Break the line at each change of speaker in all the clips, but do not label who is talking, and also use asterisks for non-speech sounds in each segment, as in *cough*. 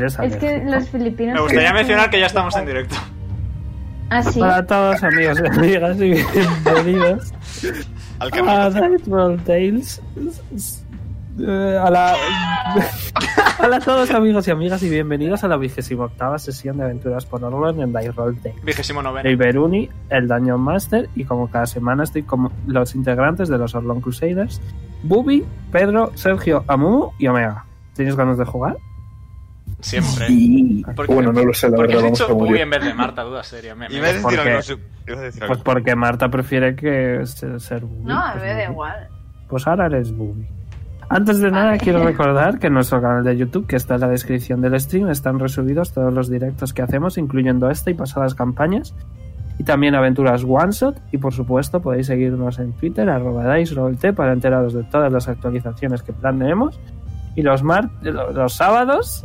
Es que Ah, los filipinos.
Me gustaría mencionar que ya estamos en directo.
Así.
Para todos amigos y amigas y *laughs* bienvenidos
Al
a
camino.
Nightmare Tales. Eh, a la... *laughs* Hola a todos amigos y amigas y bienvenidos a la vigésima octava sesión de aventuras por Orlon en Die Roll Tales.
Vigésimo noveno.
Soy Beruni, el Dungeon Master, y como cada semana estoy con los integrantes de los Orlon Crusaders, Bubi, Pedro, Sergio, Amumu y Omega. ¿Tienes ganas de jugar?
Siempre.
Y-
Porque-
Bueno, no lo sé, la
Porque
verdad.
has
Vamos
dicho
a
Bubi en
morir.
vez de Marta, duda seria. Me-
Y
me-
me a decir
Porque-
algo. su- ibas a decir
Pues
algo.
porque Marta prefiere que se- ser Bubi.
No, a
pues
mí me da
Bubi.
igual.
Pues ahora eres Bubi. Antes de nada,
Vale.
quiero recordar que en nuestro canal de YouTube, que está en la descripción del stream, están resubidos todos los directos que hacemos, incluyendo esta y pasadas campañas, y también aventuras One Shot, y por supuesto podéis seguirnos en Twitter, arroba DiceRollT, para enteraros de todas las actualizaciones que planeemos, y los, mar lo- los sábados,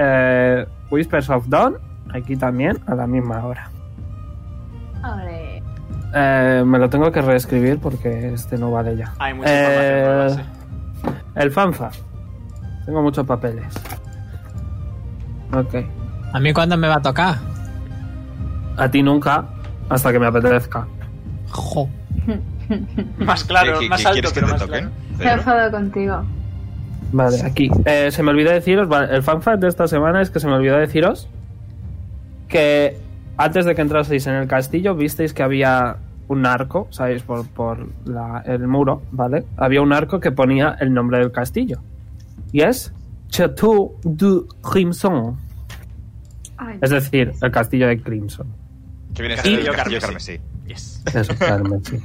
eh, Whispers of Dawn, aquí también, a la misma hora.
Hombre.
Eh, me lo tengo que reescribir porque este no vale ya. Eh,
Hay mucha información nueva, sí.
Eh,
El fanfa. Tengo muchos papeles. Ok.
¿A mí cuándo me va a tocar?
A ti nunca, hasta que me apetezca.
Jo.
Más claro,
¿Qué- qué-
más
qué
alto,
¿Quieres que
pero
te
más claro.
toquen?
Se ha
Pedro?
enfadado contigo.
Vale, aquí. Eh, se me olvidó deciros, vale, el fanfact de esta semana es que se me olvidó deciros que antes de que entraseis en el castillo visteis que había un arco, ¿sabéis? Por, por la- el muro, ¿vale? Había un arco que ponía el nombre del castillo. Y es Chateau du Crimson.
Ay,
Es decir, el castillo de Crimson.
Que viene a
Sí,
ser el
yo
castillo
carmesí.
carmesí.
Yes.
Eso, Carmen, sí.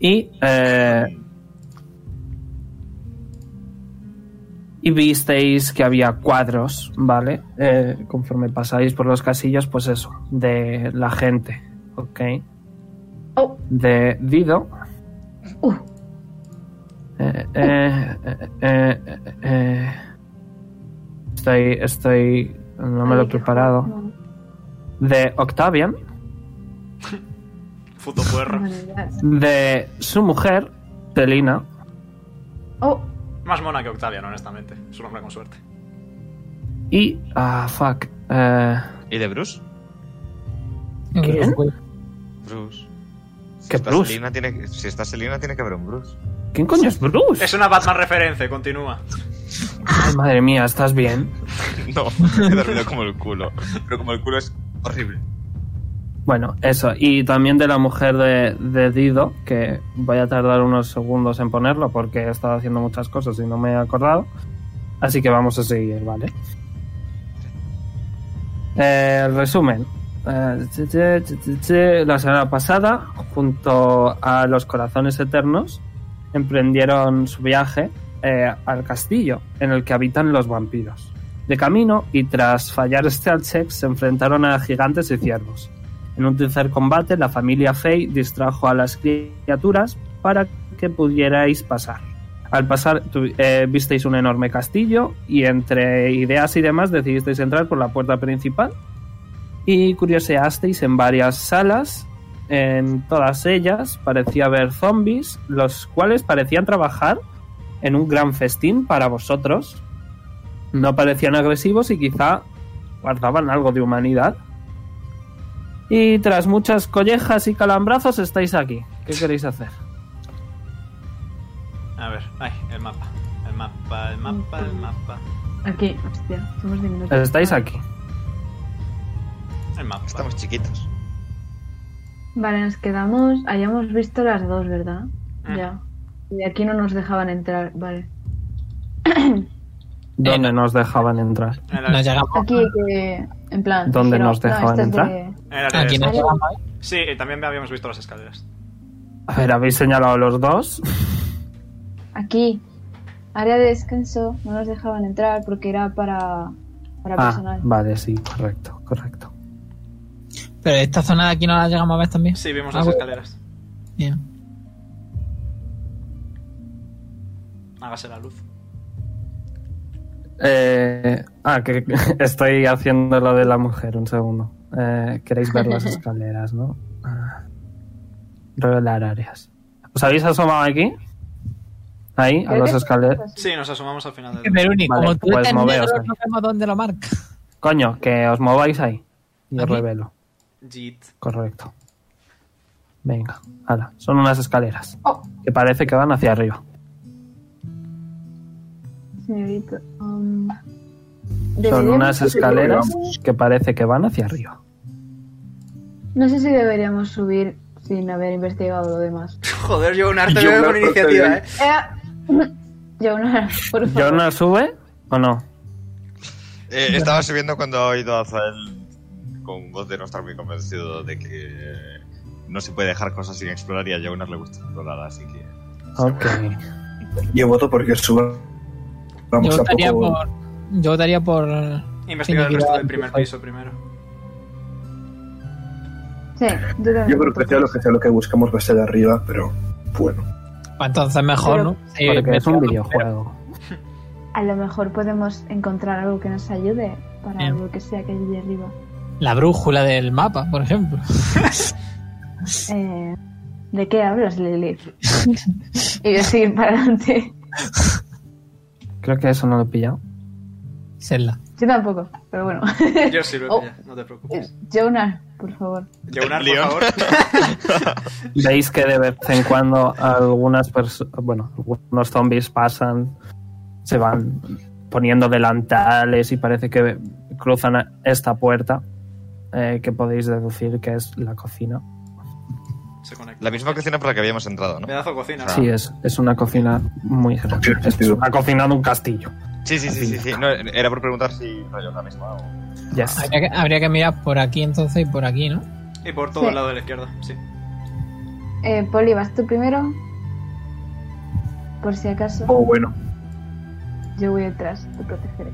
Y, eh, y visteis que había cuadros, ¿vale? Eh, conforme pasáis por los casillos, pues eso, de la gente, ¿ok?
Oh.
De Dido.
Uh.
Eh, eh, eh, eh, eh, eh. Estoy, estoy, no me lo he
ay, qué
preparado.
joder,
De Octavian,
Puto
no,
puerro.
no, no, no.
de su mujer, Telina.
Oh,
Más mona que Octavian, honestamente. Es un hombre con suerte.
Y. Ah, fuck. Eh,
¿Y de Bruce?
¿Quién?
Bruce. Si
¿Qué
está
Bruce?
Selina, tiene, que- si está Selina, tiene que haber un Bruce.
¿Quién coño es Bruce?
Es una Batman referencia, continúa.
Ay, madre mía, ¿estás bien?
*laughs* No, he dormido como el culo. Pero como el culo es horrible.
Bueno, eso. Y también de la mujer de, de Dido, que voy a tardar unos segundos en ponerlo porque he estado haciendo muchas cosas y no me he acordado. Así que vamos a seguir, ¿vale? Eh, resumen. Eh, che, che, che, che, che, La semana pasada, junto a los Corazones Eternos, emprendieron su viaje eh, al castillo en el que habitan los vampiros. De camino y tras fallar este check, se enfrentaron a gigantes y ciervos. En un tercer combate, la familia Fey distrajo a las criaturas para que pudierais pasar. Al pasar, tu- eh, visteis un enorme castillo y entre ideas y demás decidisteis entrar por la puerta principal y curioseasteis en varias salas. En todas ellas parecía haber zombies, los cuales parecían trabajar en un gran festín para vosotros. No parecían agresivos y quizá guardaban algo de humanidad. Y tras muchas collejas y calambrazos estáis aquí. ¿Qué queréis hacer?
A ver, ay, el mapa. El mapa, el mapa, el mapa.
aquí, hostia, somos diminutos.
Estáis aquí.
El mapa.
Estamos chiquitos.
Vale, nos quedamos. Hayamos visto las dos, ¿verdad?
Mm.
Ya. Y de aquí no nos dejaban entrar. Vale.
¿Dónde nos dejaban entrar?
En el-
Nos llegamos.
Aquí, que. En plan.
¿Dónde
dijeron,
nos
"No,
dejaban
este es
entrar?"
de-
en el-
Aquí nos
Vale.
llegamos. ¿eh?
Sí, y también habíamos visto las escaleras.
A ver, habéis señalado los dos.
Aquí. Área de descanso. No nos dejaban entrar porque era para. Para
Ah,
personal.
vale, sí, correcto, correcto.
Pero esta zona de aquí no la llegamos a ver también.
Sí, vimos
Ah,
las
bueno.
escaleras.
Bien.
Hágase la luz.
Eh, ah, que *laughs* que estoy haciendo lo de la mujer, un segundo. Eh, Queréis ver las escaleras, ¿no? Ah. Revelar áreas. ¿Os habéis asomado aquí? Ahí, a
Creo
las
que-
escaleras.
Sí, nos asomamos al final del...
Meruni,
Vale,
como tú
pues
estás
moveos
negro,
ahí.
no vemos dónde lo marca.
Coño, que os mováis ahí. Y os
Aquí.
revelo.
Jit.
Correcto. Venga, hala. Son unas escaleras.
Oh.
Que parece que van hacia arriba.
Señorito. um,
Son
¿deberíamos-
unas escaleras que parece que van hacia arriba.
No sé si deberíamos subir sin haber investigado lo demás.
Joder, yo un arte
Yo
veo
un
con
arte
iniciativa, eh.
también.
Eh, Jonar, por favor.
¿Jonas sube o no?
Eh, estaba subiendo cuando ha oído a Azael con voz de no estar muy convencido de que eh, no se puede dejar cosas sin explorar y a Jonas le gusta explorar, así que.
Ok.
Yo voto porque suba. Vamos
Yo
a
votaría
poco.
por. Yo votaría por.
Investigar el
Significa-
resto del primer piso primero. *laughs*
Sí, yo también.
Yo creo que sea lo que sea lo que buscamos va a ser arriba, pero bueno.
Pues Entonces mejor, ¿no? Sí,
Porque es un
pero-
videojuego.
A lo mejor podemos encontrar algo que nos ayude para
Bien.
lo que sea que hay de arriba.
La brújula del mapa, por ejemplo.
Eh, ¿De qué hablas, Lilith? y yo seguir para adelante.
Creo que eso no lo he pillado.
Serla.
Yo tampoco, pero bueno. *laughs*
Yo sí lo he
Oh.
pillado, no te preocupes.
Jonar, por favor.
Jonar, por
Leon.
favor.
*laughs* Veis que de vez en cuando algunas personas, bueno, algunos zombies pasan, se van poniendo delantales y parece que cruzan a- esta puerta, eh, que podéis deducir que es la cocina.
Se conecta.
La misma cocina por la que habíamos entrado, ¿no?
Pedazo de cocina. ¿no?
Sí, es, es una cocina muy grande. Es una cocina de un castillo.
Sí, sí, sí, sí. sí. No, era por preguntar si rollo la misma o.
Yes.
Habría que, habría que mirar por aquí entonces y por aquí, ¿no?
Y por todo
Sí.
el lado de la izquierda, sí.
Eh, Poli, ¿vas tú primero? Por si acaso,
O bueno,
yo voy detrás, te protegeré.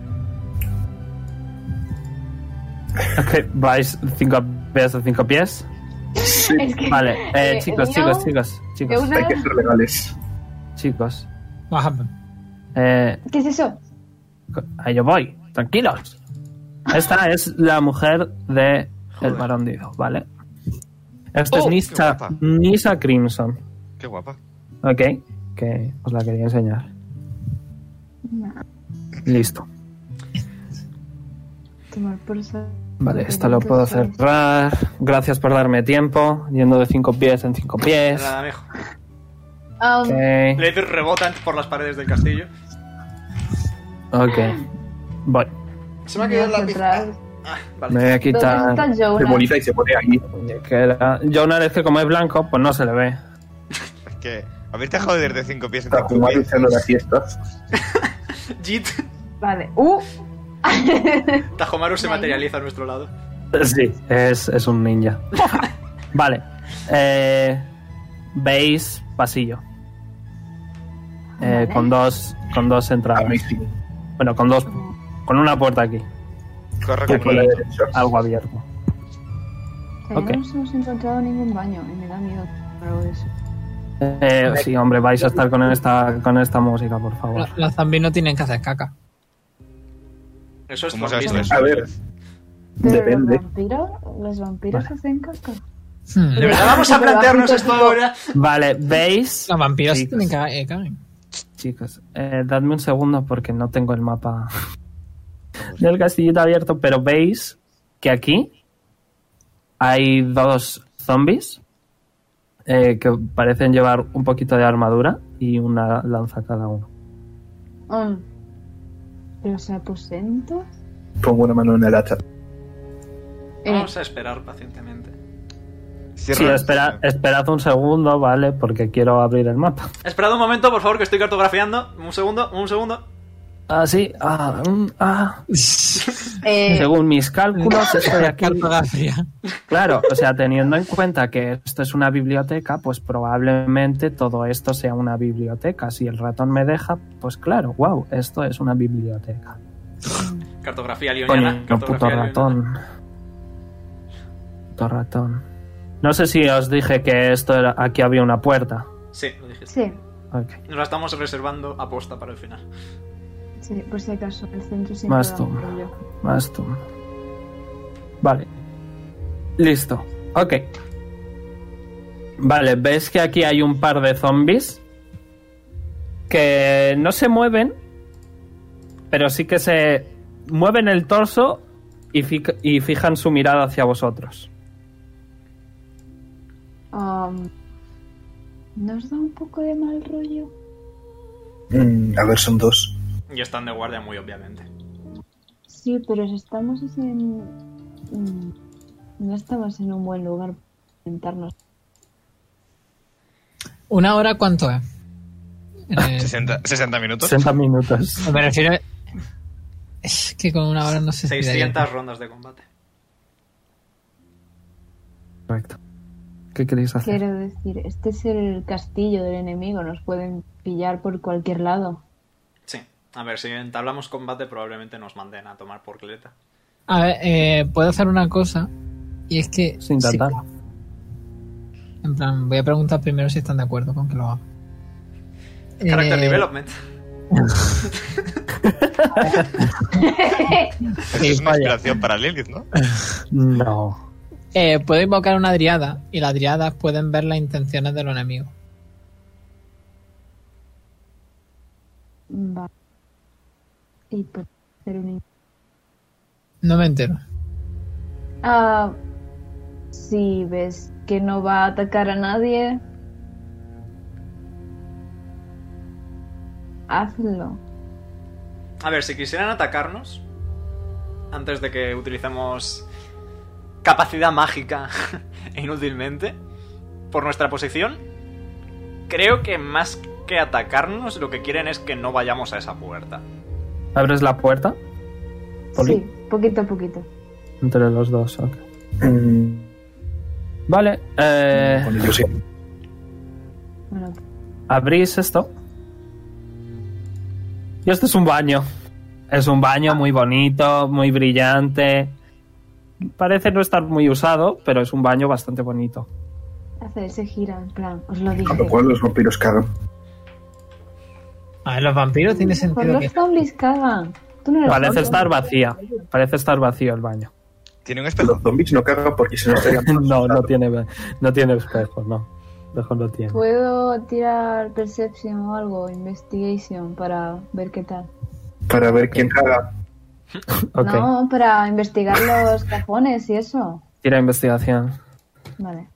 Ok, vais cinco pies a cinco pies.
Es que-
Vale, eh,
Eh,
chicos,
yo-
chicos, chicos, chicos,
Jonar,
hay que ser legales.
chicos.
Bájame.
Eh,
¿Qué es eso?
A yo voy, tranquilos. Esta es la mujer de el
Joder.
varón Dido, ¿vale? Esta es
Oh,
Nisa,
qué guapa.
Nisa Crimson,
Qué guapa.
¿ok? Que os la quería enseñar. Listo.
Tomar por eso.
Vale, esta lo puedo cerrar. Gracias por darme tiempo, yendo de cinco pies en cinco pies.
Nada, mijo.
Um,
Ok,
Lady rebota por las paredes del castillo.
ok. Voy,
Se me ha caído
voy
la
hacia atrás.
pizarra. Ah,
me
vale.
voy a
¿Dónde
quitar.
está
Se
Jonas?
moniza y se pone ahí.
Era... Yo una vez que como es blanco, pues no se le ve.
Es que. Habéis dejado de ir de cinco pies en
Está
cinco
fumando y
pies.
echando la fiesta.
Jit. *laughs*
Vale. ¡Uh!
Tajomaru se
Ahí.
materializa a nuestro lado.
Sí, es, es un ninja. vale. eh, Veis pasillo. Eh,
Vale.
Con dos con dos
Ah,
entradas.
Amazing.
Bueno, con dos con una puerta aquí,
Corre
Tú
como
por la
la-
derecha.
algo abierto.
Todavía
Ok.
no nos hemos encontrado ningún baño y me da miedo algo de eso.
Eh, sí, hombre, vais a estar con esta con esta música, por favor.
Los, los zombies no tienen que hacer caca.
Eso es
¿Cómo sabes
zombismo.
tú
A ver,
Pero
depende.
los vampiros, los vampiros hacen caca.
Hmm.
De
*laughs*
verdad, vamos a plantearnos esto ahora.
Vale, veis,
Los vampiros
Chicos.
tienen que
*laughs*
eh, cagar.
chicos, eh, dadme un segundo porque no tengo el mapa del castillito abierto, pero veis que aquí hay dos zombies eh, que parecen llevar un poquito de armadura y una lanza cada uno.
Um, ¿Los aposentos?
pongo una mano en el hacha.
Eh,
Vamos a esperar pacientemente.
Cierra-
Sí, espera- esperad un segundo, ¿vale? Porque quiero abrir el mapa.
Esperad un momento, por favor, que estoy cartografiando. Un segundo, un segundo.
Ah, sí. Ah, mm, ah.
eh,
Según mis cálculos, estoy aquí.
Cartografía.
Claro, o sea, teniendo en cuenta que esto es una biblioteca, pues probablemente todo esto sea una biblioteca. Si el ratón me deja, pues claro, wow, esto es una biblioteca.
Cartografía
Coño,
lioniana.
puto
cartografía
ratón. Puto ratón. No sé si os dije que esto era, aquí había una puerta.
lioniana. Sí, lo dijiste.
sí,
Ok,
Nos la estamos reservando a posta para el final.
sí, por si acaso. El centro siempre
Más
da
tú.
un rollo.
más tú. Vale. Listo. Ok. Vale, ves que aquí hay un par de zombies que no se mueven, pero sí que se mueven el torso y, fi- y fijan su mirada hacia vosotros.
Am, Nos da un poco de mal rollo.
Mm, a ver, son dos.
Y están de guardia muy obviamente.
Sí, pero si estamos en. mm, No estamos en un buen lugar para sentarnos.
*laughs* ¿Una hora cuánto es?
*laughs*
Eh,
60, 60 minutos.
60 minutos.
me refiero. Es que con una hora no se estiraría.
600 rondas de combate.
Correcto. ¿Qué queréis hacer?
Quiero decir, este es el castillo del enemigo. Nos pueden pillar por cualquier lado.
Sí. A ver, si entablamos combate probablemente nos manden a tomar por cleta.
A ver, eh, puedo hacer una cosa. Y es que.
Sin intentar.
sí, en plan, voy a preguntar primero si están de acuerdo con que lo haga.
Character
Eh,
development.
Eso es una
vaya.
inspiración para Lilith, ¿no?
No.
eh, puedo invocar una driada. Y las driadas pueden ver las intenciones de los enemigos.
Vale. Y por ser un.
No me entero.
Ah, si ves que no va a atacar a nadie, hazlo.
A ver, si quisieran atacarnos, antes de que utilicemos capacidad mágica *laughs* inútilmente, por nuestra posición, creo que más que atacarnos, lo que quieren es que no vayamos a esa puerta.
Abres la puerta Poli.
Sí, poquito a poquito.
entre los dos. ok.
Mm,
Vale. eh,
Con ellos sí.
Bueno,
abrís esto. Y este es un baño. Es un baño muy bonito, muy brillante. Parece no estar muy usado, pero es un baño bastante bonito.
hace ese gira, en plan, os lo
Con lo
dije.
cual los vampiros cagan.
A ver, los vampiros tiene
Por
sentido
los
que.
zombies cagan. Tú no eres
Parece
zombie.
estar vacía. Parece estar vacío el baño.
Tiene un espejo.
Los zombies no cagan porque si no estarían...
*laughs*
*laughs*
No, no tiene, no tiene espejo, no. Espejo no tiene.
Pues Puedo tirar Perception o algo, Investigation, para ver qué tal.
Para ver quién caga.
Ok.
No, para investigar los cajones y eso.
Tira investigación.
Vale.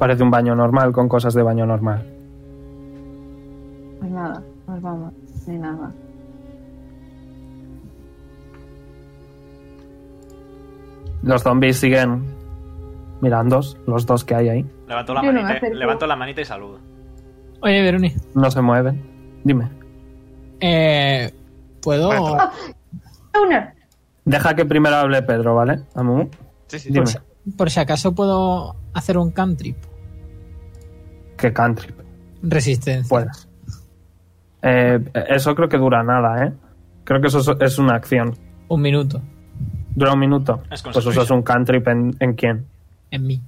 Parece un baño normal con cosas de baño normal.
Pues nada, nos vamos. Ni nada.
Los zombies siguen mirando, los dos que hay ahí.
Levanto la,
Yo no me
manita,
acerco.
levanto la manita y saludo.
Oye, Veroni,
No se mueven. Dime.
eh, ¿puedo.?
Bueno.
¡Stoner!
Deja que primero hable Pedro, ¿vale? Pues, Amu,
Sí, sí.
dime.
Por si acaso puedo hacer un cantrip.
Que country
Resistencia.
puedas. Eh, eso creo que dura nada, ¿eh? Creo que eso es- es una acción.
Un minuto.
Dura un minuto.
Es
Pues eso es un country en, en quién.
En mí.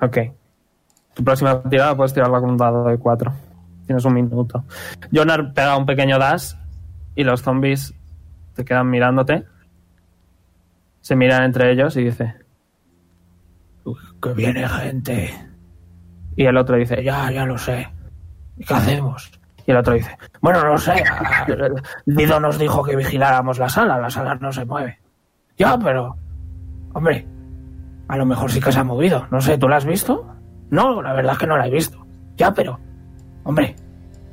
Ok. Tu próxima tirada puedes tirarla con un dado de 4. Tienes un minuto. Jonar pega un pequeño dash y los zombies te quedan mirándote. Se miran entre ellos y dice... "Uf, Que viene gente. Y el otro dice, ya, ya lo sé. ¿Qué hacemos? Y el otro dice, bueno, no sé. Dido nos dijo que vigiláramos la sala. La sala no se mueve. Ya, pero... Hombre, a lo mejor sí que se ha movido. No sé, ¿tú la has visto? No, la verdad es que no la he visto. Ya, pero. Hombre,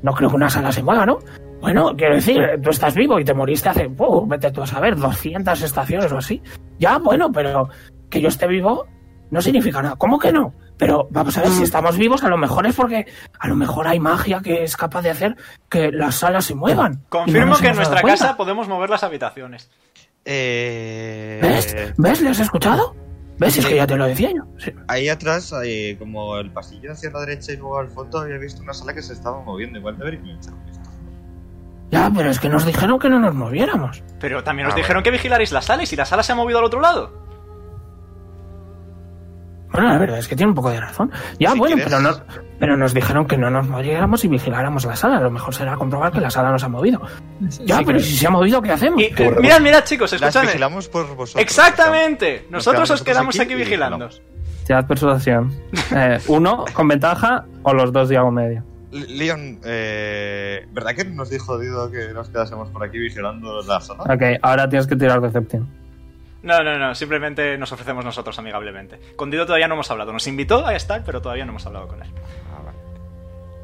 no creo que una sala se mueva, ¿no? Bueno, quiero decir, eh, tú estás vivo y te moriste hace. poco, vete tú a saber, 200 estaciones o así. Ya, bueno, pero que yo esté vivo no significa nada. ¿Cómo que no? Pero vamos a ver, si estamos vivos, a lo mejor es porque a lo mejor hay magia que es capaz de hacer que las salas se muevan. Y no
Confirmo
nos
que en
hemos dado
nuestra
cuenta.
casa podemos mover las habitaciones.
Eh,
¿Ves? ¿Ves? ¿Le has escuchado? ¿Ves? Es que ya te lo decía yo. Sí.
ahí atrás, ahí, como el pasillo hacia la derecha y luego al fondo, había visto una sala que se estaba moviendo. Igual debería echar un vistazo.
Ya, pero es que nos dijeron que no nos moviéramos.
Pero también os
Ah,
dijeron que vigilaréis la sala y si la sala se ha movido al otro lado.
Bueno, la verdad es que tiene un poco de razón. Ya,
Si
Ah, bueno,
quieres-
pero, no, pero nos dijeron que no nos moviéramos y vigiláramos la sala. A lo mejor será comprobar que la sala nos ha movido. Ya, pero si se ha movido, ¿qué hacemos?
Y, eh, mirad, mirad chicos,
Las
escuchadme.
vigilamos por vosotros.
Exactamente.
Nos
Nosotros
quedamos
os quedamos
nosotros
aquí,
aquí y
vigilando.
Tirad *laughs* persuasión. Eh, uno con ventaja o los dos de hago medio.
L- Leon, eh, ¿verdad que nos dijo Dido que nos quedásemos por aquí vigilando la zona?
Ok, ahora tienes que tirar Deception.
No, no, no, simplemente nos ofrecemos nosotros amigablemente. Con Dido todavía no hemos hablado. Nos invitó a estar, pero todavía no hemos hablado con él.
Ah, vale.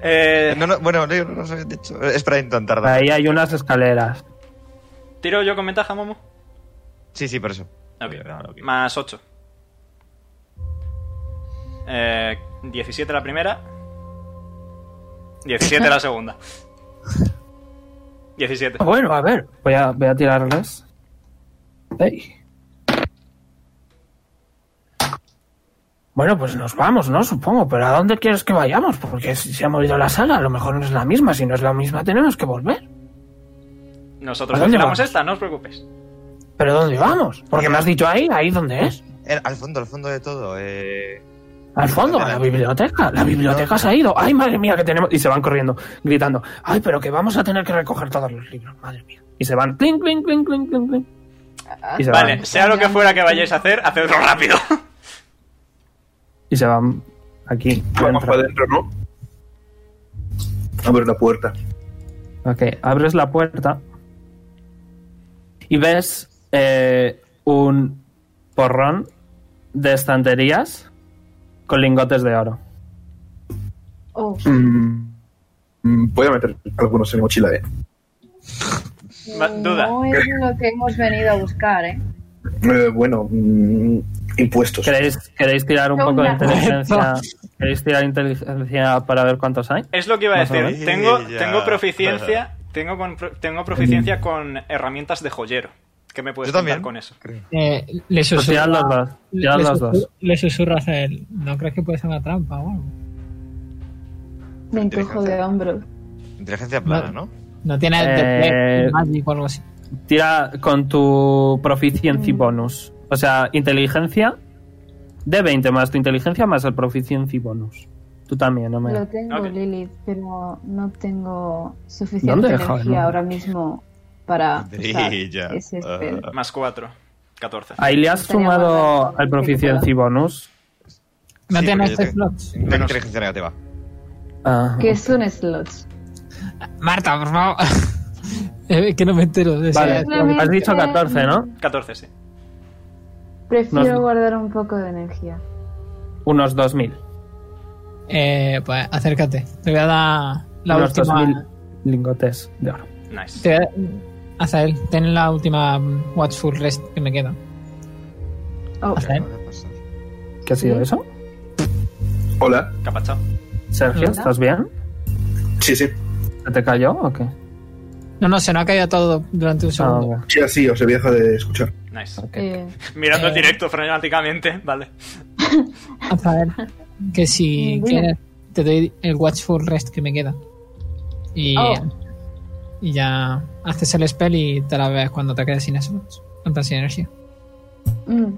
Eh,
No, no, bueno, Leon no nos había dicho. Es para intentar.
Ahí hay unas escaleras.
¿Tiro yo con ventaja, Momo?
Sí, sí, por eso.
Ok.
Ah, ok.
Más 8. Eh, 17 la primera. 17 la
*laughs*
segunda. 17.
Bueno, a ver. Voy a, voy a tirarles. Ey.
Bueno, pues nos vamos, ¿no? Supongo, pero ¿a dónde quieres que vayamos? Porque si se ha movido la sala, a lo mejor no es la misma. Si no es la misma, tenemos que volver.
Nosotros
¿A dónde
vigilamos
vamos?
esta, no os preocupéis.
¿Pero dónde vamos? Porque me has dicho ahí, ahí dónde es.
Eh, al fondo, al fondo de todo. Eh...
Al fondo, a la biblioteca. La biblioteca se ha ido. ¡Ay, madre mía, que tenemos! Y se van corriendo, gritando. ¡Ay, pero que vamos a tener que recoger todos los libros! Madre mía.
Y se van. Clink, clink, clink, clink, clink, clink. Y se van.
Vale, sea lo que fuera que vayáis a hacer, hacedlo
*laughs*
rápido.
Y se van aquí.
Vamos
dentro.
para adentro, ¿no? Abre la puerta.
Ok, abres la puerta y ves eh, un porrón de estanterías con lingotes de oro.
Oh,
Mm, mm, voy a meter algunos en mi mochila, ¿eh?
Va- duda.
No es lo que hemos venido a buscar, ¿eh?
Eh, bueno, mm, impuestos.
¿Queréis, queréis tirar un poco de
Una.
inteligencia? ¿Queréis tirar inteligencia para ver cuántos hay?
Es lo que iba a
Más o
decir.
menos.
Tengo,
Sí, ya.
tengo
*laughs*
proficiencia. Tengo, con- tengo proficiencia con herramientas de joyero. ¿Qué me puedes
Yo
contar
también.
con eso?
creo.
Eh, le
Pues
susurra,
tirad los dos.
le
Tirad los
susurra-
dos.
le susurra hacia él. ¿No crees que puede ser una trampa o algo?
Me encojo de hombros.
Inteligencia plana, ¿no?
No tiene el
Eh,
detect magic o algo así.
Tira con tu proficiency
Mm.
bonus. O sea, inteligencia de 20 más tu inteligencia más el proficiency bonus. Tú también, no me.
Lo tengo,
Ok.
Lilith, pero no tengo suficiente
¿Dónde he dejado el
energía
nombre?
ahora mismo
*laughs*
para usar
Brilla.
ese
Ah.
spell.
Más 4. 14.
Ahí le has
Estaría más
sumado
alto.
al proficiency bonus.
No
Sí,
tiene
porque yo
este
tengo-
slots.
Tengo
Menos.
inteligencia negativa.
Ah,
Que son slots.
Marta, por favor. *laughs* Eh, que no me entero de eso.
Vale,
Simplemente-
has dicho 14, ¿no?
14, sí.
Prefiero
No.
guardar un poco de energía.
Unos 2000.
Eh, pues acércate. Te voy a dar la
unos
última.
2000 lingotes de oro.
Nice.
Te voy a- Azael, ten la última mm, Watchful Rest que me queda.
Oh,
Azael.
¿Qué ha sido
Sí.
eso?
Hola.
Capachao.
Sergio,
Hola.
¿estás bien?
Sí, sí.
¿Se te cayó o qué?
No, no, se nos ha caído todo durante un
Ah,
segundo.
ok.
Sí, así os he dejado de escuchar.
Nice.
eh,
Mirando el
Eh.
directo frenéticamente, vale.
Azael, que si
Dime.
quieres, te doy el Watchful Rest que me queda. Y,
Oh.
y ya haces el spell y te la ves cuando te quedes sin eso. Antes sin energía.
mm, mm.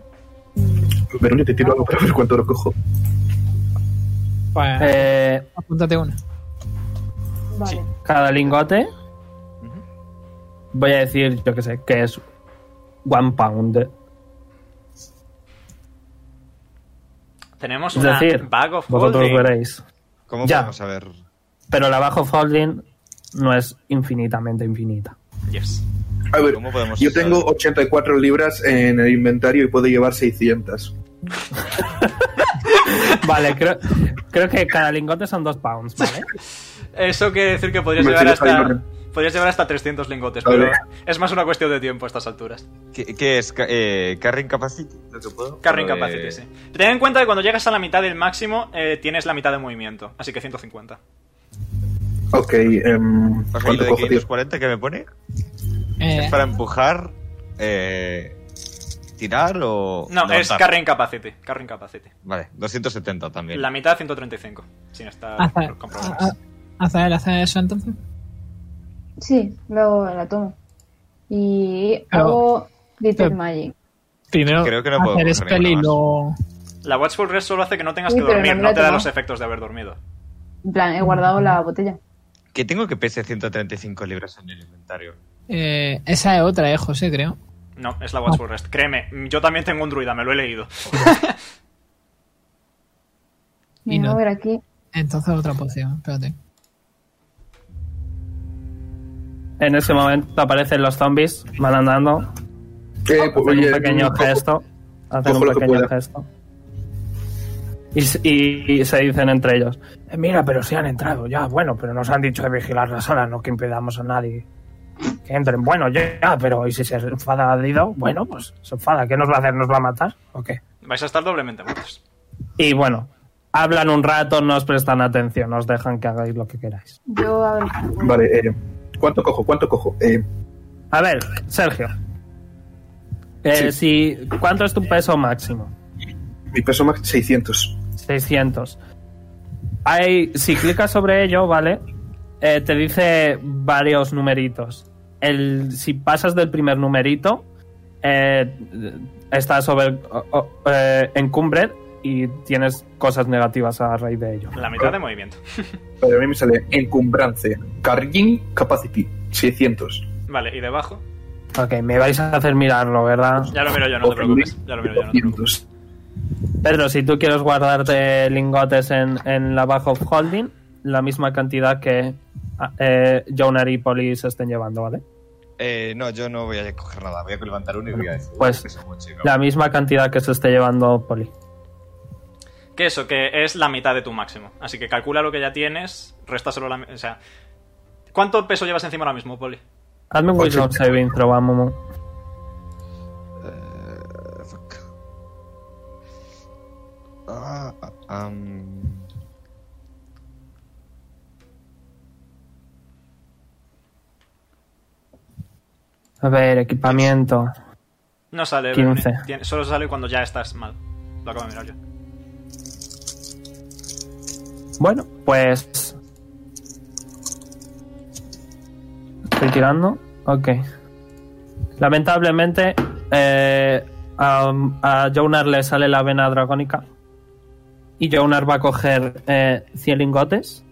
Verónica, te tiro algo para ver cuánto lo cojo.
Pues
Eh,
apúntate una.
Vale.
cada lingote, voy a decir, yo qué sé, que es one pound.
Tenemos
Es
una
decir,
bag of
vosotros
holding.
veréis.
¿Cómo
Ya.
podemos saber?
Pero la bajo folding no es infinitamente infinita. *laughs*
Yes.
A ver,
¿Cómo podemos
yo
saber?
tengo 84 libras en el inventario y puedo llevar 600.
Vale, creo, creo que cada lingote son dos pounds, *laughs* ¿vale?
Eso quiere decir que podrías
Me
llevar
tiro ahí,
hasta.
Lorena.
Podrías llevar hasta 300 lingotes,
Vale.
pero es más una cuestión de tiempo a estas alturas.
¿Qué, qué es? Ca- Eh, ¿Carrying Capacity? ¿Lo que puedo?
Carrying
Eh,
capacity, sí. Ten en cuenta que cuando llegas a la mitad del máximo, eh, tienes la mitad de movimiento, así que 150.
Ok, em,
o sea, ¿y
¿cuánto
lo de
cojo, tío?
540 que me pone?
Eh,
¿Es para empujar? Eh, ¿Tirar o.?
No, es
levantar?
carrying capacity. Carrying capacity.
Vale, 270 también.
La mitad 135, sin estar
Ah,
Azael,
con
a-
problemas.
a- Azael, ¿haces eso entonces?
Sí, luego la tomo. Y
Pero- eh,
hago Detect
pero-
Magic.
Primero
Creo que no puedo
hacer
coger
spell y
ninguna más.
luego...
La Watchful Rest solo hace que no tengas
Sí,
que
pero
dormir,
no me
no
la he
te da
tomado.
los efectos de haber dormido.
En plan, he guardado la botella.
Que tengo que pese 135 libras en el inventario.
Eh, esa es otra, eh, José, creo.
Ah.
No, es la Watchful Rest. Créeme, yo también tengo un druida, me lo he leído.
Me voy
Y
a
no-
mover aquí.
Entonces otra poción, espérate.
En ese momento aparecen los zombies, van andando,
Eh, pues,
hacen
oye,
un pequeño
cojo-
gesto. Hacen
cojo
un
lo que
pequeño
pueda.
gesto. Y, s- y- y se dicen entre ellos.
Eh, mira, pero si han entrado ya. Bueno, pero nos han dicho de vigilar la sala, no que impedamos a nadie que entren. Bueno, ya, pero ¿y si se enfada Dido? Bueno, pues se enfada. ¿Qué nos va a hacer? ¿Nos va a matar? ¿O qué?
Vais a estar doblemente muertos.
Y bueno, hablan un rato, no os prestan atención, os dejan que hagáis lo que queráis.
Yo abro.
Vale, eh, ¿cuánto cojo? ¿Cuánto cojo? Eh,
A ver, Sergio. Eh, si, ¿Cuánto es tu peso máximo?
mi peso max 600.
600. Hay, si clicas sobre ello, ¿vale? Eh, te dice varios numeritos. El, si pasas del primer numerito, eh, estás sobre, o- o- eh, en cumbre y tienes cosas negativas a raíz de ello.
La mitad de movimiento.
Pero a mí me sale encumbrance, carrying capacity, 600.
Vale, y debajo.
Ok, me vais a hacer mirarlo, ¿verdad?
Ya lo miro yo, no te preocupes. Ya lo miro yo, no te preocupes.
200.
Pedro, si tú quieres guardarte lingotes en, en la back of holding, la misma cantidad que eh, Jonar y Polly se estén llevando, ¿vale?
Eh, no, yo no voy a coger nada. Voy a levantar uno y voy a decir.
Pues,
"Uy, pesa mucho", y me-
La misma cantidad que se esté llevando Poli.
Que eso, que es la mitad de tu máximo. Así que calcula lo que ya tienes, resta solo la... mi- O sea... ¿Cuánto peso llevas encima ahora mismo, Poli?
Hazme un Wisdom saving throw, Amumu.
Eh, fuck. Ah, ah, am.
A ver, equipamiento.
No sale.
15.
Bernie. Tiene- solo sale cuando ya estás mal. Lo acabo de mirar yo.
Bueno, pues... Estoy tirando. Ok. Lamentablemente, eh, a, a Jonar le sale la vena dragónica. Y Jonar va a coger eh, 100 lingotes.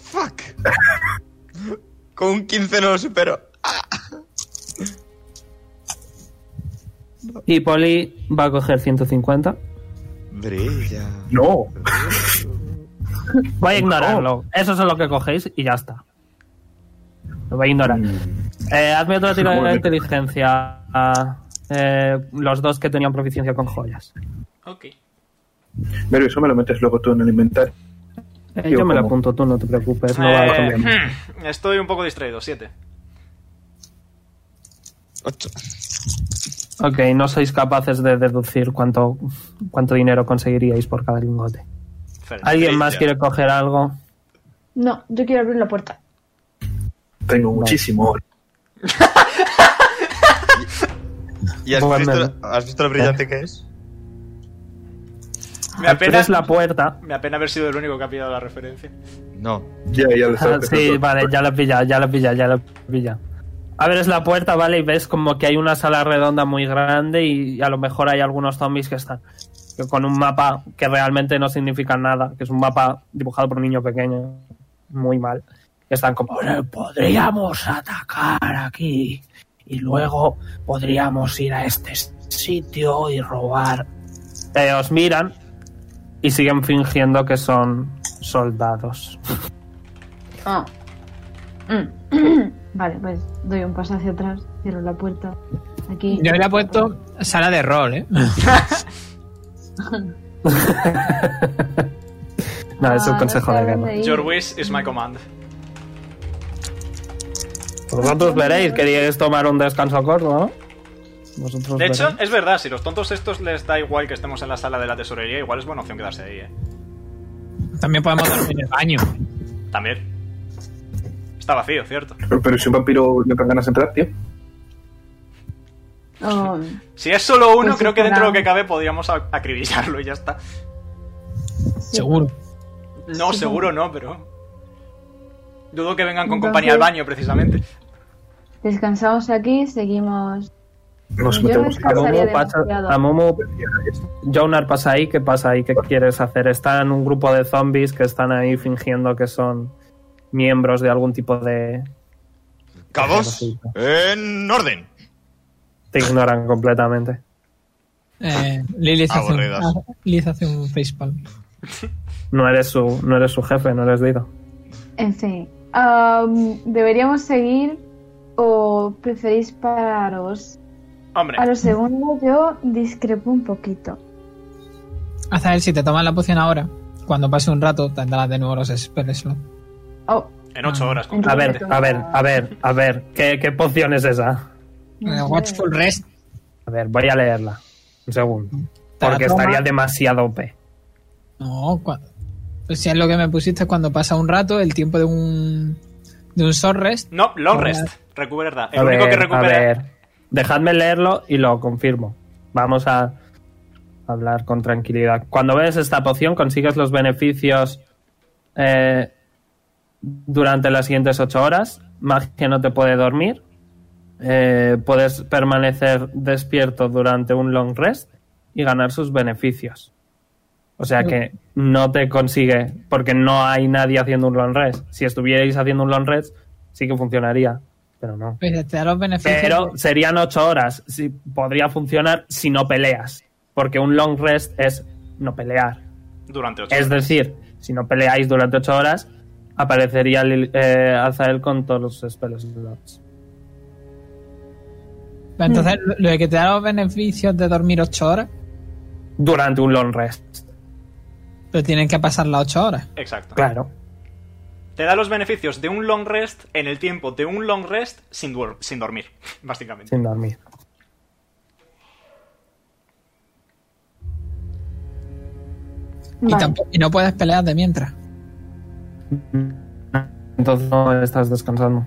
Fuck. *laughs* Con un 15 no lo supero.
Y Poli va a coger 150.
Brilla.
No,
Voy a
oh.
ignorarlo. Eso es lo que cogéis y ya está. Lo voy a ignorar.
Mm.
Eh, hazme otra tirada de
Joder.
inteligencia. Ah, eh, los dos que tenían proficiencia con joyas.
Ok.
pero eso me lo metes luego tú en el inventario.
Eh,
Yo
yo me lo
como.
apunto, tú no te preocupes. No va a
Eh,
cambiar.
estoy un poco distraído. Siete.
8.
Ok, no sois capaces de deducir cuánto, cuánto dinero conseguiríais por cada lingote.
Fair.
¿Alguien más quiere coger algo?
No, yo quiero abrir la puerta.
Tengo muchísimo oro.
¿Y has
Buen
visto,
menú.
la- has visto lo
Eh.
brillante que es?
Me apena,
Abres la puerta.
me apena haber sido el único que ha pillado la referencia.
No.
Ya, ya lo
Ah,
estaba
sí,
pensando.
vale, ya la pilla, ya la pilla, ya la pilla. Abres la puerta, vale, y ves como que hay una sala redonda muy grande y a lo mejor hay algunos zombies que están que con un mapa que realmente no significa nada, que es un mapa dibujado por un niño pequeño, muy mal. Que están como,
Bueno, podríamos atacar aquí y luego podríamos ir a este sitio y robar.
eh, os miran y siguen fingiendo que son soldados.
Ah. Mm. *clears throat* vale, pues doy un paso hacia atrás, cierro la puerta. Aquí.
Yo le he puesto sala de rol, ¿eh?
Nada, es un
Ah,
consejo
no
de
sé a
guerra.
dónde ir.
Your wish is my command.
Pues Vosotros veréis, queríais tomar un descanso corto, ¿no? Vosotros
De hecho,
veréis.
es verdad, si los tontos estos les da igual que estemos en la sala de la tesorería, igual es buena opción quedarse ahí, ¿eh?
También *coughs* podemos dormir en el baño.
También. Está vacío, ¿cierto?
Pero, pero si un vampiro le dan ganas de entrar, tío.
Oh,
Si es solo uno,
Pues
creo que
espera.
dentro de lo que cabe podríamos a- acribillarlo y ya está.
Seguro.
No,
Sí.
seguro no, pero... Dudo que vengan con compañía
Entonces-
al baño, precisamente.
descansamos aquí, seguimos.
Nos
Yo
metemos en
descansaría
cada uno.
Amumu pasa,
demasiado.
Amumu, Jonar pasa ahí, ¿qué pasa ahí? ¿Qué quieres hacer? Están un grupo de zombies que están ahí fingiendo que son miembros de algún tipo de...
Cabos en orden.
Te ignoran completamente.
Eh, Lilith, hace un,
Ah, Aburridas.
Lilith hace un facepalm.
No eres su, no eres su jefe, no eres Dido.
En fin. Am, ¿Deberíamos seguir o preferís pararos?
Hombre,
A lo segundo yo discrepo un poquito.
Hasta él, si te tomas la poción ahora, cuando pase un rato tendrás de nuevo los spell slot.
Oh,
en ocho horas.
en
A ver,
realidad-
a ver, a ver, a ver. ¿Qué, qué poción es esa?
no
Eh,
sé.
Watchful Rest.
A ver, voy a leerla. Un segundo.
te la
Porque
tomas-
estaría demasiado OP.
No, cuando... pues si es lo que me pusiste, cuando pasa un rato, el tiempo de un. de un short rest.
No, long
A ver.
rest. Recupera. El
A
único que
ver, a
recupera.
ver. Dejadme leerlo y lo confirmo. Vamos a hablar con tranquilidad. Cuando ves esta poción, consigues los beneficios eh, durante las siguientes ocho horas. Magia no te puede dormir. Eh, puedes permanecer despierto durante un long rest y ganar sus beneficios. O sea que no te consigue, porque no hay nadie haciendo un long rest. Si estuvierais haciendo un long rest, sí que funcionaría, pero no.
Pues te da los beneficios.
Pero serían ocho horas. Sí, podría funcionar si no peleas. Porque un long rest es no pelear.
Durante ocho
Es
horas.
decir, si no peleáis durante ocho horas, aparecería Lil- eh, Azael con todos los spell slots.
Pues Entonces, lo- lo de que te da los beneficios de dormir 8 horas,
Durante un long rest.
pero tienen que pasar las 8 horas.
Exacto.
Claro.
Te da los beneficios de un long rest en el tiempo de un long rest sin, duer- sin dormir, *laughs* básicamente.
Sin dormir.
Y,
Vale.
tampoco, y no puedes pelear de mientras.
Entonces no estás descansando.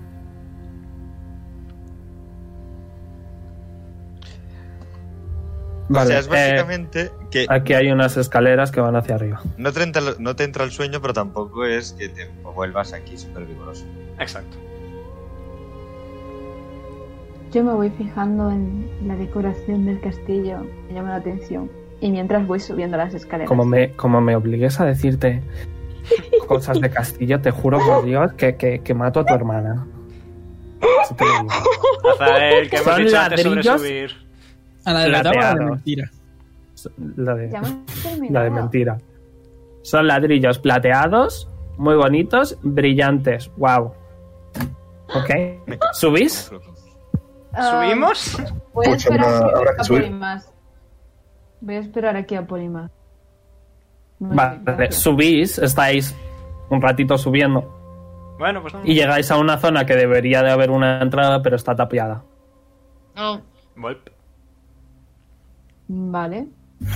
o
Vale,
sea, es
eh,
básicamente que
aquí hay unas escaleras que van hacia arriba.
no te, entra, no te entra el sueño, pero tampoco es que te vuelvas aquí súper vigoroso.
Exacto.
Yo me voy fijando en la decoración del castillo, me llama la atención. Y mientras voy subiendo las escaleras.
Como me, como me obligues a
*laughs*
decirte cosas de Castilla, te juro por Dios que, que, que mato a tu hermana. Así te lo digo.
Azael,
*laughs*
que hemos
Son
dicho antes sobre
ladrillos.
subir.
A la de verdad o a la de
Plateado.
mentira.
La de,
Ya hemos
la de
terminado.
mentira. Son ladrillos plateados, muy bonitos, brillantes. Wow. ¿Ok? ¿Subís?
Ah,
¿Subimos?
Voy a
Pues habrá-
esperar aquí
habrá que
a
subir.
Polimas. Voy a esperar aquí a Polimas. Muy bien,
Vale,
gracias.
subís, estáis un ratito subiendo
Bueno, pues no.
y llegáis a una zona que debería de haber una entrada, pero está tapiada.
Vuelp.
*laughs* Vale.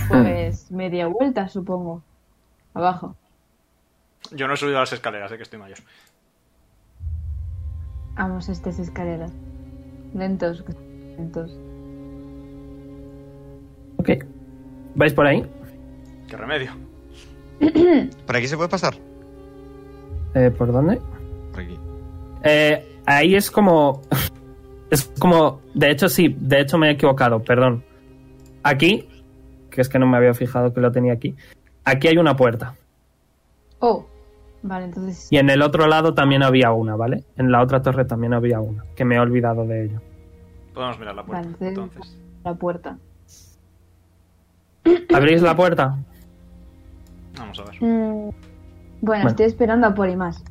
Pues media vuelta, supongo. Abajo.
Yo no he subido a las escaleras, eh, que estoy mayor.
Vamos a estas escaleras. Lentos, lentos.
Ok. ¿Vais por ahí?
Qué remedio.
¿Por aquí se puede pasar?
Eh, ¿Por dónde?
Por aquí.
Eh, ahí es como. *laughs* Es como. De hecho, sí, de hecho me he equivocado, perdón. Aquí, que es que no me había fijado que lo tenía aquí. Aquí hay una puerta.
Oh. Vale, entonces.
Y en el otro lado también había una, ¿vale? En la otra torre también había una, que me he olvidado de ello.
Podemos mirar la puerta,
Vale, sí.
entonces.
La puerta.
¿Abrís la puerta?
Vamos a ver.
Mm, Bueno, estoy esperando a Polimas.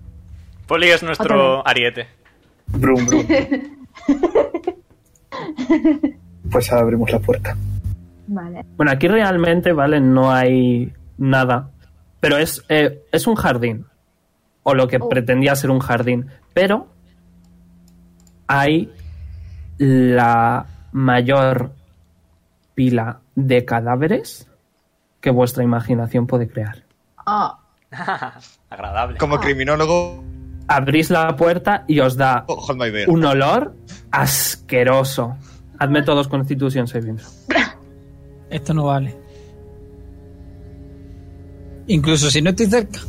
Poli es
Otra
nuestro ariete.
Brum, brum. Pues abrimos la puerta.
Vale.
Bueno, aquí realmente, ¿vale? No hay nada. Pero es, eh, es un jardín. O lo que
Oh.
pretendía ser un jardín. Pero hay la mayor pila de cadáveres que vuestra imaginación puede crear.
Ah,
Agradable.
Como
Ah.
criminólogo,
Abrís la puerta y os da
oh, hold my beer.
un olor asqueroso. Hazme todos Constitution Saving. throw.
Esto no vale. Incluso si no estoy cerca.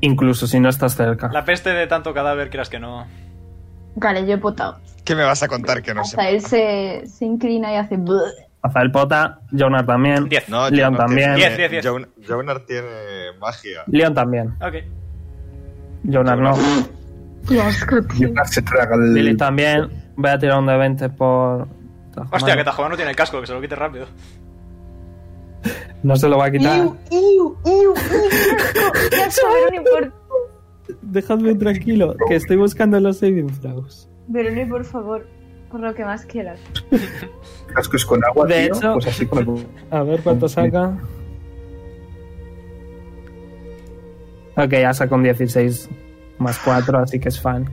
Incluso si no estás cerca.
La peste de tanto cadáver, quieras que no.
vale, yo he potado.
¿Qué me vas a contar que no sé?
Hasta él se, se inclina y hace. "Bleh".
Rafael Pota, Jonar también.
Diez.
No,
Leon
Jonar
también.
tiene-
Diez, diez, diez.
Jon- Jonar tiene magia.
Leon también.
Ok.
Jonar no.
Qué asco,
Y
tío.
una se traga el...
Lily Mm. también. Voy a tirar un de 20 por. Tajamar.
Hostia, que Tajoma no tiene el casco, que se lo quite rápido.
No se lo va a quitar.
¡Iu, iu,
*laughs*
iu, iu! Asco, Pero ni por-
Dejadme tranquilo, que estoy buscando los saving throws.
Veroni, por favor, por lo que más quieras.
Cascos con agua,
De
tío,
hecho-
pues así con *laughs* el...
A ver cuánto saca. Ok, ya saca un 16 más 4, así que es fan.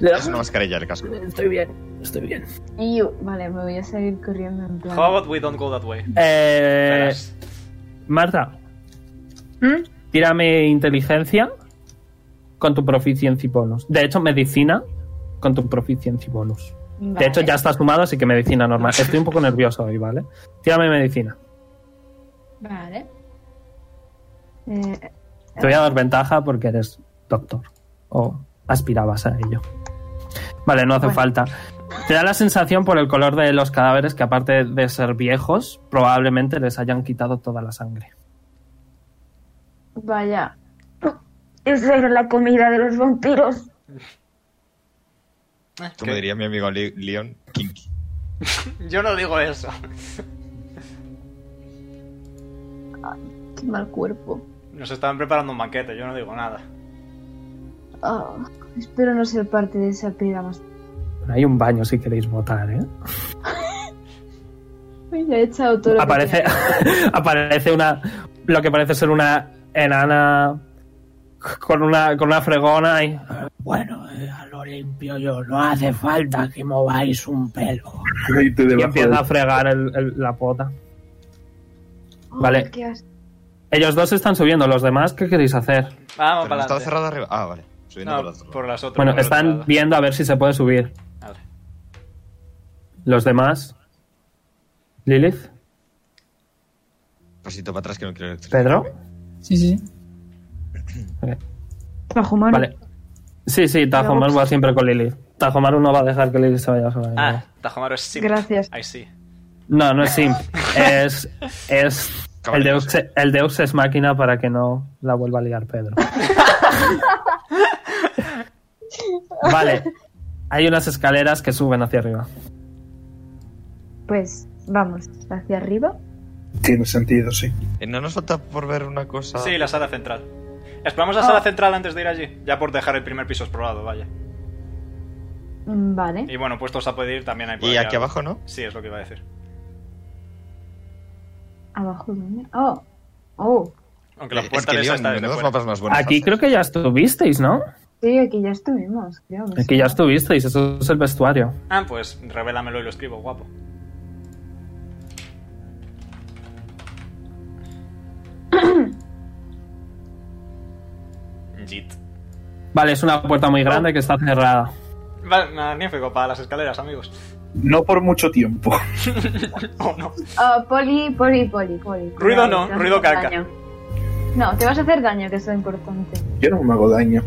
Es una mascarilla el casco.
Estoy bien, estoy bien.
Iu. Vale, me voy a seguir corriendo en plan.
How about we don't go that way?
Eh,
Verás.
Marta, tírame inteligencia con tu proficiency bonus. De hecho, medicina con tu proficiency bonus.
Vale.
De hecho, ya está sumado, así que medicina normal. Estoy un poco nervioso hoy, ¿vale? Tírame medicina.
Vale. Eh,
Te voy a dar ventaja porque eres doctor. O aspirabas a ello. Vale, no hace
Bueno.
falta. Te da la sensación por el color de los cadáveres que aparte de ser viejos, probablemente les hayan quitado toda la sangre.
vaya. Esa era la comida de los vampiros.
Eh,
Como diría mi amigo Li- Leon, kinky.
Yo no digo eso.
Qué mal cuerpo.
Nos estaban preparando un banquete, yo no digo nada.
Ah, espero no ser parte de esa peda más.
Hay un baño si queréis votar, ¿eh?
Uy, le he echado todo. lo que
aparece,
tenía.
aparece una lo que parece ser una enana con una con una fregona y
Bueno, eh, a lo limpio yo. No hace falta que mováis un pelo.
Aceite
y
debajo
empieza a
del-
fregar el- el- la pota.
Ay,
*laughs* vale.
qué asco.
Ellos dos están subiendo, los demás, ¿qué queréis hacer?
Vamos
Pero no
para
estaba
adelante.
cerrado arriba. Ah, vale. Subiendo por
No,
la otra.
por las otras.
Bueno,
por el otro
están
lado.
viendo a ver si se puede subir.
Vale.
Los demás. Lilith,
Pasito para atrás que no quiero electricidad.
Pedro.
Sí, sí.
Bajo mano.
Vale. Sí, sí, Tajomaru va siempre con Lilith. Tajomaru no va a dejar que Lilith se vaya sola.
Ah, Tajomaro es simp.
Gracias.
I see.
No, no es sim.
*laughs*
es. Es. El Deus, el Deus es máquina para que no la vuelva a liar Pedro. vale. Hay unas escaleras que suben hacia arriba.
Pues vamos, hacia arriba.
Tiene sentido, sí.
Eh, no nos falta por ver una cosa.
Sí, la sala central. Exploramos la
Ah.
sala central antes de ir allí. Ya por dejar el primer piso explorado, vaya.
Mm, Vale.
Y bueno, puestos a pedir también hay por
Y
ahí
aquí
algo.
abajo, ¿no?
Sí, es lo que iba a decir.
Abajo, ¿dónde? Oh. Oh.
Aunque la
Eh,
puerta de esa
es que Leon,
está desde
menudos
fuera.
mapas más buenos.
Aquí creo que ya estuvisteis, ¿no?
Sí, aquí ya estuvimos, creo. no sé.
Aquí ya estuvisteis, eso es el vestuario.
Ah, pues revélamelo y lo escribo,
*coughs*
guapo. Jit.
Vale, es una puerta muy grande que está cerrada.
Vale, magnífico, para las escaleras, amigos.
No por mucho tiempo.
Oh, no.
Ah, poli, poli, poli, poli.
Ruido
Cuidado,
no,
te vas a
ruido
hacer
caca.
daño. No, te vas a hacer daño, que es lo importante.
Yo no me hago daño.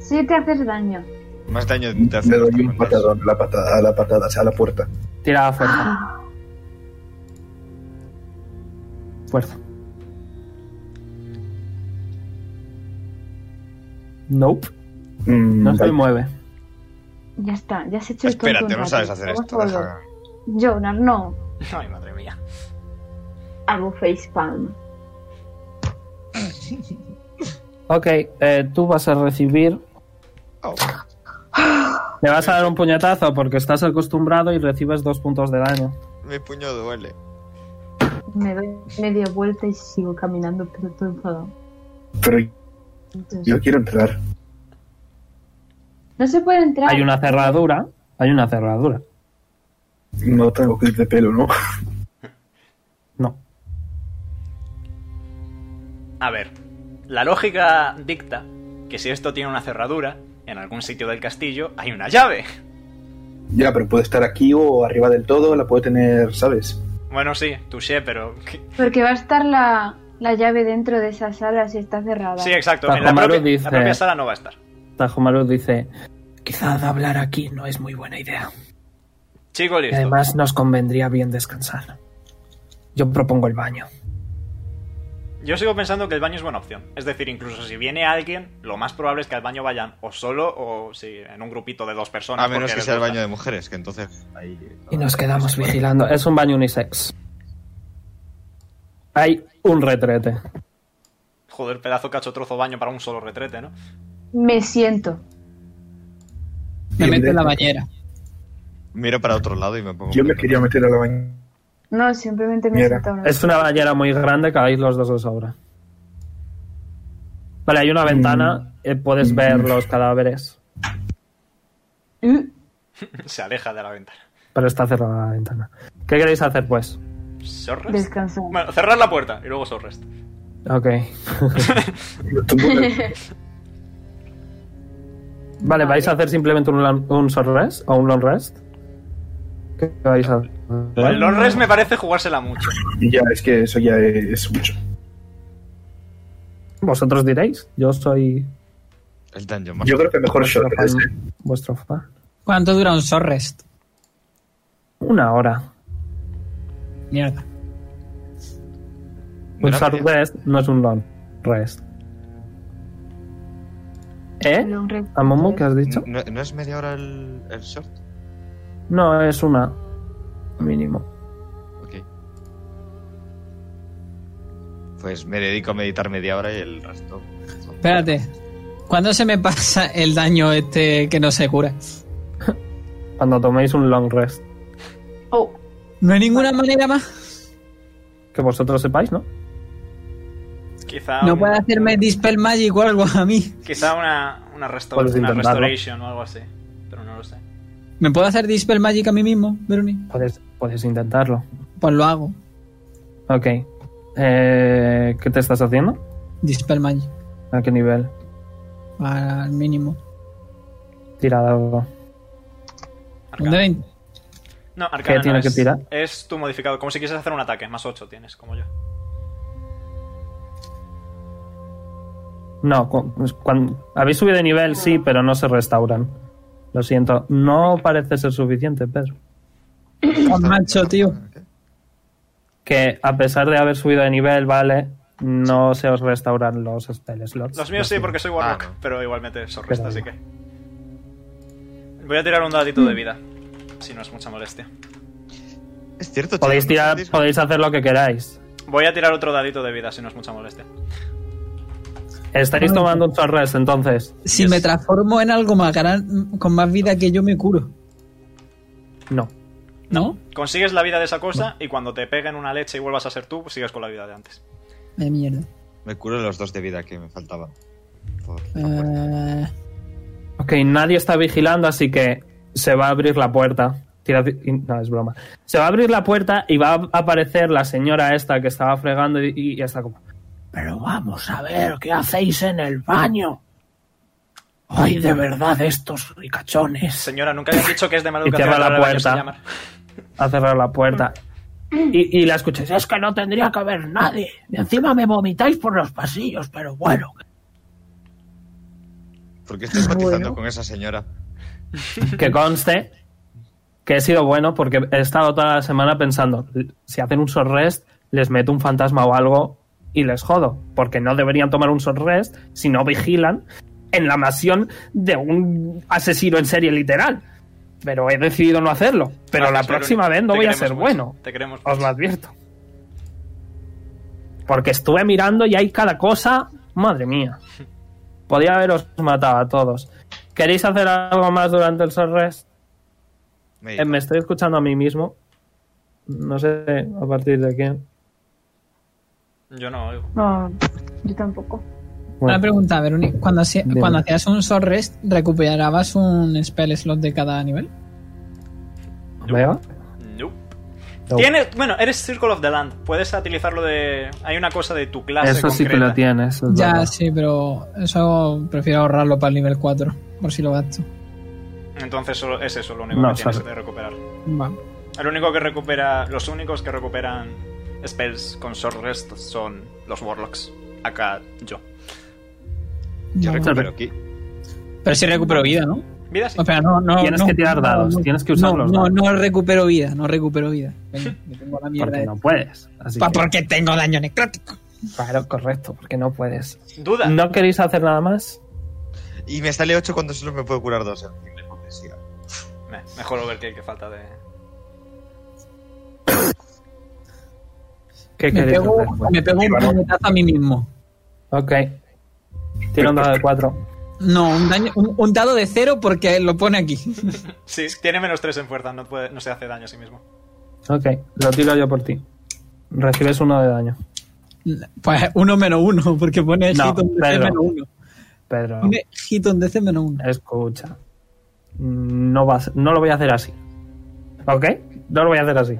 Sí te haces daño.
Más daño te hace
Me doy
las
un
tormentas.
patadón a la patada, a la patada, o sea, a la puerta.
Tira fuerza. Fuerza. Nope,
Mm,
no se
vale.
mueve.
Ya está, ya has hecho el tonto
Espérate,
un
no
rato.
sabes hacer
Vamos
esto.
a volver.
deja.
Jonar, no.
Ay, madre mía.
Hago face palm.
Ok, eh, tú vas a recibir.
Oh.
Le vas a dar un puñetazo porque estás acostumbrado y recibes dos puntos de daño.
Oh, Mi puño duele.
Me doy media vuelta y sigo caminando, pero todo enfadado.
Pero
Entonces,
yo quiero entrar.
no se puede entrar.
Hay una cerradura. Hay una cerradura.
No tengo clip de pelo, ¿no? *laughs*
No.
A ver, la lógica dicta que si esto tiene una cerradura, en algún sitio del castillo hay una llave.
Ya, pero puede estar aquí o arriba del todo, la puede tener, ¿sabes?
Bueno, sí, touché, pero... *laughs* ¿qué?
Porque va a estar la, la llave dentro de esa sala si está cerrada.
Sí, exacto. En la
Tajomaru
propia,
dice-
la propia sala no va a estar.
Tajomaru dice:
Quizás hablar aquí no es muy buena idea.
Chico,
Y
listo.
además nos convendría bien descansar. Yo propongo el baño.
Yo sigo pensando que el baño es buena opción. Es decir, incluso si viene alguien, lo más probable es que al baño vayan o solo o si en un grupito de dos personas.
A menos
porque
que
les
sea el
gusta.
baño de mujeres, que entonces. Ahí,
Y nos quedamos vigilando.
Es un baño unisex. Hay un retrete.
Joder, pedazo cacho trozo baño para un solo retrete, ¿no? *laughs*
Me siento.
Me
Y
meto en la
directo.
bañera.
Miro para otro lado y me pongo.
Yo me quería meter a la bañera.
No, simplemente me
Mierda.
siento. a un lado.
Es una bañera muy grande, cabéis los dos de sobra. Vale, hay una
Mm.
ventana, eh, puedes ver los cadáveres,
Uh,
Se aleja de la ventana.
pero está cerrada la ventana. ¿Qué queréis hacer, pues?
¿Sorrest?
Descansar.
Bueno, cerrar la puerta y luego sorrest.
¿Eh? Ok.
Lo tumbo en el-
Vale, ¿vais a hacer simplemente un, lan- un short rest o un long rest? ¿Qué vais a hacer?
El long rest Pues me parece jugársela mucho.
Y ya, es que eso ya es mucho.
Vosotros diréis, yo soy
El dungeon master.
Yo creo que mejor short
fan-
rest, ¿eh?
vuestro fan.
¿Cuánto dura un short rest?
Una hora.
Mierda.
Un
Una
short
media.
rest no es un long rest. ¿Eh?
Long rest.
¿A Momo qué has dicho?
¿No, no es media hora el, el short?
No, es una. Mínimo.
Ok. Pues me dedico a meditar media hora y el
*clears throat*
resto.
Espérate. ¿Cuándo se me pasa el daño este que no se cura?
Cuando toméis un long rest.
Oh,
¿No hay ninguna manera más?
Que vosotros sepáis, ¿no?
Quizá,
¿No
un-
puede hacerme Dispel Magic o algo a mí?
quizá una, una, restaur-
Puedes
una
intentarlo.
restoration o algo así. Pero no lo sé.
¿Me puedo hacer Dispel Magic a mí mismo, Veroni?
Puedes, puedes intentarlo.
Pues lo hago.
Ok. Eh, ¿Qué te estás haciendo?
Dispel Magic.
¿A qué nivel?
Al mínimo.
Tirada o
Arcana.
Un de 20.
No, arcana
¿Qué tiene
no,
que
es,
tirar?
Es tu modificador. Como si quisieras hacer un ataque. Más 8 tienes, como yo.
No, cu- pues, cuan- habéis subido de nivel, sí, pero no se restauran. Lo siento. No parece ser suficiente, Pedro.
Con macho, tío.
Que a pesar de haber subido de nivel, vale, no se os restauran los spell slots.
Los míos
Lo
sí, porque soy Warlock,
Ah, no.
pero igualmente sorrest,
Pero-
así que. Voy a tirar un dadito de vida, si no es mucha molestia.
Es cierto,
Podéis
chicos, ¿no
tirar,
sentís?
podéis hacer lo que queráis.
Voy a tirar otro dadito de vida, si no es mucha molestia.
Estaréis tomando un short rest, entonces.
Si
Yes.
me transformo en algo más gran- con más vida que yo me curo.
No.
¿No?
Consigues la vida de esa cosa y cuando te peguen una leche y vuelvas a ser tú, sigues con la vida de antes.
De mierda.
Me curo los dos de vida que me faltaban. Por la puerta.
Eh,
Ok, nadie está vigilando, así que se va a abrir la puerta. Tira- no, es broma. Se va a abrir la puerta y va a aparecer la señora esta que estaba fregando y, y está como...
Pero vamos a ver, ¿qué hacéis en el baño? Ay, de verdad, estos ricachones.
Señora, nunca habías dicho que es de mala
*laughs* Y
educación.
cierra la
entrar al baño sin
puerta.
llamar.
a cerrar la puerta. Y, y la escucháis.
Es que no tendría que haber nadie. Y encima me vomitáis por los pasillos, pero bueno.
Porque
*laughs*
estoy empatizando
Bueno.
con esa señora.
*laughs* Que conste que he sido bueno porque he estado toda la semana pensando, si hacen un short rest, les meto un fantasma o algo y les jodo. Porque no deberían tomar un short rest si no vigilan en la mansión de un asesino en serie literal. Pero he decidido no hacerlo. Pero
Gracias,
la
Verónica.
próxima vez no
Ah, Te
voy a
queremos
ser
mucho.
bueno.
Te queremos.
Os lo
mucho.
advierto. Porque estuve mirando y hay cada cosa. Madre mía. Podía haberos matado a todos. ¿Queréis hacer algo más durante el sunrise?
Medita.
me estoy escuchando a mí mismo. No sé a partir de quién.
Yo no oigo.
no, yo tampoco.
Bueno,
Una pregunta, Veroni. Cuando, hacía-
Dime.
cuando hacías un short rest, ¿recuperabas un spell slot de cada nivel?
¿veo?
Nope.
No.
Tienes- bueno, eres Circle of the Land. Puedes utilizarlo de. Hay una cosa de tu clase.
Eso sí que
concreta.
lo tienes. es
ya,
verdad.
sí, pero eso prefiero ahorrarlo para el nivel 4, por si lo gasto.
Entonces solo- es eso lo único
No,
que tienes
sabe.
de recuperar.
Va.
El único que recupera. Los únicos que recuperan spells con short rest son los Warlocks. Acá yo.
Yo
Vamos.
recupero aquí.
Pero sí recupero vida, ¿no?
Vida sí.
O sea, no, no,
Tienes
no-
que tirar dados, tienes que usar
no,
los
no,
dados.
No, recupero vida, no recupero vida.
*laughs*
Venga, yo tengo la mierda
Porque
de...
no puedes. Así
Pa-
que-
porque tengo daño necrótico.
claro, correcto, porque no puedes.
Duda.
¿No queréis hacer nada más?
Y me sale 8 cuando solo me puedo curar 2. En fin, la hipocresía.
Me- Mejor Overkill que falta de.
¿Qué
Me
queréis
pego,
hacer? pues?
me pego un puñetazo a mí mismo.
Ok. Tira un dado de 4.
No, un, daño, un, un dado de cero porque lo pone aquí.
Sí, tiene menos 3 en fuerza, no, puede, no se hace daño a sí mismo.
Ok, lo tiro yo por ti. Recibes uno de daño.
Pues uno menos uno, porque pone
No,
hit on DC
Pedro.
menos uno.
Pedro,
Pone hit on DC menos uno.
escucha. No, vas, no lo voy a hacer así. ¿Ok? No lo voy a hacer así.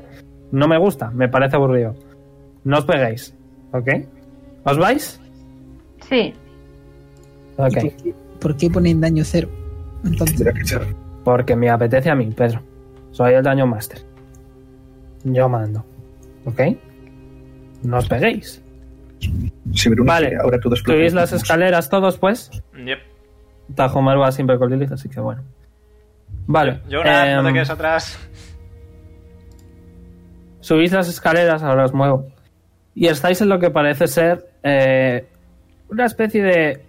No me gusta, me parece aburrido. No os peguéis. ¿Ok? ¿Os vais?
Sí.
¿Y
Ok.
¿Por, qué, por qué ponen daño cero? Entonces,
Tendría que echar.
Porque me apetece a mí, Pedro. Soy el daño master. Yo mando. ¿Ok? No os peguéis.
Si me
Vale,
ahora todo explota.
¿Subís las escaleras todos, pues?
Yep.
Tajomar va siempre con Lilith, así que bueno. Vale.
Jonah, no te
em,
quedes atrás.
Subís las escaleras, ahora os muevo. Y estáis en lo que parece ser eh, una especie de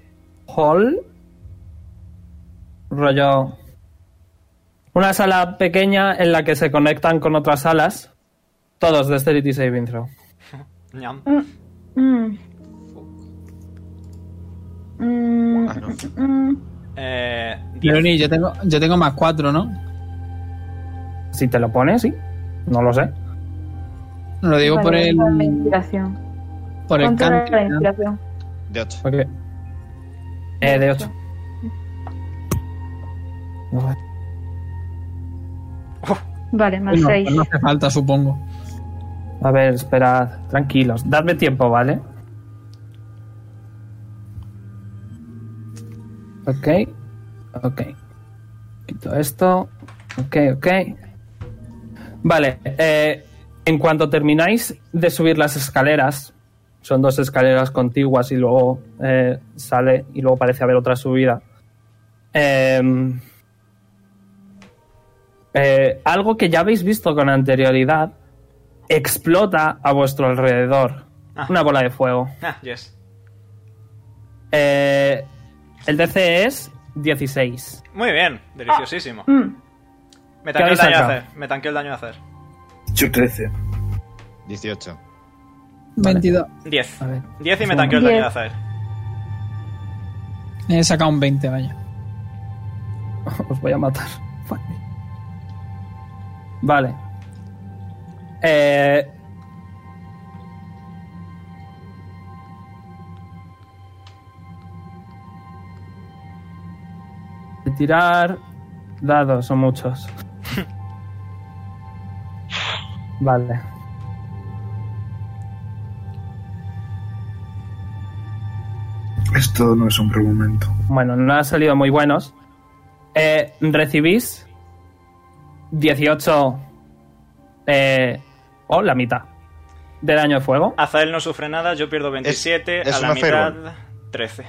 hall. Rollo. Una sala pequeña en la que se conectan con otras salas. Todos de Sterity Saving Throw.
Ñam.
Mm. Mm,
Ah, no.
mm.
Eh, diez.
Leoni, yo tengo, yo tengo más cuatro, ¿no?
Si te lo pones, sí. No lo sé.
Lo digo
Vale,
por el,
dame inspiración.
por el
¿Cuánto era
canto.
la inspiración?
De 8.
Ok. Eh, de 8.
Vale, más
No,
seis.
pues no hace falta, supongo.
A ver, esperad. Tranquilos. Dadme tiempo, ¿vale? Ok. Ok. Quito esto. Ok, ok. Vale. eh, en cuanto termináis de subir las escaleras, son dos escaleras contiguas y luego eh, sale y luego parece haber otra subida. Em, eh, algo que ya habéis visto con anterioridad explota a vuestro alrededor.
Ah.
Una bola de fuego.
Ah, yes.
Eh, el DC es 16.
Muy bien, deliciosísimo.
Mm.
Me tanqueo el
habéis
daño de
sacado?
hacer. Me tanqueo el daño de hacer.
Yo 13.
18.
22.
10.
A ver.
10 y me tanqueo el
Diez.
daño de hacer.
He sacado un 20, vaya.
*laughs* Os voy a matar. Fuck me. Vale. Eh, de tirar dados, son muchos. vale.
Esto no es un buen momento.
Bueno, no han salido muy buenos. Eh, recibís 18 eh, o la mitad de daño de fuego.
Azael no sufre nada, yo pierdo 27,
es
a la
una
mitad
fireball.
13.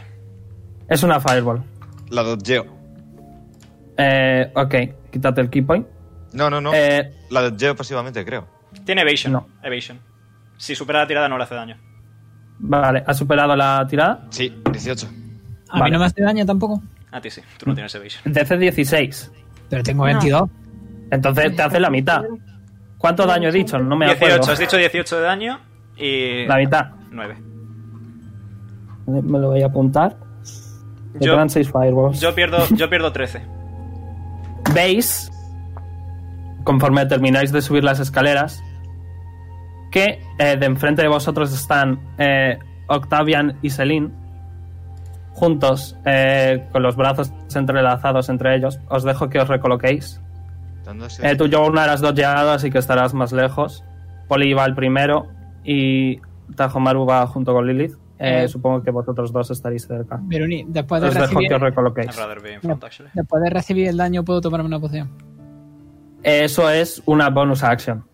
Es una fireball.
La dodgeo.
Eh, ok, quítate el key point.
No, no, no.
Eh,
La dodgeo pasivamente, creo.
Tiene evasion.
No.
Evasion. Si supera la tirada no le hace daño.
vale, ha superado la tirada.
Sí, 18.
A mí
Vale.
no me hace daño tampoco.
A ti sí, tú
Mm.
no tienes evasion.
DC 16.
Pero tengo
No.
22.
Entonces te hace la mitad. ¿Cuánto daño he dicho? No me acuerdo.
18, has dicho 18 de daño y...
La mitad.
9.
Me lo voy a apuntar. Me
Yo-
quedan 6 fireballs.
Yo pierdo, yo
*laughs*
pierdo 13.
veis, conforme termináis de subir las escaleras, que eh, de enfrente de vosotros están eh, Octavian y Celine, juntos, eh, con los brazos entrelazados entre ellos. Os dejo que os recoloquéis.
Dándose-
Eh, tú, yo, una de las dos llegado, así que estarás más lejos. Poli va el primero y Tajomaru va junto con Lilith. Eh,
Eh.
Supongo que vosotros dos estaréis cerca.
Veroni, después de,
Os dejo
recibir,
que os
I'd
recoloquéis.
rather be in front, actually.
después de recibir el daño, puedo tomarme una poción.
Eso es una bonus action.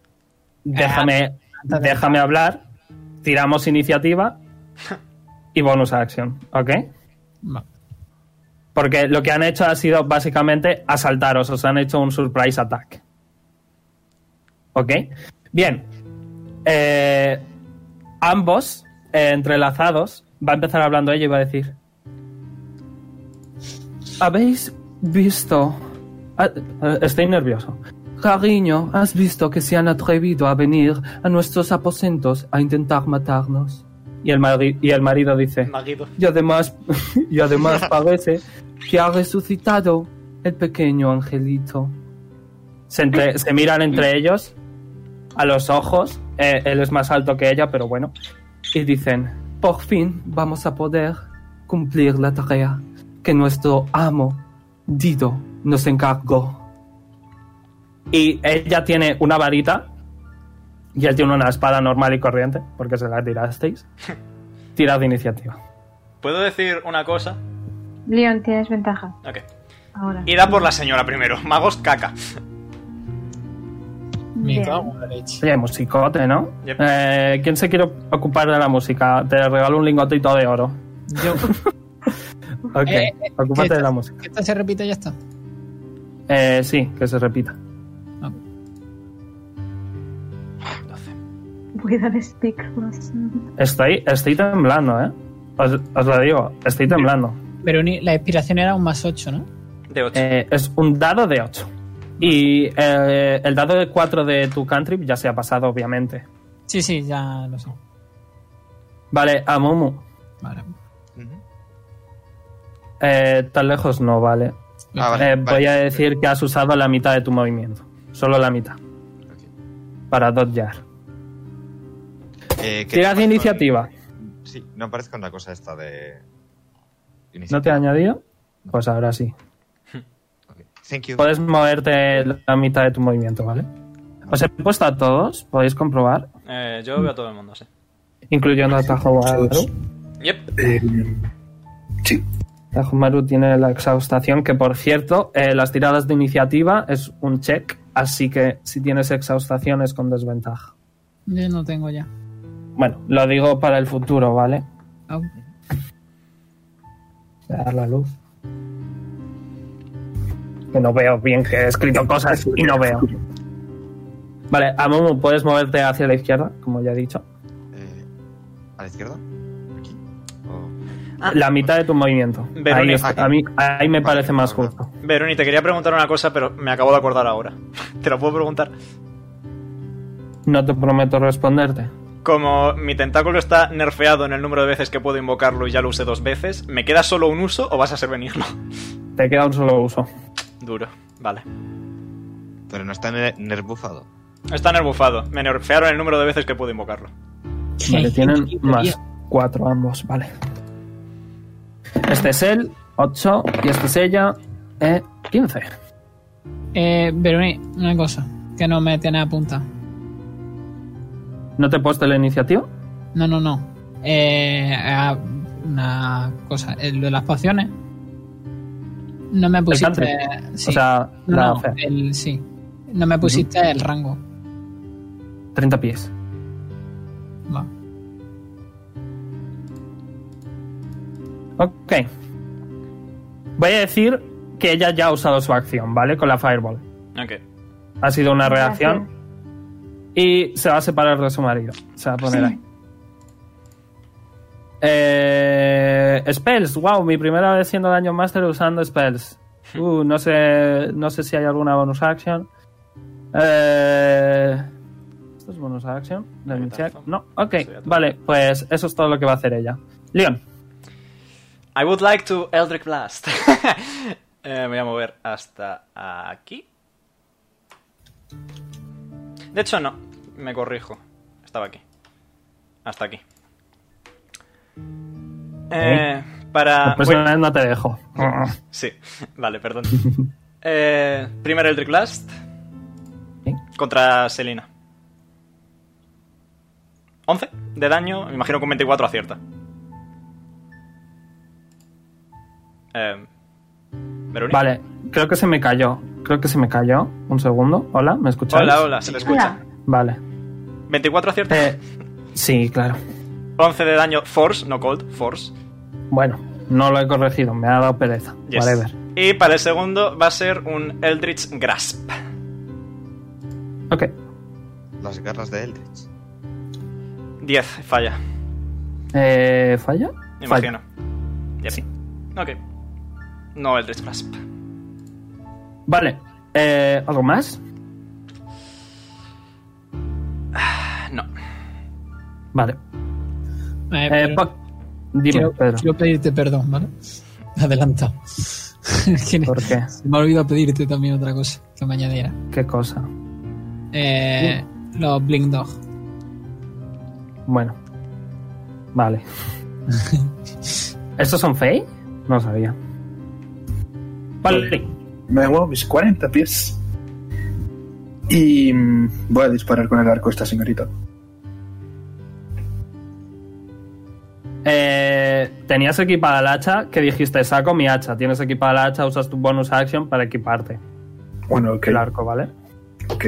Déjame,
entonces-
déjame hablar. Tiramos iniciativa y bonus action, ¿ok?
Va.
Porque lo que han hecho ha sido básicamente asaltaros, os han hecho un surprise attack. ¿Ok? Bien. Eh, ambos eh, entrelazados. Va a empezar hablando ella y va a decir. ¿Habéis visto? Ah, eh, estoy nervioso. Cariño, ¿has visto que se han atrevido a venir a nuestros aposentos a intentar matarnos? Y el, mari- y el marido dice,
Maguido.
y además, *laughs* y además parece que ha resucitado el pequeño angelito. Se, entre- se miran entre ellos a los ojos. eh, él es más alto que ella, pero bueno. Y dicen, por fin vamos a poder cumplir la tarea que nuestro amo Dido nos encargó. Y ella tiene una varita y él tiene una espada normal y corriente, porque se la tirasteis. Tirad de iniciativa.
¿Puedo decir una cosa?
Leon, tienes ventaja
Ok.
ahora.
Y da por la señora primero. *laughs* Magos caca.
Me
Bien.
cago en la leche.
Oye, musicote, ¿no?
Yep.
Eh, ¿Quién se quiere ocupar de la música? Te regalo un lingotito de oro.
Yo,
*laughs* Ok,
Eh,
ocúpate
¿qué-
de la música.
que esta se repite y ya está.
Eh, sí, que se repita.
Voy a dar speak first.
Estoy, estoy temblando, ¿eh? Os, os lo digo, estoy temblando.
Pero ni- la inspiración era un más 8, ¿no?
De 8.
Eh, es un dado de 8. Y eh, el dado de 4 de tu cantrip ya se ha pasado, obviamente.
Sí, sí, ya lo sé.
Vale, a Momo.
Vale.
Eh, tan lejos no, vale.
Ah, vale.
Eh, Voy a decir que has usado la mitad de tu movimiento. Solo la mitad. Para dodgear.
Eh, ¿qué
Tirad
pasa
de
con-
iniciativa.
Sí, no aparece con la cosa esta de.
¿No te ha
Iniciativa.
añadido? Pues ahora sí.
Ok. Thank you.
Puedes moverte la mitad de tu movimiento, ¿vale? Os he puesto a todos, podéis comprobar,
Eh, yo veo a todo el mundo, sí.
incluyendo a Tajomaru.
Yep.
Eh, sí.
Tajomaru tiene la exhaustación, que por cierto, eh, las tiradas de iniciativa es un check, así que si tienes exhaustación es con desventaja.
Yo no tengo ya.
Bueno, lo digo para el futuro, ¿vale?
Au.
Voy a dar la luz. Que no veo bien, que he escrito cosas y no veo. Vale, Amumu, puedes moverte hacia la izquierda, como ya he dicho.
Eh, ¿A la izquierda? ¿Aquí? Oh, O-
Ah.
La mitad de tu movimiento. Ahí,
Verónica.
está. a mí, ahí me
Vale,
parece más
vale.
justo.
Veroni, te quería preguntar una cosa, pero me acabo de acordar ahora. *laughs* ¿Te lo puedo preguntar?
No te prometo responderte.
Como mi tentáculo está nerfeado en el número de veces que puedo invocarlo y ya lo usé dos veces, ¿me queda solo un uso o vas a hacer venirlo?
Te queda un solo uso.
*laughs* Duro. Vale.
Pero no está ne- nerbufado.
Está nerfufado. Me nerfearon el número de veces que pude invocarlo.
Vale, tienen
Qué
más
idiota.
cuatro ambos, vale. Este es él, 8, y este es ella, eh, 15.
Eh, Veroni, una cosa que no me tiene apunta.
¿No te he puesto la iniciativa?
No, no, no. Eh, ah, una cosa, el de las pociones. No me pusiste. Pues sí.
O sea,
No,
la
no,
fe.
el, sí. No me pusiste el rango.
30 pies.
Va.
Ok. Voy a decir que ella ya ha usado su acción, ¿vale? Con la Fireball.
Ok.
Ha sido una reacción. Y se va a separar de su marido. Se va a poner ahí. Eh, spells, wow, mi primera vez siendo daño master usando spells. Uh, no sé, no sé si hay alguna bonus action. Eh, ¿Esto es bonus action? Let me check. No, ok, vale, pues eso es todo lo que va a hacer ella. Leon,
I would like to Eldritch Blast. *laughs* Eh, me voy a mover hasta aquí. De hecho, no. Me corrijo. Estaba aquí. Hasta aquí. Eh, para...
pues
voy-
una vez no te dejo.
Sí, *laughs* vale, perdón. Eh, primero Eldritch Blast.
Sí.
Contra Selina. 11 de daño, me imagino con 24 acierta. Eh, Verónica.
Vale, creo que se me cayó. Creo que se me cayó. Un segundo. Hola, ¿me escuchas?
Hola, hola, se te escucha.
Hola.
Vale.
24 acierta.
Eh, sí, claro.
11 de daño, Force, no Cold, Force.
Bueno, no lo he corregido, me ha dado pereza.
Yes.
Whatever.
Y para el segundo va a ser un Eldritch Grasp.
Ok.
Las garras de Eldritch.
10, falla,
Eh, ¿Falla?
me
Falla.
imagino. Yep. Ok. No Eldritch Grasp.
Vale. Eh, ¿Algo más? Vale.
Eh,
Eh,
pero
Pac- Dime,
quiero,
Pedro.
quiero pedirte perdón, ¿vale? *laughs* Me he adelantado. *laughs* Que
¿Por qué?
Me he olvidado pedirte también otra cosa que me añadiera.
¿Qué cosa?
Eh, los Blink Dog.
Bueno. Vale. ¿Estos son fake? No sabía. Vale.
Me muevo mis 40 pies. Y mm, voy a disparar con el arco a esta señorita.
Eh, tenías equipada la hacha que dijiste, saco mi hacha. Tienes equipada la hacha, usas tu bonus action para equiparte
Bueno, ok.
el arco, ¿vale?
ok.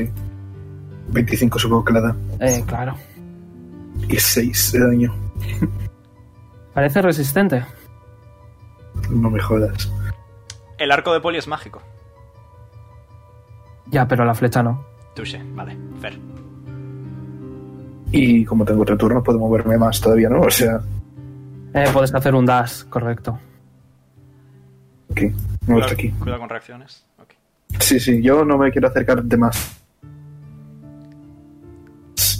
25 supongo que la da.
Eh, claro.
Y 6 de daño.
Parece resistente.
No me jodas.
El arco de poli es mágico.
Ya, pero la flecha no.
Touche, vale. Fer.
Y como tengo otro turno, puedo moverme más todavía, ¿no? O sea,
Eh, puedes hacer un dash, correcto.
ok. Me voy hasta aquí.
cuidado con reacciones. Ok.
Sí, sí, yo no me quiero acercar de más.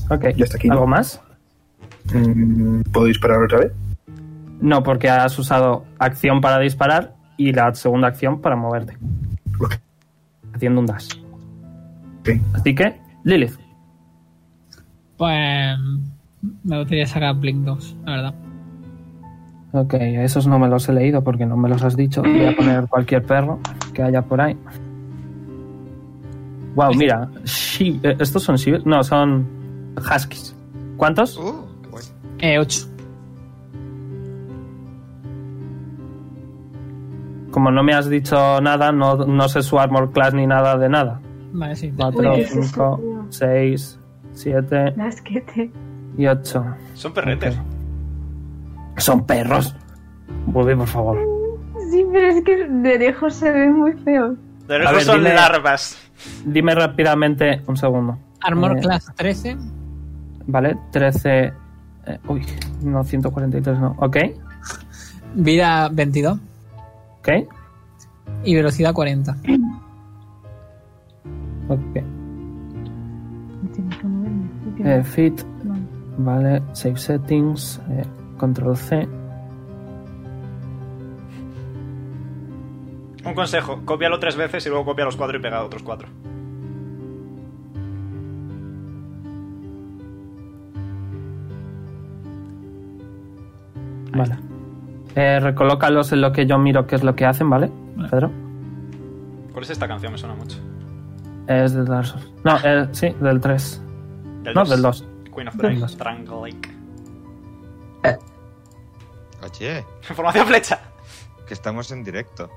Ok.
Ya está aquí, ¿no?
¿Algo más?
Mm, ¿Puedo disparar otra vez?
No, porque has usado acción para disparar y la segunda acción para moverte.
Ok.
Haciendo un dash.
Ok.
Así que, Lilith.
Pues me gustaría sacar Blink 2, la verdad.
Ok, esos no me los he leído porque no me los has dicho. Voy a poner cualquier perro que haya por ahí. Wow, mira. shi- eh, ¿Estos son shivers? No, son huskies. ¿Cuántos?
Uh, qué guay.
Eh, 8.
Como no me has dicho nada, no, no sé su armor class ni nada de nada.
Vale, sí. te-
Cuatro.
4,
Uy, qué
5,
susto.
6, 7
Lasquete.
y 8.
Son perretes.
Ok. Son perros. Volví, por favor.
Sí, pero es que de lejos se ve muy feo.
De
A
lejos
ver,
son
dime-
larvas.
Dime rápidamente un segundo.
Armor
Eh,
Class 13.
Vale, 13. eh, uy, no, 143 no. Ok,
Vida 22.
ok,
Y velocidad 40.
ok.
No tengo que moverme, así que
Eh, fit,
no.
vale, save settings, eh, control C.
Un consejo, cópialo tres veces y luego copia los cuatro y pega otros cuatro.
Vale. Eh, recolócalos en lo que yo miro que es lo que hacen, ¿vale? Pedro.
¿Cuál es esta canción? Me suena mucho.
Es del Dark Souls. No, eh, sí, del 3.
Del
No,
dos.
del 2.
Queen of
Del
the
dos.
Triangle Lake. *laughs*
Oye,
Formación flecha.
que estamos en directo.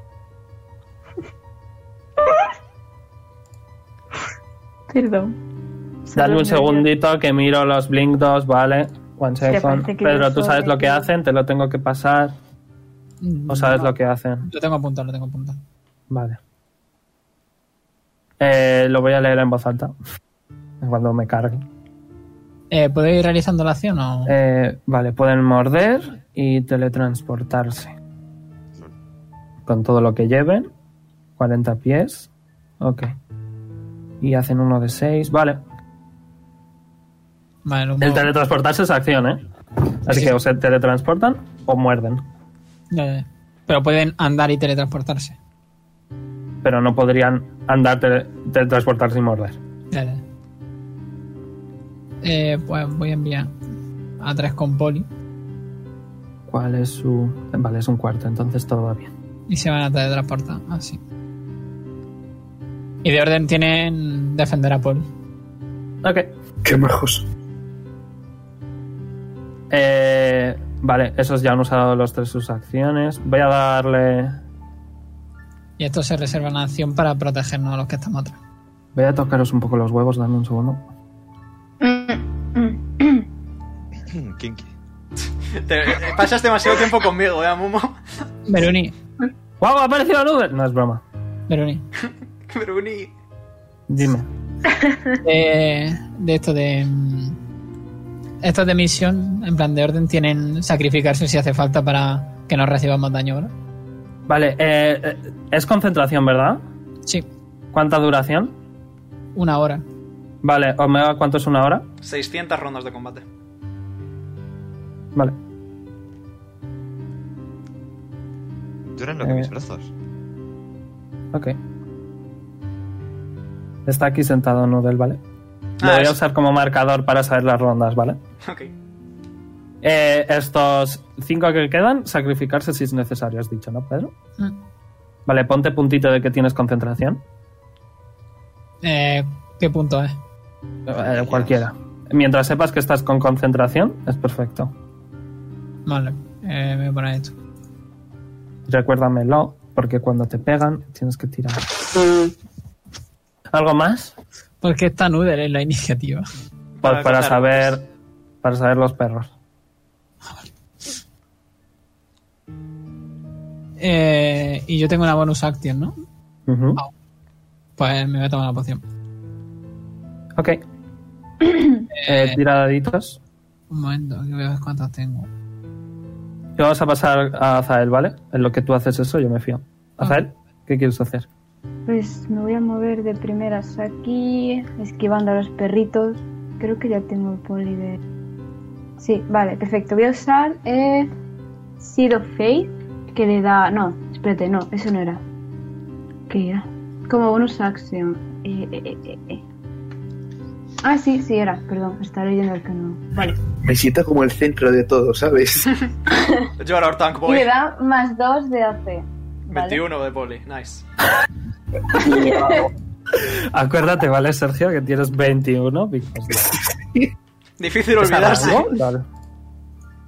*clears throat*
Perdón.
Dame un
Solo me-
segundito que miro los Blink 2, ¿vale? One
Sí,
second.
parece que
Pedro,
yo
tú
soy
sabes lo que
de-
hacen, te lo tengo que pasar. O sabes lo que hacen.
Lo tengo apuntado, lo tengo apuntado.
Vale. Eh, lo voy a leer en voz alta. *laughs* Cuando me cargue.
Eh, ¿Puedo ir realizando la acción o...?
Eh, vale, pueden morder y teletransportarse. Con todo lo que lleven. 40 pies. Ok. Y hacen uno de 6. Vale.
Vale, lo
El
muevo.
teletransportarse es acción, ¿eh? Así
Sí.
que o se teletransportan o muerden.
Ya, ya, ya. Pero pueden andar y teletransportarse.
Pero no podrían andar, tele- teletransportarse y morder.
Ya, ya. Eh, pues voy a enviar a tres con poli
¿Cuál es su...? Vale, es un cuarto, entonces todo va bien.
y se van a teletransportar así. Y de orden tienen defender a poli.
Ok.
Qué majos.
Eh, vale, esos ya han usado los tres sus acciones. Voy a darle.
Y esto se reserva la acción para protegernos a los que estamos atrás.
Voy a tocaros un poco los huevos, dame un segundo.
Mm,
Kinky.
Te- eh, pasas demasiado tiempo conmigo, ¿eh, *laughs* Momo?
Veruni,
¡Guau! ¡Ha aparecido la nube! No es broma.
Veruni.
Bruni.
Dime.
De, de esto de. mm, Estos de misión, en plan de orden, tienen sacrificarse si hace falta para que no recibamos daño, ¿verdad?
Vale, eh, eh, es concentración, ¿verdad?
Sí,
¿Cuánta duración?
una hora.
Vale, Omega, ¿cuánto es una hora?
600 rondas de combate.
Vale.
Duran lo que
Eh.
mis brazos.
Ok. Está aquí sentado Noodle, ¿vale? Lo
Ah,
voy a
es-
usar como marcador para saber las rondas, ¿vale?
*laughs* Ok.
Eh, estos cinco que quedan, sacrificarse si es necesario, has dicho, ¿no, Pedro?
Mm.
Vale, ponte puntito de que tienes concentración.
Eh, ¿Qué punto es?
Eh, cualquiera. Mientras sepas que estás con concentración, es perfecto.
Vale, eh, me voy a poner esto.
Recuérdamelo, porque cuando te pegan, tienes que tirar. ¿Algo más?
Porque está Noodle en la iniciativa.
Pa-
Para
Para,
contar pues.
saber. Para saber los perros.
Eh, y yo tengo una bonus action, ¿no?
Ujú.
Ah. Pues me voy a tomar la poción.
*coughs*
Ok. eh, tira daditos.
Un momento, que voy a ver cuántas tengo.
Y vamos a pasar a Azael, ¿vale? En lo que tú haces eso, yo me fío.
Ah.
Azael, ¿qué quieres hacer?
Pues me voy a mover de primeras aquí, esquivando a los perritos. Creo que ya tengo el poli de... Sí, vale, perfecto. Voy a usar eh, Seed of Faith, que le da... No, espérate, no, eso no era. ¿Qué era? Como bonus action. Eh, eh, eh, eh, eh. Ah, sí, sí era. Perdón, estaba leyendo el que no. Vale.
Me siento como el centro de todo, ¿sabes?
You are our tank
Y
boy.
le da más 2 de AC. ¿vale?
21 de poli. Nice.
Acuérdate, ¿vale, Sergio? Que tienes 21 victorias.
Difícil
¿Es a
olvidarse.
rango? Vale.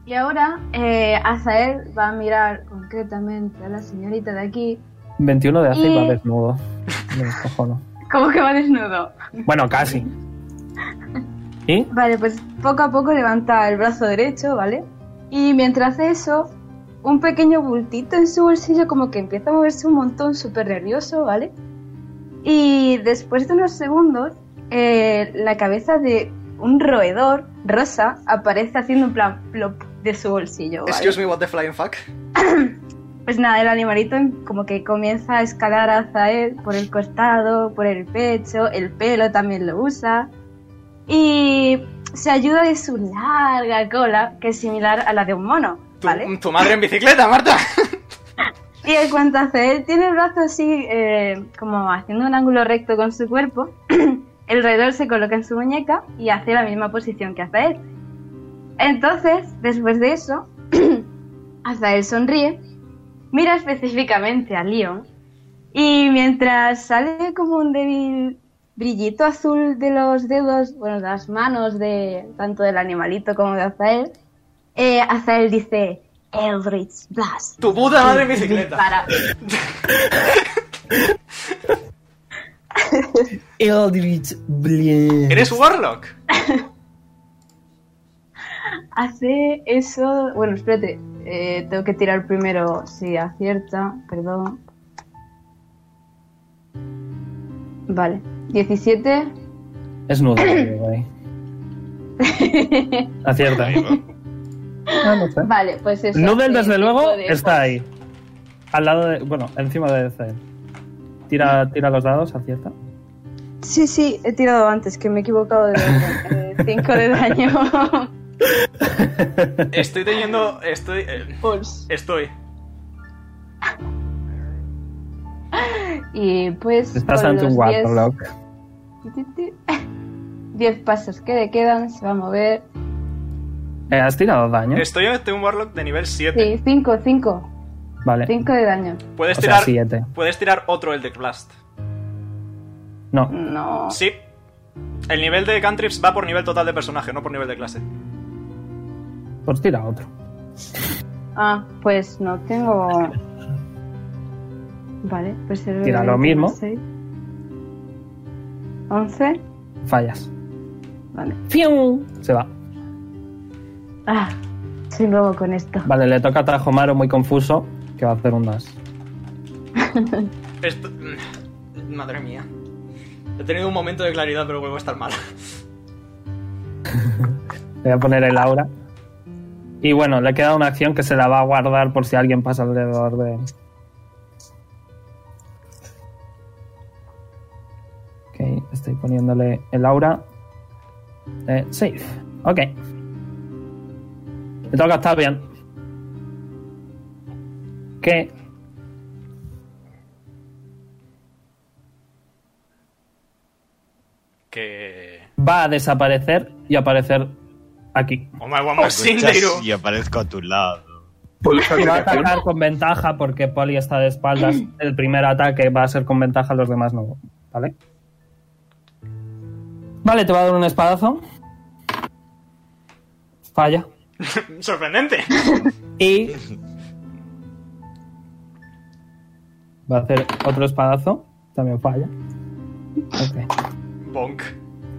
Y ahora eh, Azael va a mirar concretamente a la señorita de aquí.
21 de hace y va
Y-
desnudo. Me descojono.
Como que va desnudo.
Bueno, casi. ¿Y?
Vale, pues poco a poco levanta el brazo derecho, ¿vale? Y mientras hace eso, un pequeño bultito en su bolsillo como que empieza a moverse un montón súper nervioso, ¿vale? Y después de unos segundos, eh, la cabeza de un roedor rosa aparece haciendo un plan plop de su bolsillo, ¿vale?
Excuse me, what the flying fuck.
Pues nada, el animalito como que comienza a escalar hacia él por el costado, por el pecho, el pelo también lo usa. Y se ayuda de su larga cola, que es similar a la de un mono,
Tu,
¿vale?
tu madre en bicicleta, Marta.
Y en cuanto hace él, tiene el brazo así, eh, como haciendo un ángulo recto con su cuerpo. *clears throat* el roedor se coloca en su muñeca y hace la misma posición que hace él. Entonces, después de eso, *clears throat* Azael sonríe, mira específicamente a Leon y mientras sale como un débil brillito azul de los dedos, bueno, de las manos de tanto del animalito como de Azael, eh, Azael dice Eldritch Blast.
Tu puta madre en
Y
bicicleta.
dispara.
Eldritch Blast.
*laughs*
¿Eres Warlock?
Hace eso. Bueno, espérate. eh, tengo que tirar primero si acierta. Perdón. Vale. 17.
Es nudo. digo, ahí.
*laughs*
Acierta.
Ahí va.
Ah, no sé.
Vale, pues eso.
Noodle,
hace
desde
cinco
luego,
de-
está ahí. Al lado de. Bueno, encima de Zed. Tira, tira los dados, acierta.
Sí, sí, he tirado antes, que me he equivocado de 5 de *laughs* daño.
Estoy teniendo. Estoy. eh,
Pulse.
estoy.
¿Eh?
Y pues.
Estás
con
ante un
los diez-
Warlock.
*laughs* 10 pasos que le quedan, se va a mover.
Eh, ¿Has tirado daño?
Estoy ante un Warlock de nivel 7.
Sí, 5, 5.
Vale.
5 de daño.
Puedes
O sea, eh.
tirar.
7.
Puedes tirar otro Eldritch Blast.
No.
No.
Sí. El nivel de cantrips va por nivel total de personaje, no por nivel de clase.
Pues tira otro.
Ah, pues no tengo. Vale, pues el
Tira lo mismo.
11.
Fallas.
Vale.
¡Fium! Se va.
Ah, soy nuevo con esto.
Vale, le toca a Tajomaro muy confuso, que va a hacer un dash.
Esto... mm, Madre mía. He tenido un momento de claridad, pero vuelvo a estar mal.
Le voy a poner el aura. Y bueno, le queda una acción que se la va a guardar por si alguien pasa alrededor de él. Ok, estoy poniéndole el aura. Eh, save. Ok. Me toca estar bien. ¿Qué?
*laughs* Que.
Va a desaparecer y aparecer aquí.
Oh my one more thing, Deiro.
y aparezco a tu lado.
¿Puedo usar *laughs*
Y va a
mi acción?
atacar con ventaja porque Polly está de espaldas. El primer ataque va a ser con ventaja, los demás no. ¿Vale? Vale, te va a dar un espadazo. Falla.
mm, Sorprendente.
Y. Va a hacer otro espadazo. También falla. Ok.
Bonk.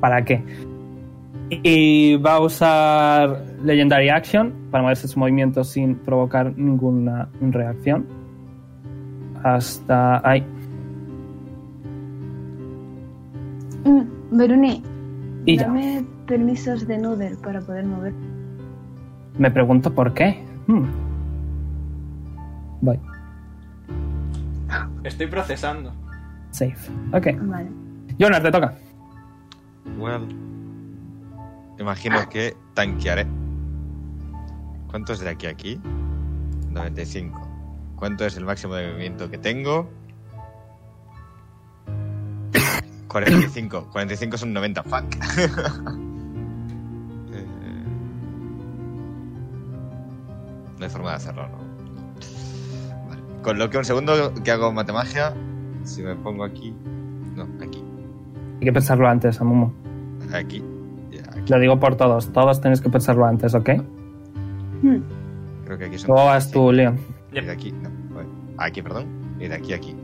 ¿Para qué? Y va a usar Legendary Action para moverse su movimiento sin provocar ninguna reacción. Hasta ahí.
Mm, Veruni,
Y ya.
dame permisos de Noodle para poder mover.
Me pregunto por qué. Hmm. Voy.
Estoy procesando.
Safe. Ok.
Vale.
Jonas, te toca.
Well. Imagino que tanquearé. ¿Cuánto es de aquí a aquí? 95. ¿Cuánto es el máximo de movimiento que tengo? 45. 45 son 90. Fuck. *laughs* Eh, no hay forma de hacerlo, ¿no? Vale. Con lo que un segundo que hago matemagia. Si me pongo aquí. No, aquí.
Hay que pensarlo antes, Amumu.
Aquí. y aquí.
Lo digo por todos. Todos tenéis que pensarlo antes, ¿ok?
Mm,
Creo que aquí son
Luego vas tú, Leon.
Y de aquí, no, bueno, aquí, perdón. Y de aquí a aquí.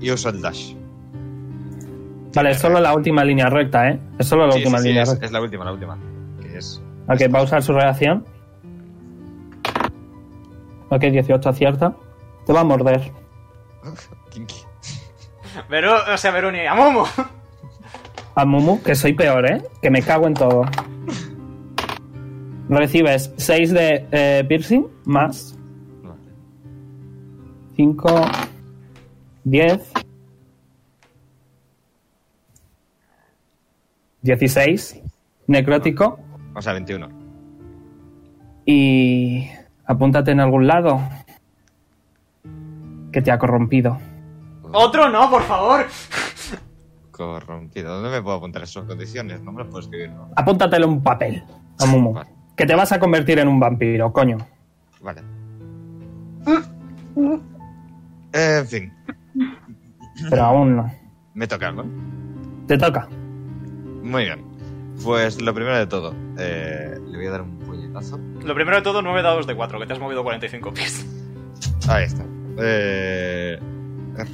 Y uso el dash.
Vale, es solo la última línea recta, ¿eh? Es solo la
Sí,
última
sí, sí,
línea
es,
recta.
es la última, la última. Que es.
Ok, va a usar su reacción. Ok, 18 acierta. Te va a morder.
Kinky.
Veru, o sea, Veruni, Amumu.
Amumu, que soy peor, ¿eh? Que me cago en todo. Recibes 6 de eh, piercing más
Vale.
5, 10, 16, necrótico
O sea, 21.
y apúntate en algún lado que te ha corrompido.
*laughs* Otro no, por favor.
Corrompido. ¿Dónde me puedo apuntar esas condiciones? No me las puedo escribir, ¿no?
Apúntatelo en un papel, Amumu,
Vale.
que te vas a convertir en un vampiro, coño.
Vale. En fin,
Pero aún no.
me toca, ¿no?
Te toca.
Muy bien. Pues lo primero de todo, eh, le voy a dar un puñetazo.
Lo primero de todo, 9 dados de 4, que te has movido 45 pies. *laughs*
Ahí está. Eh, R,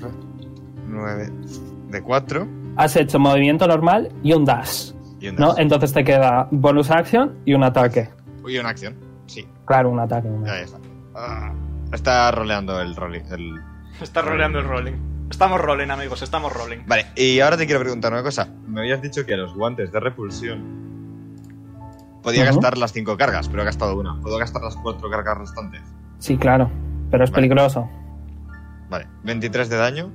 9 de 4.
Has hecho movimiento normal y un dash,
Y un
¿no?
dash.
Entonces te queda bonus action y un ataque.
Y una acción. Sí,
Claro, un ataque. un ataque.
Ahí está. Ah, está roleando el rolling. el-
Está roleando el rolling. Estamos rolling, amigos, estamos rolling.
Vale, y ahora te quiero preguntar una cosa. Me habías dicho que los guantes de repulsión podía
Ujú.
gastar las cinco cargas, pero he gastado una. ¿Puedo gastar las cuatro cargas restantes?
Sí, claro. Pero es
Vale.
peligroso.
Vale, 23 de daño.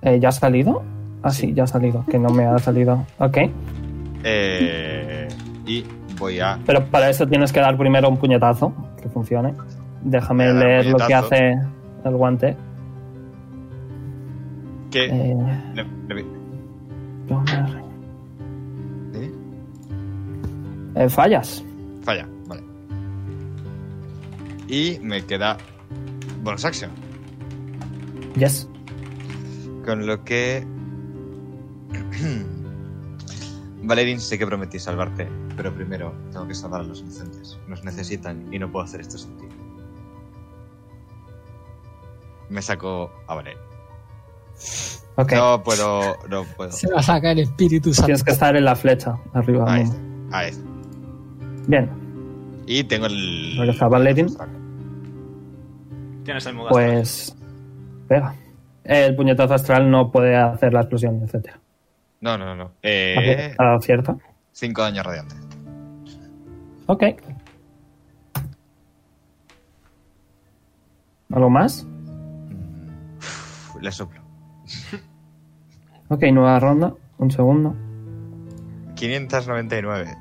Eh, ¿Ya ha salido? Ah, sí, ya ha salido. Que no me ha salido. Ok.
eh, y voy a.
Pero para eso tienes que dar primero un puñetazo. Que funcione. Déjame
Voy a dar un
leer lo que
puñetazo.
hace el guante.
Que.
Eh,
le- le- ¿eh?
eh, fallas.
Falla, vale. Y me queda. Bonus action.
Yes.
Con lo que. *clears throat* Valerín, sé que prometí salvarte, pero primero tengo que salvar a los inocentes. Nos necesitan y no puedo hacer esto sin ti. Me saco a Valerín.
Ok.
No puedo, no puedo.
Se la saca el Espíritu
Tienes
Santo.
que estar en la flecha arriba.
Ahí
¿no?
está, ahí está.
Bien.
Y tengo el.
Ahora está Valerín.
Tienes el modo astral.
Pues. Pega. El puñetazo astral no puede hacer la explosión, etc.
No, no, no. Eh,
¿Cierto?
cinco daños radiantes.
Ok. ¿Algo más?
Uf, Le soplo.
Ok, nueva ronda. Un segundo.
599.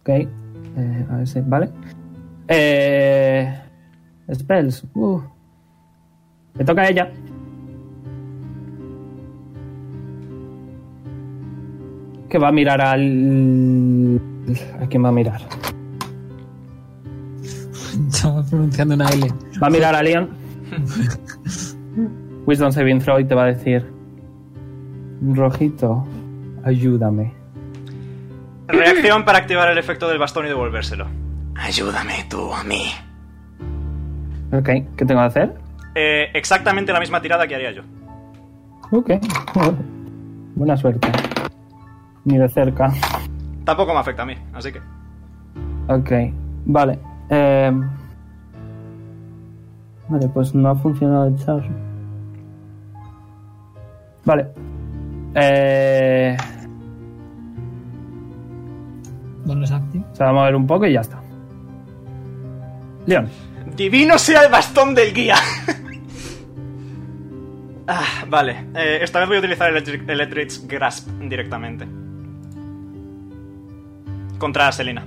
Ok. Eh, a ver si. Vale. Eh, spells. Uh. Le toca a ella. Que va a mirar al. ¿A quién va a mirar?
Estaba pronunciando una L.
Va a mirar a Leon. Wisdom Saving Throw y te va a decir: Rojito, ayúdame.
Reacción para activar el efecto del bastón y devolvérselo.
Ayúdame tú a mí.
Ok, ¿qué tengo que hacer?
Eh, exactamente la misma tirada que haría yo.
Ok, *laughs* joder. buena suerte. Ni de cerca.
Tampoco me afecta a mí, así que.
Ok, vale. Eh, Vale, pues no ha funcionado el charro. Vale. Eh,
Bonus active.
se va a mover un poco y ya está. Leon.
Divino sea el bastón del guía. *laughs* ah, vale. Eh, esta vez voy a utilizar el Electric, Electric's Grasp directamente. Contra Selina.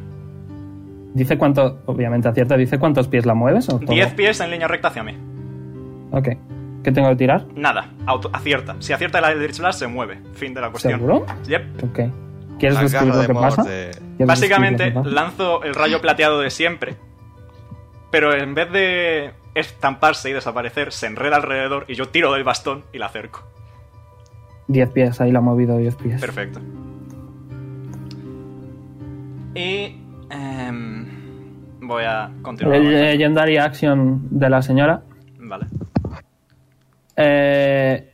Dice cuánto, obviamente acierta, dice cuántos pies la mueves o todo?
10 pies en línea recta hacia mí.
Ok. ¿Qué tengo que tirar?
Nada, auto- acierta. Si acierta el Eldritch Blast, se mueve. Fin de la cuestión.
¿Seguro?
Yep.
Ok. ¿Quieres
La
descubrir
garra
lo
de
que pasa?
Morde.
¿Quieres
Básicamente
descubrir lo que pasa?
lanzo el rayo plateado de siempre. Pero en vez de estamparse y desaparecer, se enreda alrededor y yo tiro del bastón y la acerco.
10 pies, ahí la ha movido 10 pies.
Perfecto. Y... em, voy a continuar.
El Legendary Action de la señora.
Vale.
Eh...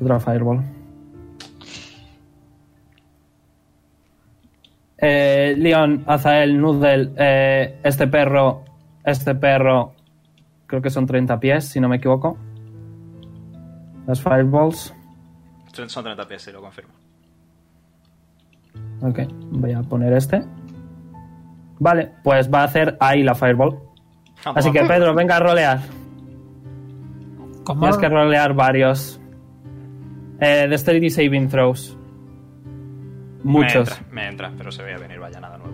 Otra Fireball. Eh, Leon, Azael, Noodle, eh, este perro, este perro, creo que son 30 pies, si no me equivoco. Las Fireballs.
Son son 30 pies, sí, lo confirmo.
Ok, voy a poner este. Vale, pues va a hacer ahí la Fireball. Así que Pedro, venga a rolear.
¿Cómo?
Tienes que rolear varios. Eh, Dexterity Saving Throws.
Me
Muchos.
entra, me entra, pero se voy a venir, vaya, nada nuevo.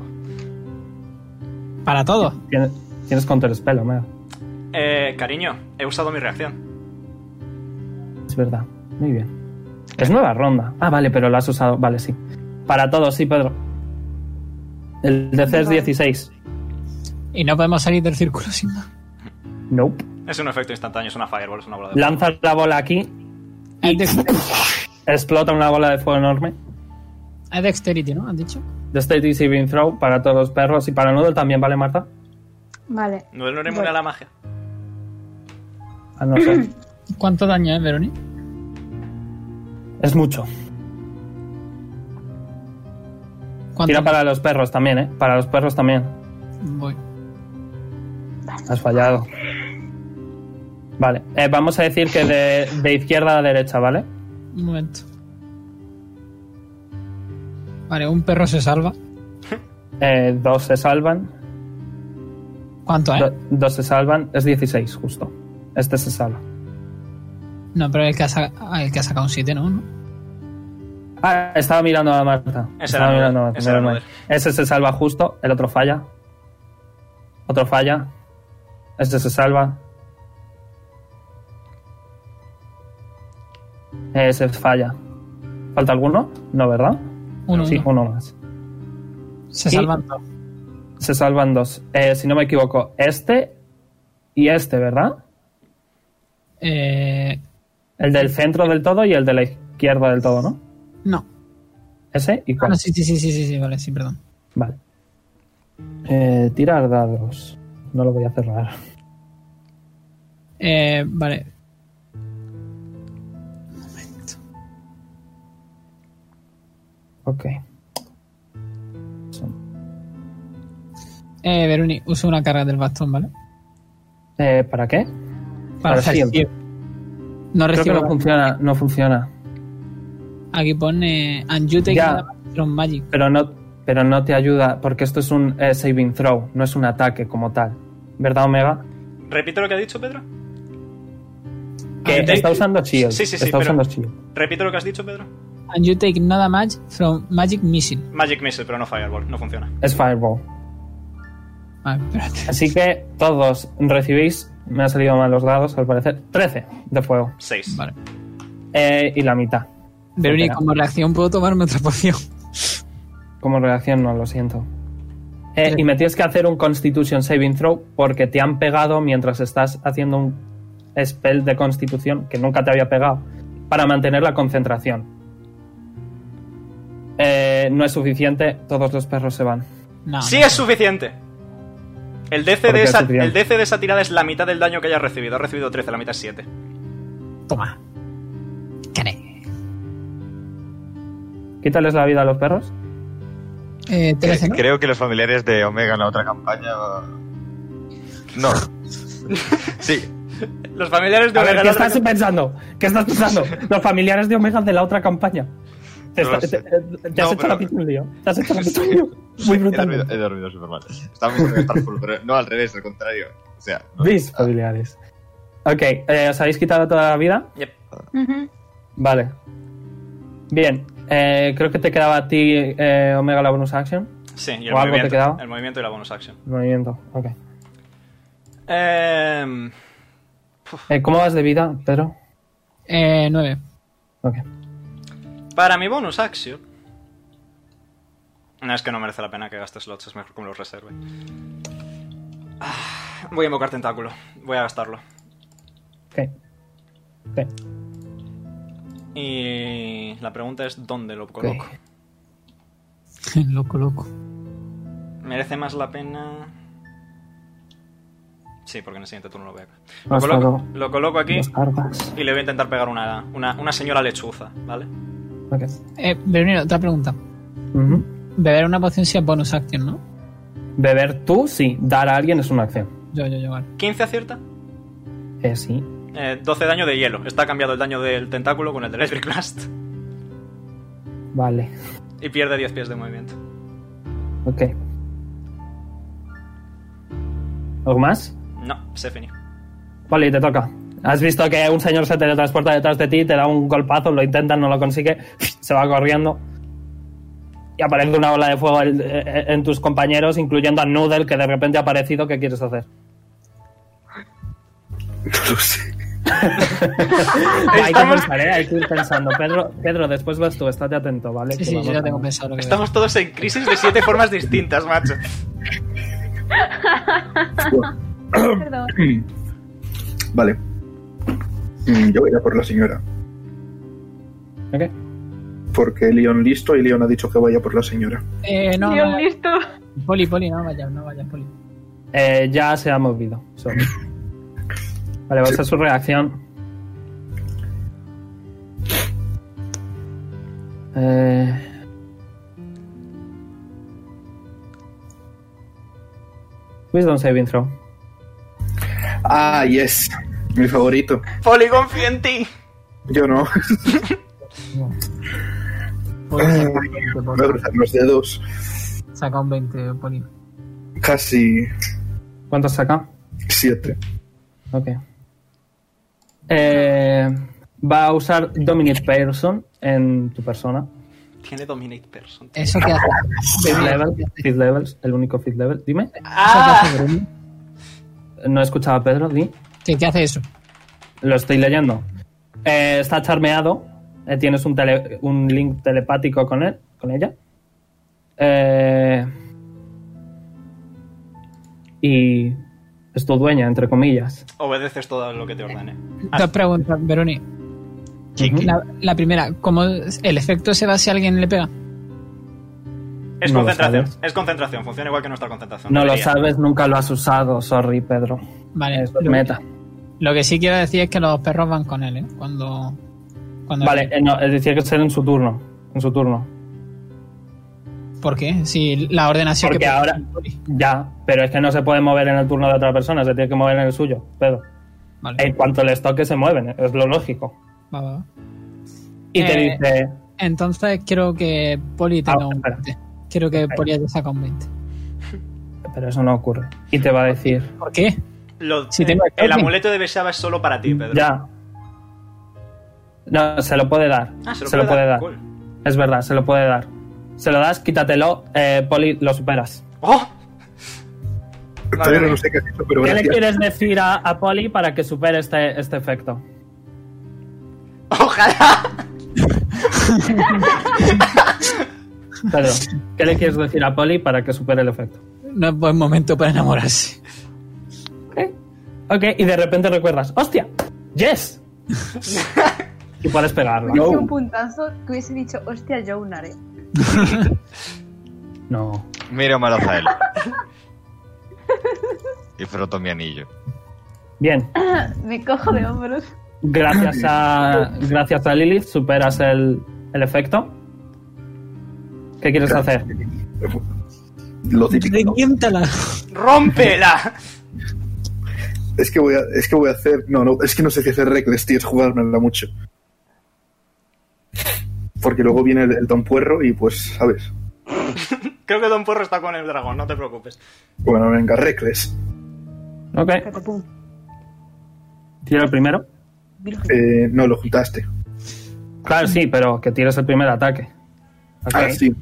Para todo.
Tien- Tienes counter spell, Omega.
Eh, cariño, he usado mi reacción.
Es verdad. Muy bien. Es nueva ronda. Ah, vale, pero la has usado. Vale, sí. Para todos, sí, Pedro. El DC es 16.
Y no podemos salir del círculo sin más.
Nope.
Es un efecto instantáneo, es una fireball, es una bola de fuego.
Lanzas la bola aquí.
Es, dex-
Explota una bola de fuego enorme. este
es dexterity, ¿no? ¿Han dicho?
Dexterity Saving Throw para todos los perros y para Noodle también, ¿vale, Marta?
Vale.
No, no era inmune a la magia.
A Ah, no ser.
¿Cuánto daño es, Veroni?
Es mucho.
¿Cuánto?
Tira para los perros también, ¿eh? Para los perros también.
Voy.
Has fallado. Vale, eh, vamos a decir que de, de izquierda a derecha, ¿vale?
Un momento. Vale, un perro se salva.
Eh, dos se salvan,
¿Cuánto es?
do- dos se salvan, es 16 justo. Este se salva.
No, pero el que ha, sa- ah, el que ha sacado un 7, ¿no? ¿No?
Ah, estaba mirando a Marta.
Ese
Estaba
era
mirando a
Noder,
Marta,
ese era
menos mal. Ese se salva justo, el otro falla. Otro falla. Este se salva. Ese falla. ¿Falta alguno? No, ¿verdad?
Uno,
sí,
uno.
uno más.
Se
Y-
salvan dos.
Se salvan dos. Eh, si no me equivoco, este y este, ¿verdad?
Eh,
El del centro del todo y el de la izquierda del todo, ¿no?
no.
Ese y
Ah,
cuál.
no, sí, sí, sí, sí, sí, sí, vale, sí, perdón.
Vale. Eh, tirar dados. No lo voy a cerrar.
Eh, vale. Un momento.
Ok. Son-
Eh, Veruni, usa una carga del bastón, ¿vale?
eh, ¿Para qué? Para
hacer
siempre.
cierre. No
Creo que
recibe
no funciona, no funciona.
Aquí pone and you take
Ya.
damage from magic.
Pero no, pero no te ayuda porque esto es un eh, saving throw, no es un ataque como tal. ¿Verdad, Omega?
Repite lo que ha dicho, Pedro.
Que
Ah,
está usando shield.
Ah, Sí, sí, sí,
está
pero-
usando shield.
Repite lo que has dicho, Pedro.
and you take no damage from magic missile.
Magic Missile, pero no Fireball, no funciona.
Es Fireball.
Ah, espérate.
Así que todos recibís, me han salido mal los dados al parecer, 13 de fuego.
6.
Vale.
Eh, y la mitad.
Veroni,
Espera.
como reacción puedo tomarme otra poción.
Como reacción, no lo siento. Eh, y me tienes que hacer un Constitution Saving Throw porque te han pegado mientras estás haciendo un spell de Constitución que nunca te había pegado para mantener la concentración. Eh, no es suficiente, todos los perros se van.
No,
Sí
no.
es suficiente. El DC,
Ah, ¿Por
de
qué es
esa,
suficiente?
el DC de esa tirada es la mitad del daño que hayas recibido. Has recibido 13, la mitad es 7.
Toma. Cane.
Quítales la vida a los perros.
Eh, 13, ¿no?
Creo que los familiares de Omega en la otra campaña.
*laughs*
No. sí.
Los familiares de
A ver,
Omega
¿qué
en la
estás
otra-
pensando? ¿Qué estás
*laughs*
pensando? Los familiares de Omega de la otra campaña. Te,
No lo
está-
sé.
te- te- te has
No,
hecho
pero-
la pica un lío. Te has hecho la pica un lío. Muy
He dormido,
brutal.
he dormido súper mal. Estamos en el Starfall, pero no al revés, al contrario. O sea, no.
Mis familiares. Ok, eh, ¿os habéis quitado toda la vida?
Yep.
Ujú.
Vale. Bien, eh, creo que te quedaba a ti eh, Omega la bonus action.
Sí, y el
¿O algo te
movimiento,
quedaba?
el movimiento y la bonus action.
Movimiento, ok.
Em,
Eh, ¿Cómo vas de vida, Pedro?
Eh, 9.
Ok.
para mi bonus action. No, es que no merece la pena que gastes slots, es mejor que me los reserve. Ah, Voy a invocar tentáculo, voy a gastarlo.
Ok. Ok.
Y la pregunta es: ¿dónde lo coloco?
*laughs* loco, loco.
¿Merece más la pena.? Sí, porque en el siguiente turno lo voy a. Lo
Vas
coloco,
todo.
lo coloco aquí
Las cartas.
y le voy a intentar pegar una, una, una señora lechuza, ¿vale?
Ok.
Eh, Veroni, otra pregunta.
Ujú.
Beber una poción si es bonus action, ¿no?
Beber tú, sí. Dar a alguien es una acción.
Yo, yo, yo, vale.
¿15 acierta?
Eh, sí.
Eh, 12 daño de hielo. Está cambiado el daño del tentáculo con el del Electric Blast.
Vale.
*laughs* Y pierde 10 pies de movimiento.
Ok. ¿Algo más?
No, Stephanie.
Vale, y te toca. Has visto que un señor se teletransporta detrás de ti, te da un golpazo, lo intenta, no lo consigue, *laughs* se va corriendo. Y aparece una ola de fuego en, en tus compañeros, incluyendo a Noodle, que de repente ha aparecido. ¿Qué quieres hacer?
*laughs* No lo sé.
*laughs* Hay que pensar, ¿eh? Hay que ir pensando. Pedro, Pedro después vas tú, estate atento, ¿vale?
Sí,
Que
sí, yo
vamos
ya
a-
tengo pensado lo que
Estamos todos en crisis de siete formas distintas, macho.
Perdón.
Vale. Mm, Yo voy a ir a por la señora.
Ok.
Porque Leon listo y Leon ha dicho que vaya por la señora.
veo. Eh, no,
Dios,
no,
listo.
Poli, Poli, no vaya, no vaya, Poli.
Eh, ya se ha movido. sorry. Vale, va a ser su reacción. Eh... Wisdom saving throw.
Ah, yes. Mi favorito.
Poli, confío en ti.
Yo no. *laughs*
Poli
Eh,
saca
Voy
un 20,
a
Poli.
cruzar los dedos.
Saca un 20, Poli.
Casi
¿Cuánto saca?
siete.
Ok. Eh, va a usar Dominate Person en tu persona.
Tiene Dominate Person.
¿Eso
Ah.
qué hace?
Fifth level, fifth levels, el único fifth level. Dime.
¿Eso qué hace, Veroni?
No escuchaba a Pedro, di.
¿Qué, qué hace eso?
Lo estoy leyendo. Eh, está charmeado. Eh, tienes un, tele- un link telepático con él, con ella. Eh, y es tu dueña, entre comillas.
Obedeces todo lo que te ordene.
Ah.
Dos preguntas, Veroni.
Ujú.
La, la primera, ¿cómo el efecto se va si alguien le pega?
Es
No lo
concentración.
sabes.
Es concentración. Funciona igual que nuestra concentración.
No lo
debería.
sabes, nunca lo has usado. Sorry, Pedro.
Vale,
Eso es
lo-
meta.
Lo que sí quiero decir es que los perros van con él, ¿eh? Cuando. cuando
Vale, eh, no, es decir, que ser en su turno. En su turno.
¿Por qué? Si la ordenación.
Porque
que-
ahora- Ya, pero es que no se puede mover en el turno de otra persona, se tiene que mover en el suyo, Pedro.
Vale,
En cuanto les toque, se mueven, ¿eh? es lo lógico.
va, va, va.
Y te
Eh,
dice.
Entonces quiero que Poli tenga
Ah,
un
espera.
20. Quiero que
Espera.
Poli haya sacado un 20.
Pero eso no ocurre. Y te va a decir.
¿Por qué?
Lo-
Si tengo
el
el token.
amuleto de Besaba es solo para ti, Pedro.
Ya. No, se lo puede dar.
Ah,
se, lo puede dar.
Cool.
Es verdad, se lo puede dar. Se lo das, quítatelo, eh, Poli, lo superas.
¡Oh!
Todavía no sé qué has hecho, pero
¿Qué le
gracias.
quieres decir a, a Poli para que supere este, este efecto?
¡Ojalá!
Pedro, ¿qué le quieres decir a Poli para que supere el efecto?
No es buen momento para enamorarse.
Ok. Ok, y de repente recuerdas, ¡hostia! *laughs* ¡Yes! y puedes pegarlo.
No.
Hubiese sido un puntazo que hubiese dicho, hostia, Jonar, eh.
No.
Miro mal a
*laughs*
Zael. y froto mi anillo.
Bien,
Me cojo de hombros.
gracias a, gracias a Lilith superas el, el efecto. ¿Qué quieres hacer?
Lo típico. ¿no?
Reviéntala.
¡Rómpela!
Es que voy a, es que voy a hacer. No, no, es que no sé qué hacer Reckless, tío, es jugármela mucho. Porque luego viene el, el Don Puerro y pues, ¿sabes?
Creo que Don Porro está con el dragón, no te preocupes.
Bueno, venga, Reckless.
Ok,
Catapum.
tira el primero.
Virgen.
Eh, no, lo juntaste.
Claro, sí, pero que tires el primer ataque. Ok.
Ah, sí.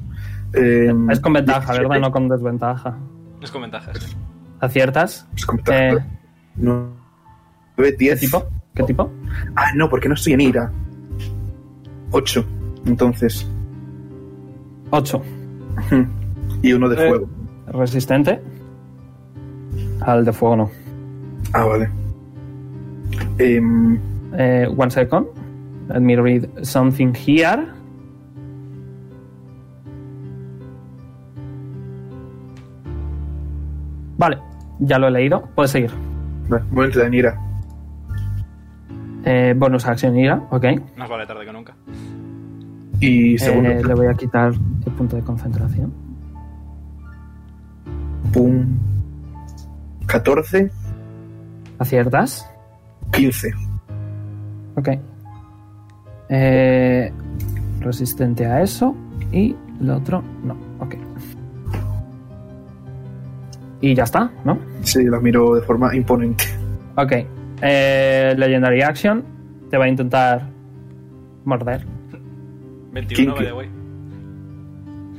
Eh,
Es con ventaja,
17.
¿verdad? No con desventaja.
Es con ventajas.
¿Aciertas?
Es con
Eh,
ventaja. No. 9,
¿Qué
10.
tipo? ¿Qué tipo?
Ah, no, porque no estoy en ira. 8. Entonces.
8.
Y uno de
Eh.
fuego.
Resistente. Al de fuego no.
Ah, vale. Em,
Eh, one second. Let me read something here. Vale, ya lo he leído. Puedes seguir.
vale, momento de Nira.
Eh, bonus action ira, ok.
Más vale tarde que nunca.
Y segundo.
Eh, le voy a quitar el punto de concentración.
Pum. 14,
¿Aciertas?
15.
Ok. Eh, resistente a eso. Y el otro no. Ok. Y ya está, ¿no?
Sí, la miro de forma imponente.
Ok. Eh, Legendary Action. Te va a intentar morder.
21, by
Kinky.
the way.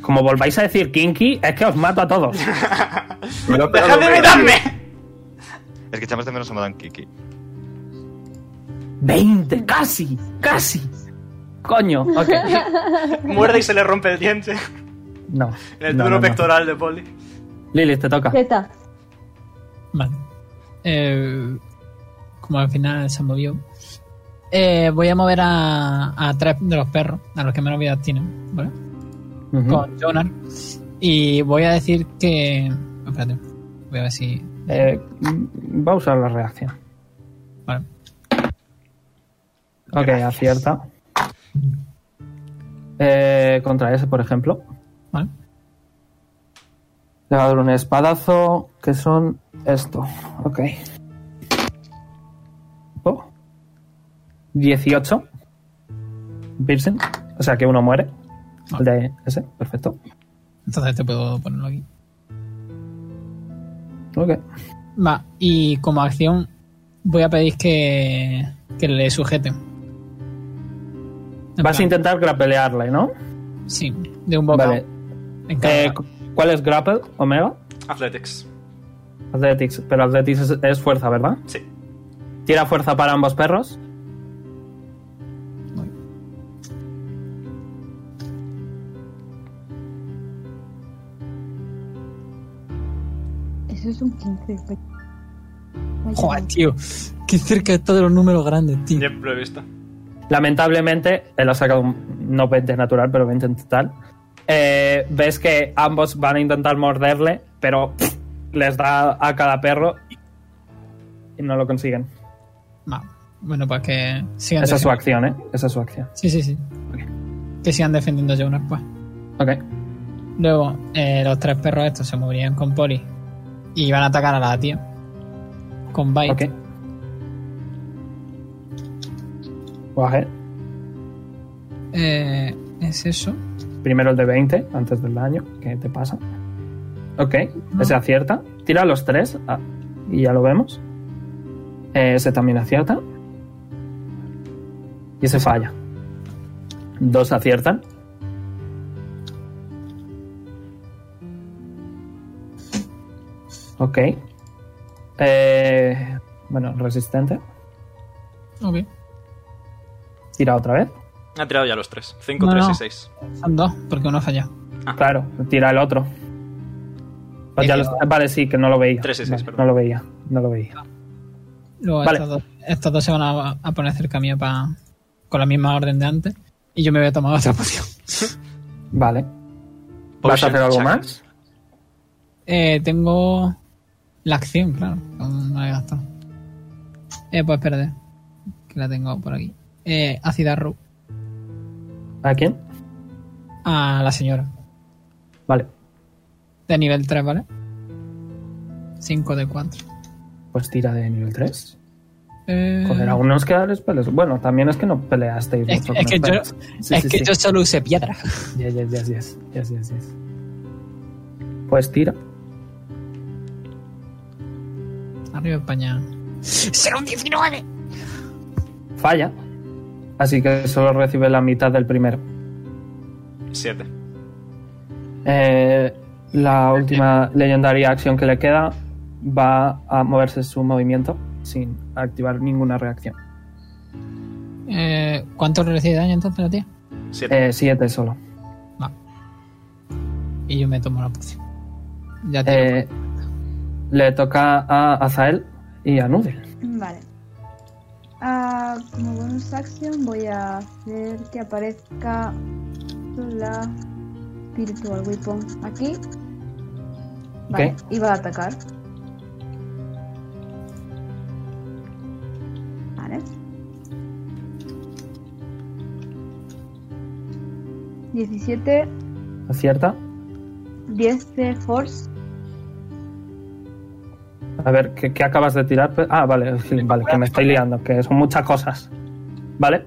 Como volváis a decir Kinky, es que os mato a todos.
Me lo ha
¡Dejad de mirarme!
Es que echamos de menos a Madame Kiki.
20, casi, casi. Coño, ok.
Muerde y se le rompe el diente.
No.
En el
no,
duro
no, no.
pectoral de Poli.
Lilith, te toca.
Zeta.
Vale. Eh, como al final se movió. Eh, voy a mover a, a tres de los perros, a los que menos vida tienen, ¿vale?
Ujú.
Con Jonar. Y voy a decir que. Espérate. Voy a ver si.
Eh, va a usar la reacción.
Vale.
Ok, acierta. Eh, contra ese, por ejemplo.
Vale.
Le va a dar un espadazo, que son esto. Ok. Oh. 18. Piercing. O sea que uno muere. El de ese, perfecto.
Entonces te puedo ponerlo aquí.
Ok.
Va, y como acción voy a pedir que, que le sujeten. En
Vas a
plan,
intentar grapelearle, ¿no?
Sí, de un bocado.
Vale.
En cada-
Eh, ¿Cuál es grapple, Omega?
Athletics.
Athletics, pero Athletics es, es fuerza, ¿verdad?
Sí.
Tira fuerza para ambos perros.
Eso es un 15. coño. Ay,
Joder, tío. Qué cerca está de los números grandes, tío.
Yep, lo he visto.
Lamentablemente, él ha sacado un, no 20 natural, pero 20 en total. Eh, ves que ambos van a intentar morderle, pero pff, les da a cada perro y no lo consiguen.
Va, Bueno, pues que sigan
Esa es su
defendiendo.
acción, ¿eh? Esa es su acción.
Sí, sí, sí. Que sigan defendiendo a Jonas, pues.
Ok.
Luego, eh, los tres perros estos se moverían con Poli. Y van a atacar a la tía. Con Bite.
Ok. Go ahead.
Eh, es eso.
Primero el de 20, antes del daño, que te pasa. Ok, ese acierta. Tira los tres ah, y ya lo vemos. Eh, Ese también acierta. Y ese falla. Dos aciertan. Ok. Eh, bueno, resistente.
Ok.
Tira otra vez.
Ha tirado ya los tres. 5,
No,
3
no.
y 6.
Son dos, porque uno ha fallado.
Claro, tira el otro. O ya los- vale, sí, que no lo veía.
Tres y seis,
Vale,
perdón.
no lo veía, no lo veía.
Luego
Vale.
estos, dos, estos dos se van a, a poner cerca mío para con la misma orden de antes. Y yo me voy a tomar otra poción.
Vale. ¿Vas a hacer algo más?
Eh, tengo la acción, claro. No, no la he gastado. Eh, pues espérate. Que la tengo por aquí. Eh, ácida Ru.
¿A quién?
A la señora.
Vale,
De nivel 3, ¿vale? 5 de 4.
pues tira de nivel 3.
Eh,
Joder, aún nos quedan los pelos. Bueno, también es que no peleasteis.
Es-
mucho
es
con
que
los
yo-
pelos. Sí,
es
sí,
que
sí.
yo solo usé piedra.
Yes, yes, yes, yes, yes, yes, yes. Pues tira.
Arriba España. ¡Será un 19!
Falla. Así que solo recibe la mitad del primero.
7.
Eh, la última legendaria acción que le queda va a moverse su movimiento sin activar ninguna reacción.
Eh, ¿Cuánto recibe de daño entonces la tía?
7.
Eh, siete solo.
Y yo me tomo la poción. Ya tiro.
Eh, le toca a Azael y a Nudel.
Vale. Ah, como bonus action voy a hacer que aparezca la Virtual Weapon aquí. Vale, y va a atacar. Vale. 17,
¿Acierta?
10 de Force.
A ver, ¿qué, qué acabas de tirar? Pe- Ah, vale, sí, vale, que me estoy liando, que son muchas cosas. Vale,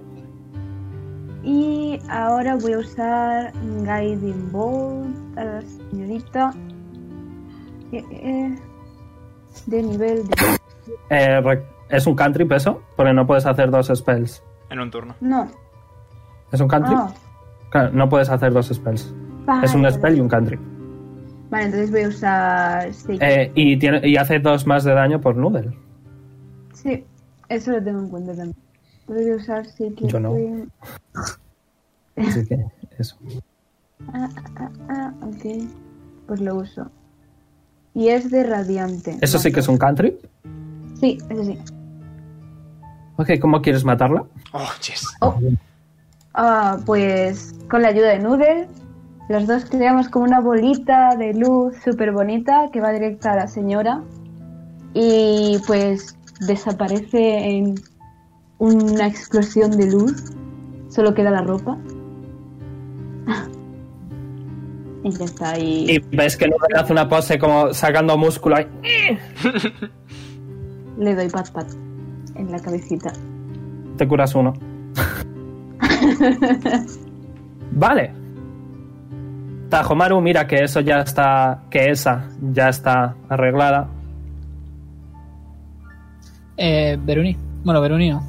Y ahora voy a usar Guiding Bolt a la señorita. Eh, eh, De nivel de...
eh, re- es un cantrip eso, porque no puedes hacer dos spells.
En un turno.
No.
¿Es un cantrip?
Ah,
Claro, no puedes hacer dos spells.
vale,
es un
vale.
spell y un cantrip.
Vale, entonces voy a usar... Sí.
Eh, y, tiene, y hace dos más de daño por Noodle.
sí, eso lo tengo en cuenta también. Entonces voy a usar Psychic
Yo no.
Wind.
Así que eso.
Ah, ah, ah, ok. Pues lo uso. Y es de radiante.
Eso sí que es un cantrip.
Sí, eso sí.
Ok, ¿cómo quieres matarla?
Oh, yes.
Ah, pues con la ayuda de Noodle, los dos creamos como una bolita de luz súper bonita que va directa a la señora y pues desaparece en una explosión de luz. Solo queda la ropa. *laughs* y ya está ahí.
Y ves que Noodle hace una pose como sacando músculo ahí.
Le doy pat pat en la cabecita.
Te curas uno. vale. Tajomaru, mira que eso ya está. Que esa ya está arreglada.
Eh, Veruni. Bueno, Veruni no.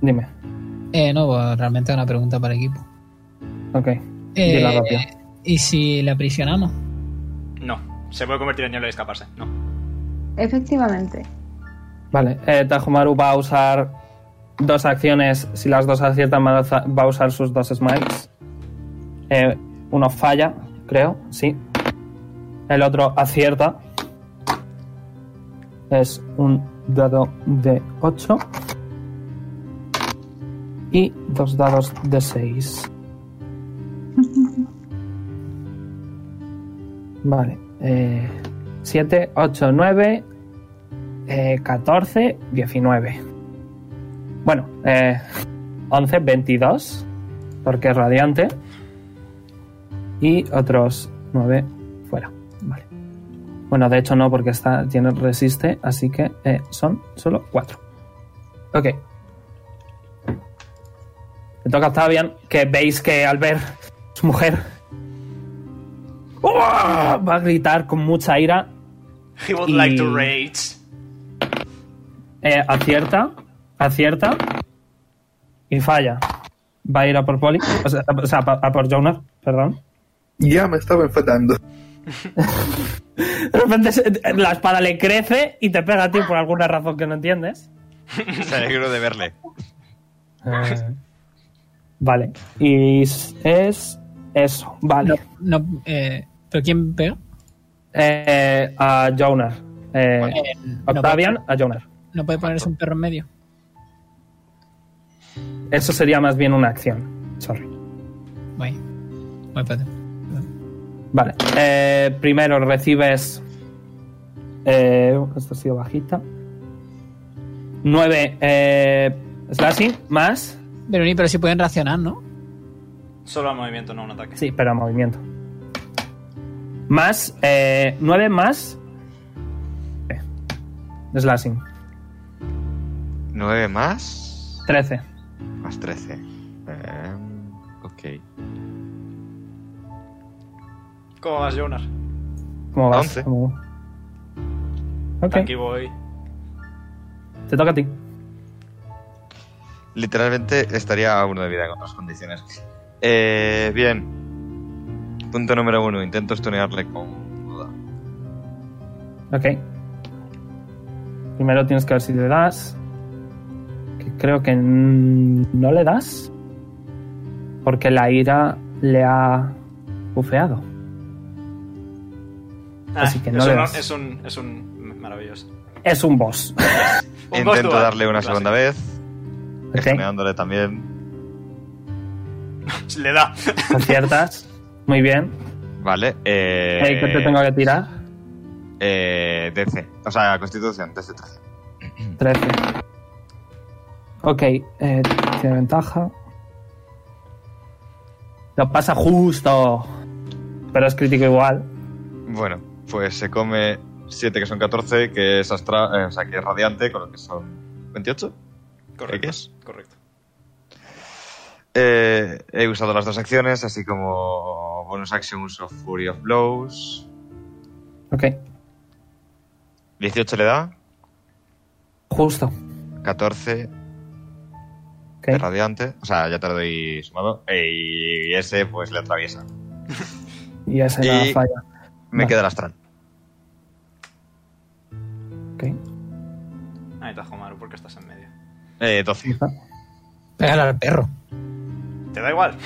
Dime.
Eh, no, pues, realmente es una pregunta para el equipo.
Ok.
Eh,
Dila rápido.
¿Y si la aprisionamos?
No. Se puede convertir en hielo y escaparse. No.
Efectivamente.
Vale. eh, Tajomaru va a usar dos acciones. Si las dos aciertan, va a usa- va a usar sus dos smiles. Eh, uno falla, creo. Sí. El otro acierta. Es un dado de 8. Y dos dados de 6. Vale. eh, 7, 8, 9, eh, 14, 19. Bueno, eh, 11, 22, porque es radiante. Y otros 9 fuera. Vale. Bueno, de hecho no, porque está, tiene resiste, así que eh, son solo 4. Ok. Me toca a Octavian, que veis que al ver su mujer ¡Uah! va a gritar con mucha ira
He would
Y-
like to rage.
Eh, acierta, acierta y falla. Va a ir a por Poli, o sea, o sea, a, por Jonar, perdón.
Ya me estaba enfadando.
De repente se- la espada le crece y te pega a ti por alguna razón que no entiendes.
Me alegro de verle.
Vale. Y es- es eso. Vale.
No, no, eh, ¿Pero quién pega?
Eh, a Jonar. Eh,
Eh, no
Octavian a Jonar.
puede- No puede ponerse un perro en medio.
Eso sería más bien una acción. Sorry.
Bueno, bueno, espérate.
Vale. Eh, primero recibes. Eh, esto ha sido bajita. 9 eh, slashing más.
Veroni, pero si pueden racionar, ¿no?
Solo al movimiento, no a un ataque.
Sí, pero a movimiento. Más. Eh, 9 más. eh, slashing.
9 más.
13.
Más 13. Eh, ok.
¿Cómo vas, Jonar?
¿Cómo vas?
Once.
¿Cómo? Ok,
Aquí voy.
te toca a ti.
Literalmente estaría a uno de vida en otras condiciones. Eh, bien. Punto número uno. Intento stunearle con duda.
Ok. Primero tienes que ver si le das. Que creo que n- no le das. Porque la ira le ha bufeado. Así que no
Ah, es,
le
un,
das.
es un. Es un. Maravilloso. Un
Es un boss.
Intento
Ghost
darle una
Dual,
segunda vez. *laughs*
Ok.
Stuneándole también.
clásico. Le da.
Aciertas. Muy bien.
Vale. Eh,
Eh, ¿Qué te tengo que tirar?
eh, DC. O sea, Constitución, DC 13.
13. Ok, eh, tiene ventaja. Lo pasa justo. Pero es crítico igual.
Bueno, pues se come 7, que son 14, que es, astra, eh, o sea, que es radiante, con lo que son 28.
Correcto.
es?
Correcto.
Eh, he usado las dos acciones, así como bonus action uso Fury of Blows.
Ok,
18 le da,
justo.
14
Ok.
de radiante, o sea, ya te lo doy sumado, y ese pues le atraviesa.
Y esa es la
Y-
falla.
Me
Vale.
queda el astral.
Ok.
Ahí te Maru, porque estás en medio.
Eh, 12.
Pégale al perro.
¿Te da igual?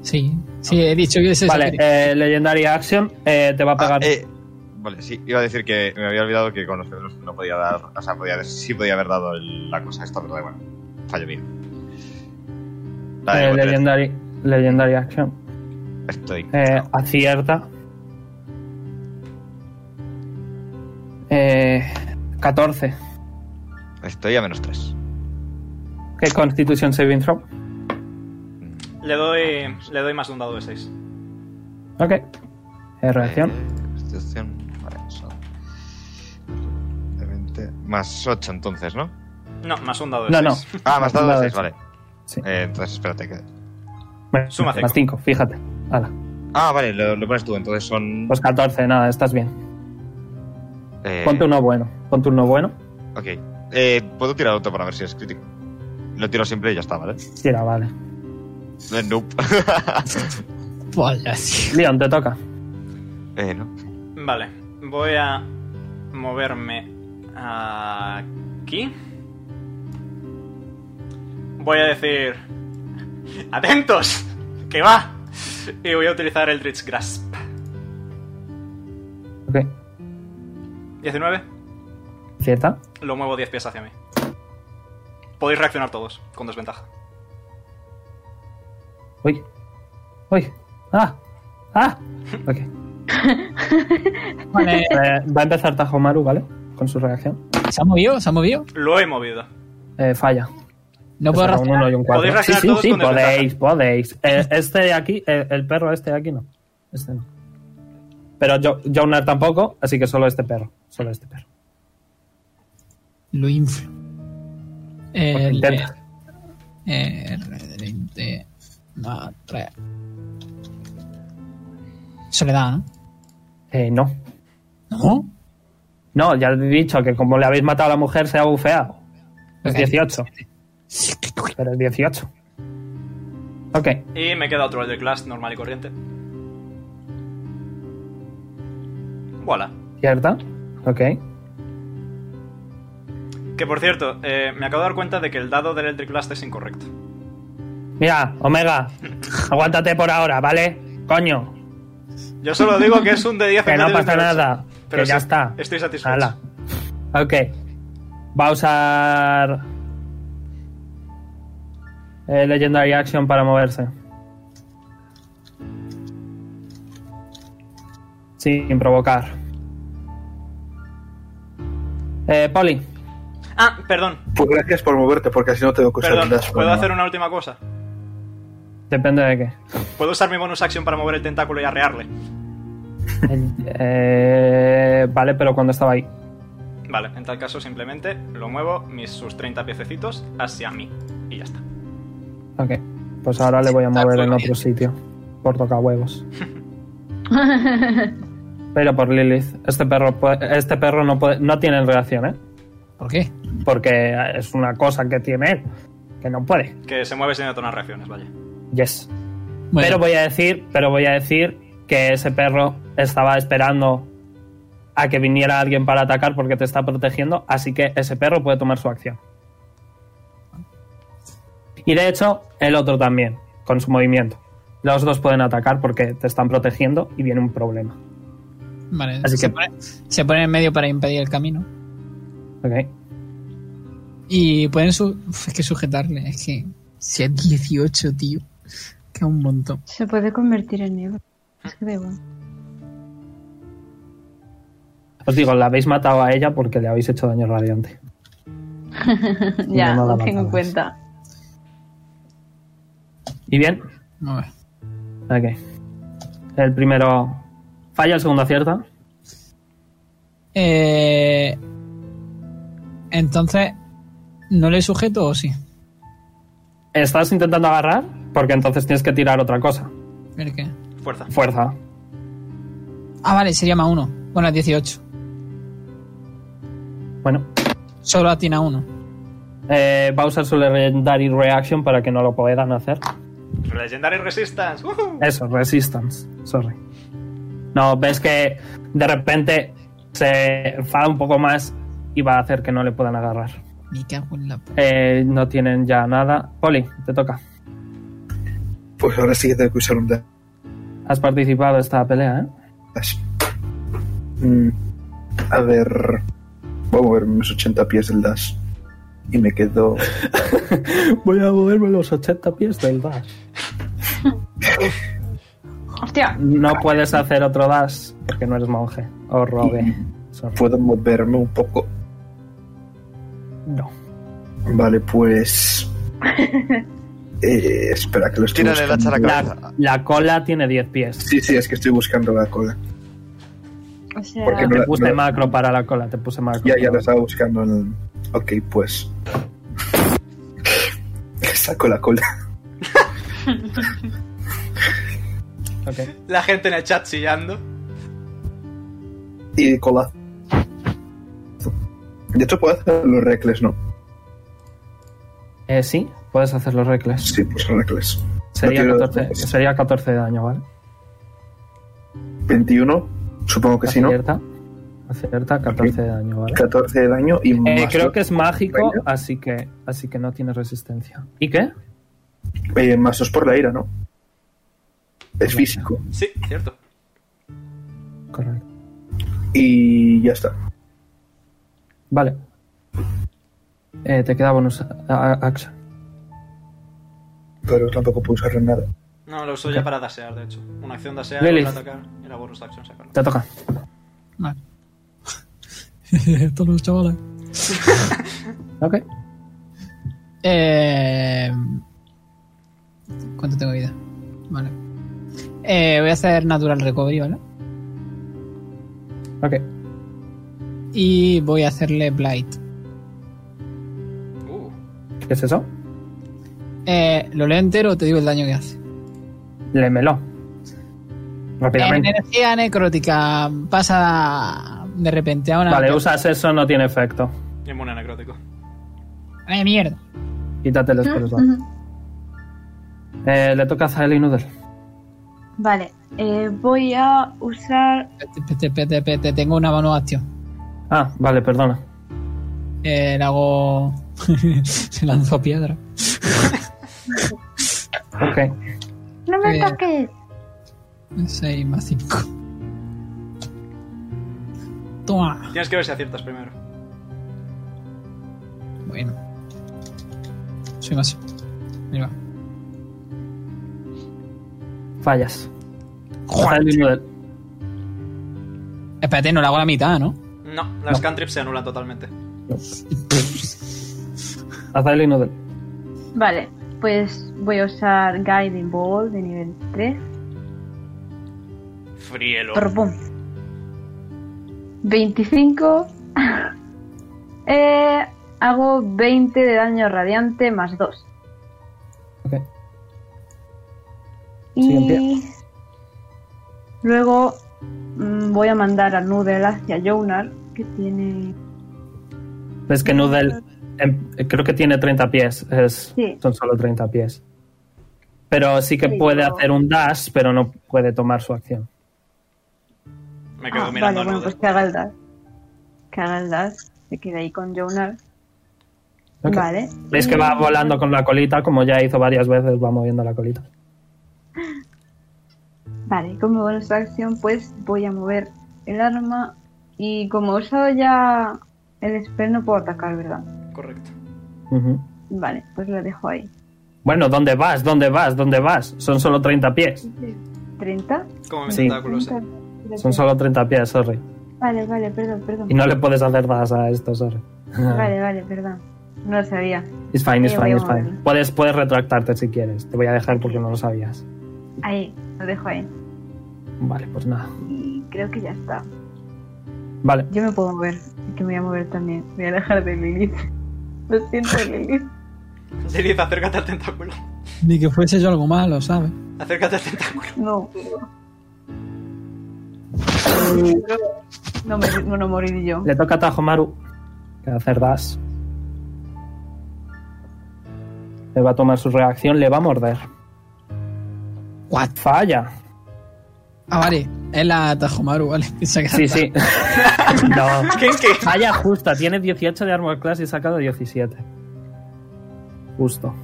Sí, sí, he dicho que ese es
Vale,
el que-
eh, Legendary Action eh, te va a
Ah,
pegar.
eh, vale, sí, iba a decir que me había olvidado que con los pedros no podía dar, o sea, podía, sí podía haber dado el- la cosa esta, pero da igual, fallo mío. La de
Eh,
Botrel.
legendary, legendary Action.
Estoy.
Eh, acierta. Eh, 14.
Estoy a menos 3.
¿Qué Constitution Saving Throw?
Le doy. Le doy más un dado de 6.
Ok. Eh, reacción.
Constitución. Vale, pues, son. de 20. Más 8 entonces, ¿no?
No, más un dado de
No,
6.
no.
Ah, más dado
Dado
de
de
6, vale.
Sí.
Eh, entonces, espérate que.
Bueno,
Suma cinco.
Más 5, fíjate. Hala.
Ah, vale, lo, lo pones tú, entonces son.
Pues 14, nada, estás bien.
eh,
Ponte uno bueno. Ponte uno bueno.
Ok. Eh, Puedo tirar otro para ver si es crítico. Lo tiro siempre y ya está, ¿vale?
Sí, era, vale.
Eh, nope.
Vaya, sí.
Leon, te toca.
*laughs* eh, no.
Vale, voy a moverme aquí. Voy a decir... ¡Atentos! ¡Que va! Y voy a utilizar el Rich Grasp.
Ok.
19.
¿Cierta?
Lo muevo 10 pies hacia mí. Podéis reaccionar todos, con desventaja.
Uy. Uy. Ah. Ah. Ok.
Vale,
Eh, va a empezar Tajomaru, ¿vale? Con su reacción.
¿Se ha movido? ¿Se ha movido?
Lo he movido.
Eh, falla.
No puedo
Saca un uno
racionar.
y un cuatro.
Podéis
Sí,
racionar
sí,
todos
sí,
con
podéis,
desventaja.
podéis. Eh, este de aquí, eh, el perro este de aquí no. Este no. Pero Jo- Jonar tampoco, así que solo este perro. Solo este perro.
Lo inflo.
Porque
Eh,
Pues intenta.
eh, R20. No, 3. Soledad, ¿no?
Eh, no.
No.
No, ya he dicho que como le habéis matado a la mujer se ha bufeado. Es
Ok.
18. Pero es 18. Ok,
Y me queda otro el de Class normal y corriente. Voilà.
¿Cierta? Ok.
Que por cierto, eh, me acabo de dar cuenta de que el dado del Electric Blast es incorrecto.
Mira, Omega, aguántate por ahora, ¿vale? Coño,
Yo solo digo que es un de 10
que
en
no
vez de
pasa
28.
nada.
Pero
que ya
sí,
está.
Estoy satisfecho.
Hala. Ok. Va a usar. eh, Legendary Action para moverse. Sin provocar. Eh, Poli.
Ah, perdón,
Pues gracias por moverte, porque así no tengo cosas
perdón.
lindas,
¿Puedo
bueno.
hacer una última cosa?
Depende de qué.
¿Puedo usar mi bonus action para mover el tentáculo y arrearle?
Eh, vale, pero cuando estaba ahí.
Vale, en tal caso simplemente lo muevo mis sus 30 piececitos hacia mí. Y ya está.
Ok. Pues ahora le voy a
Está
mover en
muy
otro
bien.
sitio. Por tocahuevos. Pero por Lilith. Este perro, puede- este perro no, puede- no tiene reacción, ¿eh?
¿Por qué?
Porque es una cosa que tiene él. Que no puede.
Que se mueve sin detonar reacciones, vaya.
Yes.
Bueno,
Pero pues, voy a decir, pero voy a decir que ese perro estaba esperando a que viniera alguien para atacar porque te está protegiendo, así que ese perro puede tomar su acción. Y de hecho, el otro también, con su movimiento. Los dos pueden atacar porque te están protegiendo y viene un problema.
vale.
así
se,
que-
pone, se pone en medio para impedir el camino.
Ok.
Y pueden su- Uf, es que sujetarle, es que si es 18, tío, que es un montón.
Se puede convertir en nieve. Es que da igual.
Os digo, la habéis matado a ella porque le habéis hecho daño radiante.
*laughs* ya,
no la
lo tengo en
matabas.
cuenta.
Y bien,
A ver.
ok. El primero falla, el segundo acierta.
Eh, entonces, ¿no le sujeto o sí?
¿Estás intentando agarrar? Porque entonces tienes que tirar otra cosa.
¿El qué?
Fuerza.
Fuerza.
Ah, vale, sería más uno. Bueno, es 18.
Bueno,
Solo atina uno.
eh, va a usar su Legendary Reaction para que no lo puedan hacer.
Legendary Resistance. ¡Ujú!
Eso, Resistance. Sorry. No, ves que de repente se enfada un poco más y va a hacer que no le puedan agarrar.
Me cago en la puta.
Eh, no tienen ya nada. Poli, te toca.
Pues ahora sí que tengo que usar un dash.
Has participado en esta pelea, ¿eh?
Mm, A ver. Voy a mover mis 80 pies del dash. Y me quedo.
Voy a moverme los 80 pies del dash.
Hostia,
No puedes hacer otro dash porque no eres monje o rogue. Sorry.
¿Puedo moverme un poco?
No.
Vale,
*laughs*
pues. Eh, espera, que lo estoy
Tírale el hacha a la
buscando.
cabeza.
La, la cola tiene 10 pies.
Sí, sí, es que estoy buscando la cola.
o sea,
Porque no-
Te puse
no-
macro para la cola, te puse macro.
Ya, ya lo estaba buscando en el... Ok, pues... *laughs* Saco la cola.
Ok.
La gente en el chat chillando.
Y cola. De hecho, puedo hacer los recles, ¿no?
Eh, sí, puedes hacer los recles.
Sí, pues recles.
Sería
No
14,
quiero-
sería 14 de daño, ¿vale?
21, supongo que sí, ¿no?
Acierta. Acierta 14 de daño, ¿vale?
14 de daño y más...
Eh, creo que es mágico,
¿Venga?
así que, así que no tiene resistencia. ¿Y qué?
eh, más dos por la ira, ¿no? Es físico.
Sí, cierto.
Correcto.
Y ya está.
Vale. Eh, te queda bonus a- a- action.
Pero tampoco puedo usarlo en nada.
No, lo uso ya para dasear, de hecho. Una acción dasear,
Lilith.
para atacar y la bonus action sacarlo.
Te toca.
Vale. Todos los chavales.
Ok.
Eh, ¿Cuánto tengo de vida? Vale. Eh, voy a hacer Natural Recovery, ¿vale?
Ok.
Y voy a hacerle Blight.
Uh,
¿Qué es eso?
Eh, ¿Lo leo entero o te digo el daño que hace?
Léemelo. Rápidamente.
Energía necrótica pasa de repente a una.
Vale, usas eso, no tiene efecto.
inmune a necrótico.
¡Ay, mierda!
*laughs* Mm,
Quítate los pelos. vale. Eh, le toca a Zael y Noodle.
Vale, eh, voy a usar.
Espérate, espérate, espérate, espérate, Tengo una mano acción.
Ah, vale, perdona.
Eh, le hago. Se lanzó piedra.
Ok.
¡No me
Eh.
toques!
6 más 5. Toma.
Tienes que ver si aciertas primero.
Bueno. Soy más. Ahí va.
Fallas. Está el mismo del-
Espérate, no le hago la mitad, ¿no?
No, las cantrips se anulan totalmente.
Haz el inútil.
Vale, pues voy a usar Guiding Ball de nivel 3.
Frielo.
Propum. 25. *laughs* eh, hago 20 de daño radiante más 2.
Ok.
Y
Siguiente.
luego mm, voy a mandar a Noodle hacia Jonar, que tiene...
Ves que Noodle em, creo que tiene 30 pies. es-
Sí.
Son solo 30 pies. Pero sí que
Sí,
puede
pero-
hacer un dash, pero no puede tomar su acción.
Me quedo
Ah,
mirando
vale, bueno,
a
pues
Nude.
que haga el dash. Que haga el dash. Se queda ahí con Jonar.
Ok.
Vale.
Ves que va volando con la colita, como ya hizo varias veces, va moviendo la colita.
Vale, como bonus acción, pues voy a mover el arma. Y como he usado ya el spell, no puedo atacar, ¿verdad?
Correcto.
Ujú.
Vale, pues lo dejo ahí.
Bueno, ¿dónde vas? ¿Dónde vas? ¿Dónde vas? Son solo 30 pies.
30.
Como mi
Sí.
tentáculo, sí.
Son solo 30 pies, sorry.
Vale, vale, perdón, perdón.
Y no le puedes hacer dash a esto, sorry.
Vale, vale, perdón. No lo sabía.
It's fine, it's
Eh, voy
fine,
a
it's fine.
moverlo.
Puedes, puedes retractarte si quieres. Te voy a dejar porque no lo sabías.
Ahí, lo dejo ahí.
Vale, pues nada.
Y creo que ya está.
Vale.
Yo me puedo mover, así que me voy a mover también. Me voy a alejar de Lilith. *laughs* Lo siento, Lilith.
Lilith, acércate al tentáculo.
Ni que fuese yo algo malo, ¿sabes?
Acércate al tentáculo.
No. No, me, no, no morir yo.
Le toca a Tajomaru que va a hacer dash. Le va a tomar su reacción, le va a morder.
What?
Falla.
Ah, vale. Es la Tajomaru, ¿vale? *laughs* Piensa que-
Sí, sí. *laughs* no.
¿Qué? ¿Qué?
Falla justa, tiene 18 de armor class y ha sacado 17. Justo.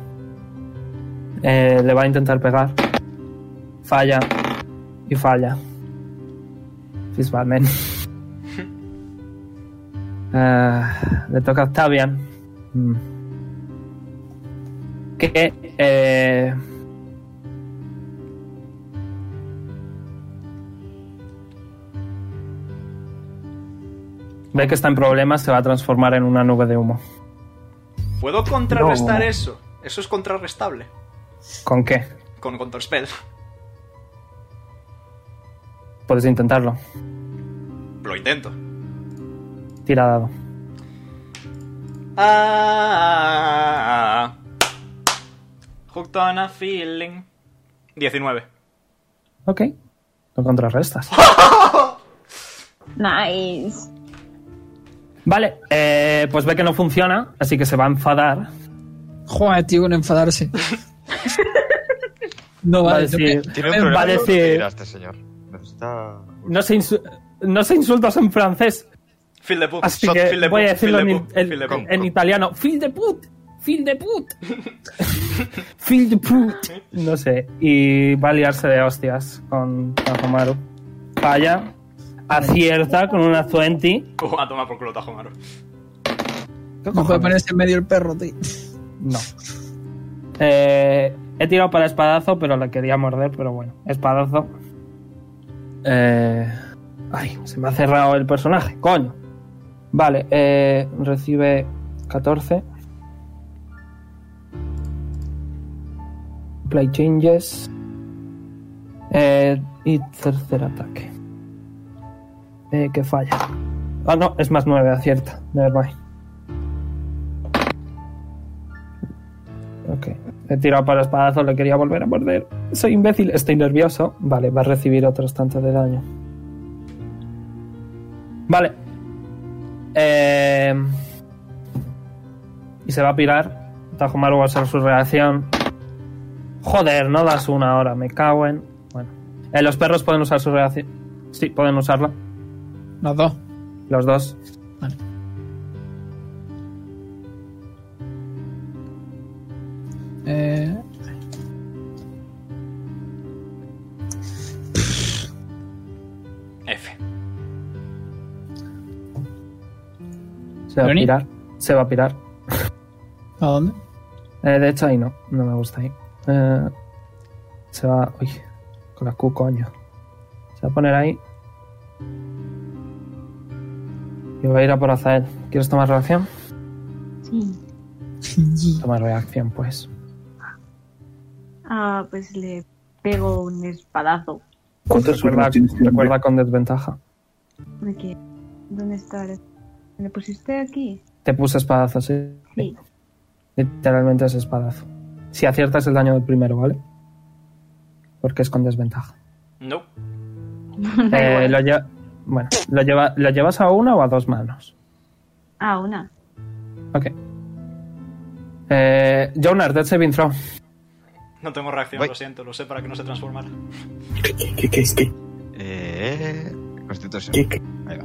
Eh, le va a intentar pegar. Falla. Y falla. Fist bad, *laughs* man. Ah, le toca a Octavian. Mm. Que. eh, ve que está en problemas, se va a transformar en una nube de humo.
¿Puedo contrarrestar
No.
eso? Eso es contrarrestable.
¿Con qué?
Con Counterspell.
Puedes intentarlo.
Lo intento.
Tira dado.
Ah, hooked on a feeling. 19.
Ok. Lo contrarrestas.
Nice.
Vale, eh, pues ve que no funciona, así que se va a enfadar.
Joder, tío, con enfadarse. No
Va a
vale. yo
decir,
me-
Tiene un
va a
problema con
decir-
escribir a este señor. Nos está...
no sé, insu- no sé insultos en francés,
Phil de Puff.
así
Shot,
que
fill the
voy a
book,
decirlo
fill
en,
the
in-
book,
en-
fill the book.
en italiano. Fil de put, fil de
*laughs*
put, fil de put. No sé, y va a liarse de hostias con Tajomaru. Falla, acierta con una 20.
Oh, a tomar por culo, Tajomaru.
No puede ponerse en medio el perro, tío.
No. Eh, he tirado para espadazo, pero la quería morder, pero bueno, espadazo. Eh, ay, se me ha cerrado el personaje, coño. Vale, eh, recibe 14. Play changes. Eh, y tercer ataque. Eh, que falla. Ah, no, es más 9, acierta. Nevermind. Ok. He tirado para espadazo, le quería volver a morder. Soy imbécil, estoy nervioso. Vale, va a recibir otros tantos de daño. Vale. Eh, Y se va a pirar. Tajomaru va a usar su reacción. Joder, no das una hora, me cago en. Bueno. Eh, los perros pueden usar su reacción. Sí, pueden usarla.
Los dos.
Los dos.
Vale. Eh,
F.
Se va a
¿Leoni?
pirar. Se va a pirar.
¿A dónde?
Eh, de hecho, ahí no. No me gusta ahí. Eh, se va. Uy, con la Q, coño. Se va a poner ahí. Y va a ir a por Azael. ¿Quieres tomar reacción?
Sí.
Tomar reacción, pues.
Ah, pues le pego un espadazo.
¿Cuántas
Recuerda,
armas tienes?
recuerda con desventaja.
Aquí. ¿Dónde está? ¿Le le pusiste aquí?
Te puse espadazo, sí.
Sí.
Literalmente es espadazo. Si aciertas el daño del primero, ¿vale? Porque es con desventaja.
No.
*laughs* Da
Eh,
igual.
lo lle- bueno, lo, lleva- ¿lo llevas a una o a dos manos?
Ah, una.
Ok. Eh, Jonar, Dead Saving Throw.
No tengo reacción,
Voy.
lo siento, lo sé para que no se transformara.
¿Qué, qué, qué,
Eh, Constitución.
qué, qué?
Ahí va.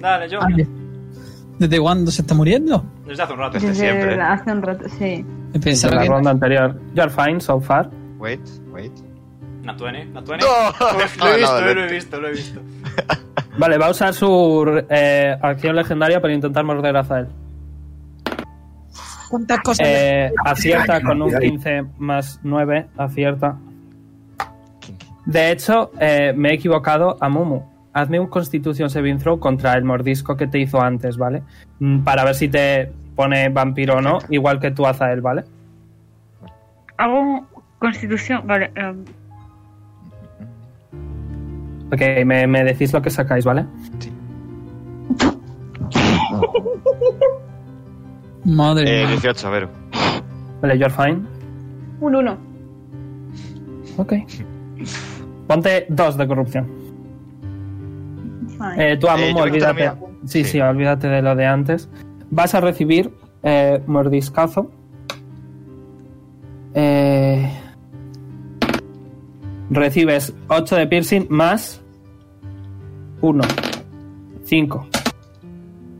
Dale, yo.
Vale. Ah, ¿Desde cuándo se está muriendo?
Desde hace un rato.
Pues
Desde siempre.
hace un rato, sí.
Pensaba
De la
que-
ronda anterior. You're fine so far.
Wait, wait.
Nat 20, Nat 20.
¡No!
Uf, lo he visto, eh, lo he visto, lo he visto.
Vale, va a usar su eh, acción legendaria para intentar morder a Azael.
¿Cuántas cosas?
Eh, acierta con un
Ay, ay.
15 más 9. Acierta. De hecho, eh, me he equivocado a Mumu. Hazme un Constitution Saving Throw contra el mordisco que te hizo antes, ¿vale? Mm, Para ver si te pone vampiro o no, igual que tú Azael, ¿vale?
Hago constitución. Vale. em,
Ok, me, me decís lo que sacáis, ¿vale?
Madre
Eh,
mía.
18, Vero.
Vale, you're fine.
un uno.
Ok.
*laughs*
Ponte dos de corrupción.
Vale.
Eh, tú, a
Eh,
Mumu,
yo creo que
olvídate.
la mía.
Sí,
Sí.
sí, olvídate de lo de antes. Vas a recibir eh, mordiscazo. Eh, recibes 8 de piercing más 1, 5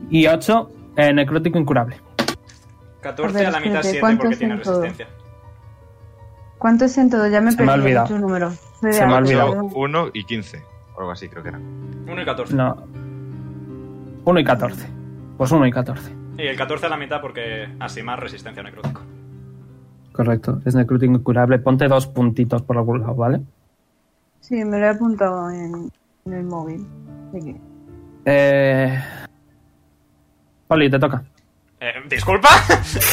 y 8 necrótico incurable.
14
A ver,
a la mitad
espérate,
7
¿cuántos
porque tiene
en todo?
resistencia.
¿Cuánto es en todo? Ya me
Se me ha
perdí
olvidado.
tu número.
Se me ha olvidado.
1 y 15. O algo así, creo que era.
1 y 14.
No. 1 y 14. Pues 1 y 14.
Y el 14 a la mitad porque así más resistencia necrótico.
Correcto, es necrótico incurable. Ponte dos puntitos por algún lado, ¿vale?
Sí, me lo he apuntado en, en el móvil. Aquí.
Eh... Oli, te toca.
Eh, ¿Disculpa?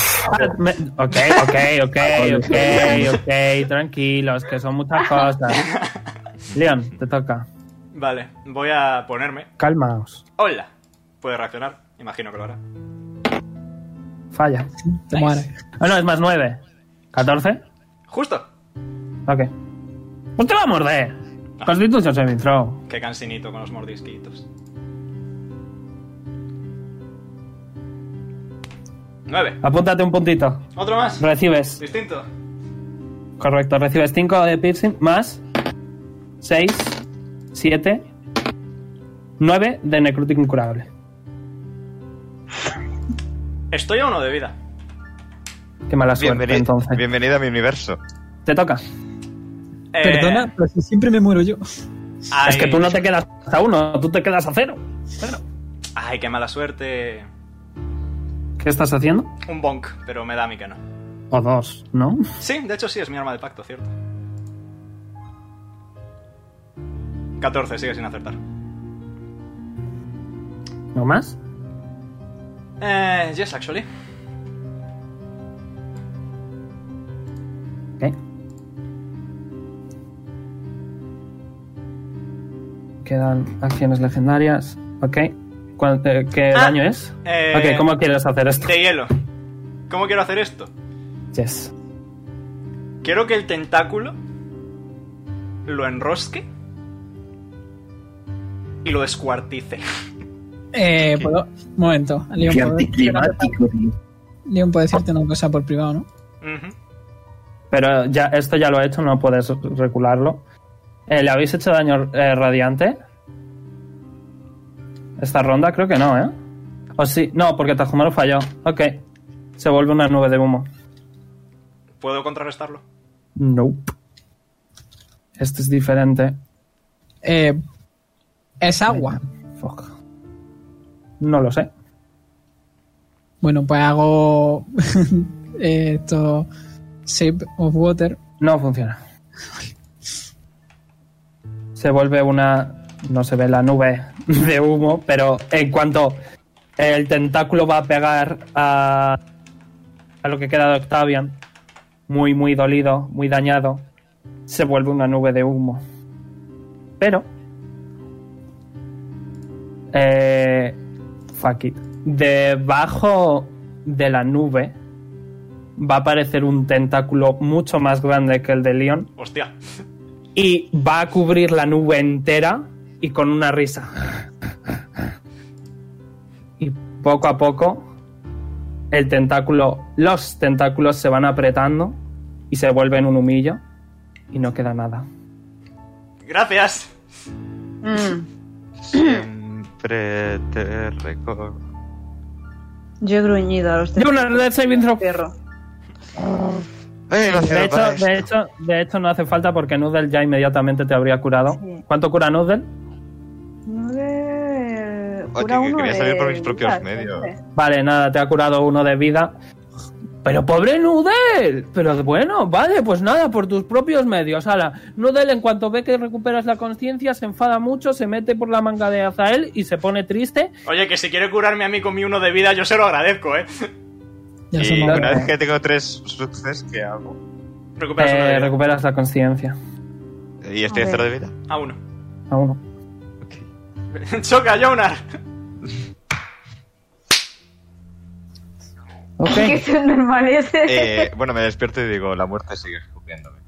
*laughs*
Me- Ok, ok, ok, ok, ok, tranquilos, que son muchas cosas. Leon, te toca.
vale, voy a ponerme.
Calmaos.
Hola. Puede reaccionar, imagino que lo hará.
Falla.
Te mueres.
Ah, no, es más 9. ¿14?
Justo.
Ok. Pues te va a morder. Constitución se throw.
Qué cansinito con los mordisquitos. 9.
Apúntate un puntito.
¿Otro más?
Recibes.
Distinto.
Correcto, recibes 5 de piercing más 6, 7, 9 de necrótico incurable.
Estoy a uno de vida.
Qué mala suerte,
Bienveni-
entonces.
bienvenida a mi universo.
Te toca.
Eh,
Perdona, pero si siempre me muero yo.
ay-
Es que tú no te quedas a uno, tú te quedas a cero.
Ay, qué mala suerte.
¿Qué estás haciendo?
Un bonk, pero me da a mí que no.
O dos, ¿no?
Sí, de hecho sí, es mi arma de pacto, cierto. 14, sigue sin acertar.
¿No más?
Eh, yes, actually.
Ok. Quedan acciones legendarias. Ok. ¿Cuál- eh, ¿Qué
Ah,
daño es?
eh,
ok, ¿cómo quieres hacer esto?
De hielo. ¿Cómo quiero hacer esto?
Yes.
Quiero que el tentáculo lo enrosque y lo descuartice.
Eh, ¿puedo? Un momento. Leon,
Qué
¿puedo,
anticlimático, tío.
Leon, puedo decirte una cosa por privado, ¿no?
Ujú.
Pero ya, esto ya lo he hecho, no puedes recularlo. Eh, ¿Le habéis hecho daño eh, radiante? Esta ronda creo que no, ¿eh? O sí, no, porque Tajumaru falló. Ok. Se vuelve una nube de humo.
¿Puedo contrarrestarlo?
Nope. Este es diferente.
Eh, es agua.
Fuck. No lo sé.
Bueno, pues hago *laughs* eh, esto. Shape of Water.
No funciona. Se vuelve una. No se ve la nube de humo, pero en cuanto el tentáculo va a pegar a, a lo que queda de Octavian, muy, muy dolido, muy dañado, se vuelve una nube de humo. Pero. Eh, fuck it. Debajo de la nube va a aparecer un tentáculo mucho más grande que el de Leon
Hostia.
y va a cubrir la nube entera y con una risa. Y poco a poco el tentáculo, los tentáculos se van apretando y se vuelven un humillo y no queda nada.
Gracias.
Mm,
Siempre te recuerdo.
yo he gruñido a los
Y una red saving throw.
perros.
Eh, no
De
sirve
hecho,
para
de,
esto.
hecho, de hecho, no hace falta porque Noodle ya inmediatamente te habría curado.
Sí.
¿Cuánto cura Noodle?
Nueve.
Oye,
cura
que
uno
quería salir por
de ¿eh?
mis propios
vida,
medios.
entonces.
Vale, nada, te ha curado uno de vida. Pero pobre Noodle. Pero bueno, vale, pues nada, por tus propios medios. Ala, Noodle en cuanto ve que recuperas la conciencia se enfada mucho, se mete por la manga de Azael y se pone triste.
Oye, que si quiere curarme a mí con mi uno de vida, yo se lo agradezco, ¿eh?
Ya
Y
somos-
una vez que tengo tres sucesos, ¿qué hago?
Recuperas uno
Eh,
de vida.
recuperas la conciencia.
Y estoy
A
a cero de
ver.
vida.
A uno. *laughs*
A uno.
¡Choca, Jonar!
Ok,
*laughs* Que son normales.
Eh, bueno, me despierto y digo, la muerte sigue escupiéndome.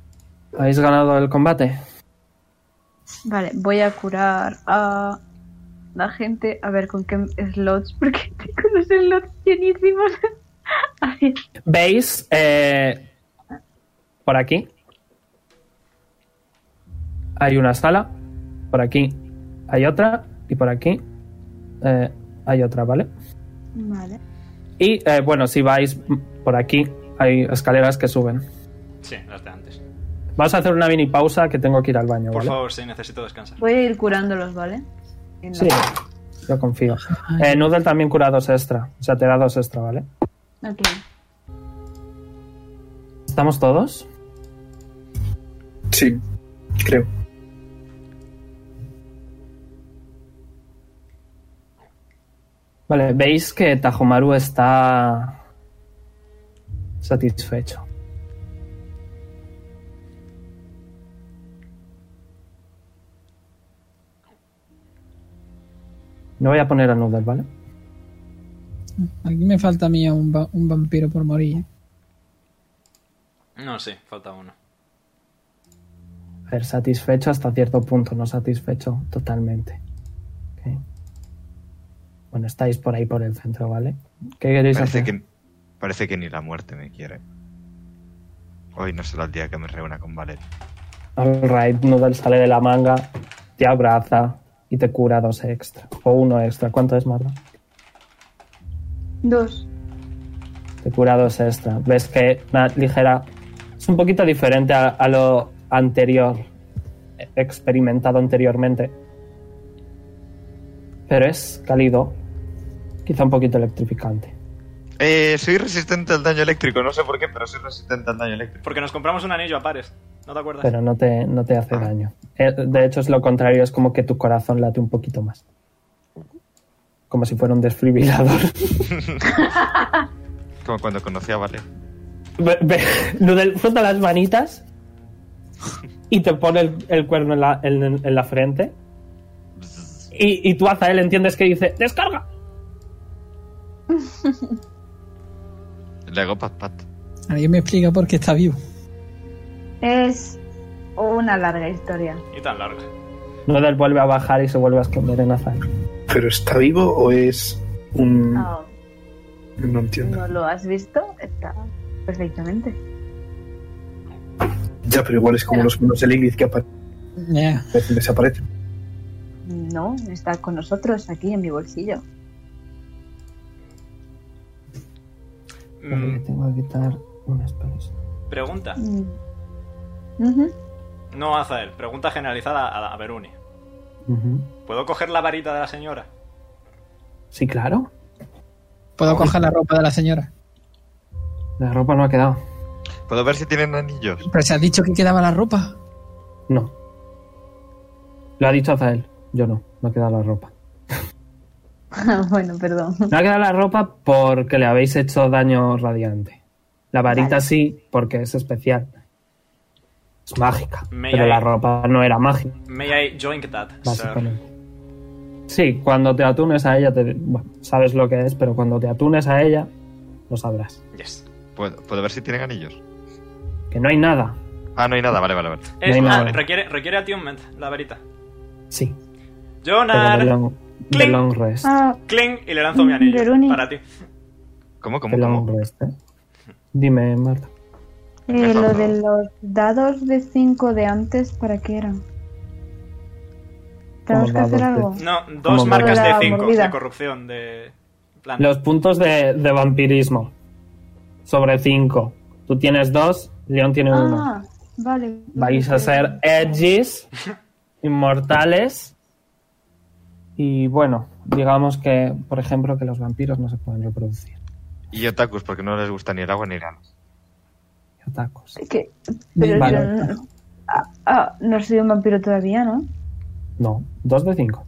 habéis ganado el combate.
*laughs* Vale, voy a curar a la gente. A ver con qué slots, *laughs* porque tengo unos slots llenísimos. *laughs* Así es.
¿Veis? eh, por aquí. Hay una sala. Por aquí hay otra. Y por aquí eh, hay otra, ¿vale?
Vale.
Y eh, bueno, si vais por aquí, hay escaleras que suben.
Sí, las de antes.
Vamos a hacer una mini pausa que tengo que ir al baño,
Por
¿vale?
favor, sí, necesito descansar.
Voy a ir curándolos, ¿vale? En la-
Sí, yo confío. Eh, Noodle también cura dos extra. O sea, te da dos extra, ¿vale?
Ok.
¿Estamos todos?
Sí, creo.
Vale, veis que Tajomaru está satisfecho. No voy a poner a Noodle, ¿vale?
Aquí me falta a mí un, va- un vampiro por morir. ¿eh?
No, sí, falta uno.
A ver, satisfecho hasta cierto punto, no satisfecho totalmente. Ok. Bueno, estáis por ahí por el centro, ¿vale? ¿Qué queréis
Parece
hacer?
que, parece que ni la muerte me quiere. Hoy no será el día que me reúna con Valer.
Alright, Noodle sale de la manga, te abraza y te cura dos extra. O uno extra. ¿Cuánto es, Marta?
Dos.
Te cura dos extra. Ves que una ligera. Es un poquito diferente a, a lo anterior. eh, Experimentado anteriormente. Pero es cálido. Quizá un poquito electrificante.
Eh, soy resistente al daño eléctrico, no sé por qué, pero soy resistente al daño eléctrico.
Porque nos compramos un anillo a pares. ¿No te acuerdas?
Pero no te, no te hace
Ah.
daño. Eh, De hecho, es lo contrario, es como que tu corazón late un poquito más. Como si fuera un desfibrilador.
Como cuando conocí a Valer.
Ve- ve- Nudel, frota las manitas y te pone el, el cuerno en la, en, en la frente. Y, y tú, Azael, entiendes que dice: ¡Descarga!
Le hago pat pat.
Alguien me explica por qué está vivo.
Es una larga historia.
Y tan largo.
Nudel vuelve a bajar y se vuelve a esconder en Azael.
¿Pero está vivo o es un.?
Ah,
No entiendo.
¿No lo has visto? Está perfectamente.
Ya, pero igual es como los monos del Ignis que aparecen
Ya.
y desaparecen.
No, está con nosotros aquí en mi bolsillo.
Mm,
tengo que quitar unas palas.
pregunta.
Mm. Ujú. *laughs*
No, Azael. Pregunta generalizada a, a Beruni.
Ujú.
¿Puedo coger la varita de la señora?
Sí, claro.
Puedo coger la ropa de la señora.
La ropa no ha quedado.
¿Puedo ver si tienen anillos?
Pero se ha dicho que quedaba la ropa.
No. Lo ha dicho Azael. Yo no. No ha quedado la ropa.
Ah, bueno, perdón.
No ha quedado la ropa porque le habéis hecho daño radiante. La varita
Vale.
sí, porque es especial. Es mágica.
Me
pero
ahí.
la ropa no era mágica,
May I join that, sir?
básicamente. Sí, cuando te atunes a ella, te, bueno, sabes lo que es, pero cuando te atunes a ella, lo sabrás.
Yes.
¿Puedo, puedo ver si tienen anillos?
Que no hay nada.
Ah, no hay nada, vale, vale, vale.
Eh,
No hay
ah,
nada.
requiere, requiere attunement, la varita.
Sí, pero de
Jonar,
long, de
Clink.
long rest.
*laughs* Ah,
cling, y le lanzo mi anillo.
Beruni.
Para ti.
¿Cómo, cómo,
De long
cómo?
rest, ¿eh? Dime, Marta.
eh, lo de los dados de 5 de antes, ¿para qué eran? ¿Tenemos que
Como
hacer
dados de-
algo?
No, dos
Como
marcas de
la
5
mordida.
de corrupción. De plan.
Los puntos de, de vampirismo. Sobre 5. Tú tienes 2, León tiene 1.
Ah, vale.
Vais a ser edgies, inmortales. Y bueno, digamos que, por ejemplo, que los vampiros no se pueden reproducir.
Y otakus, porque no les gusta ni el agua ni el ano.
Y Otakus.
Que- pero
Vale.
yo no, ah, ah, no soy un vampiro todavía, ¿no?
No, 2 de 5.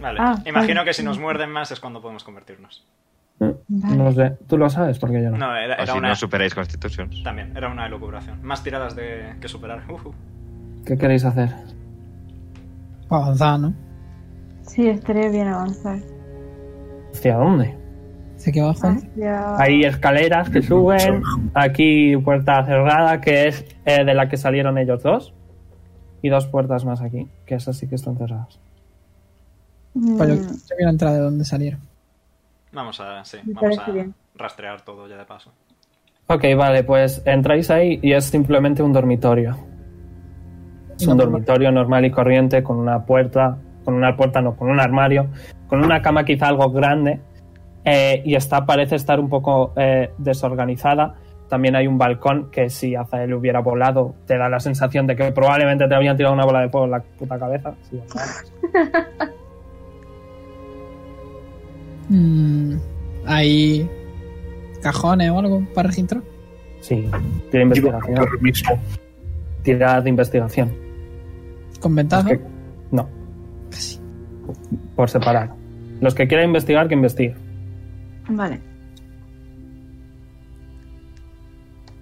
Vale.
Ah,
Imagino
vale.
que si nos muerden más es cuando podemos convertirnos.
Vale.
No sé, tú lo sabes porque yo no.
No, era,
O
era
si
una.
no superáis constitución.
También, era una elucubración. Más tiradas de, que superar. Ujú.
¿Qué queréis hacer?
Para avanzar, pues ¿no?
Sí, estaría bien avanzar.
¿Hacia dónde?
Así que abajo.
Hacia-
Hay escaleras que suben. Aquí puerta cerrada, que es eh, de la que salieron ellos dos. Y dos puertas más aquí, que esas sí que están cerradas.
Mm,
Pues yo, yo quiero entrar de donde salieron.
Vamos a. Sí,
Me
vamos
parece
a
bien.
rastrear todo ya de paso.
Ok, vale, pues entráis ahí y es simplemente un dormitorio. Es un dormitorio normal y corriente con una puerta, con una puerta no, con un armario, con una cama quizá algo grande eh, y está parece estar un poco eh, desorganizada. También hay un balcón que si Azael hubiera volado te da la sensación de que probablemente te habían tirado una bola de fuego en la puta cabeza. Sí, volabas.
Mm, hay cajones o algo para registrar.
sí tira
Digo, no,
investigación.
pero mismo.
Tira de investigación.
Con
Los
ventaja.
que- no. Por separado. Los que quieran investigar, que investiguen.
Vale.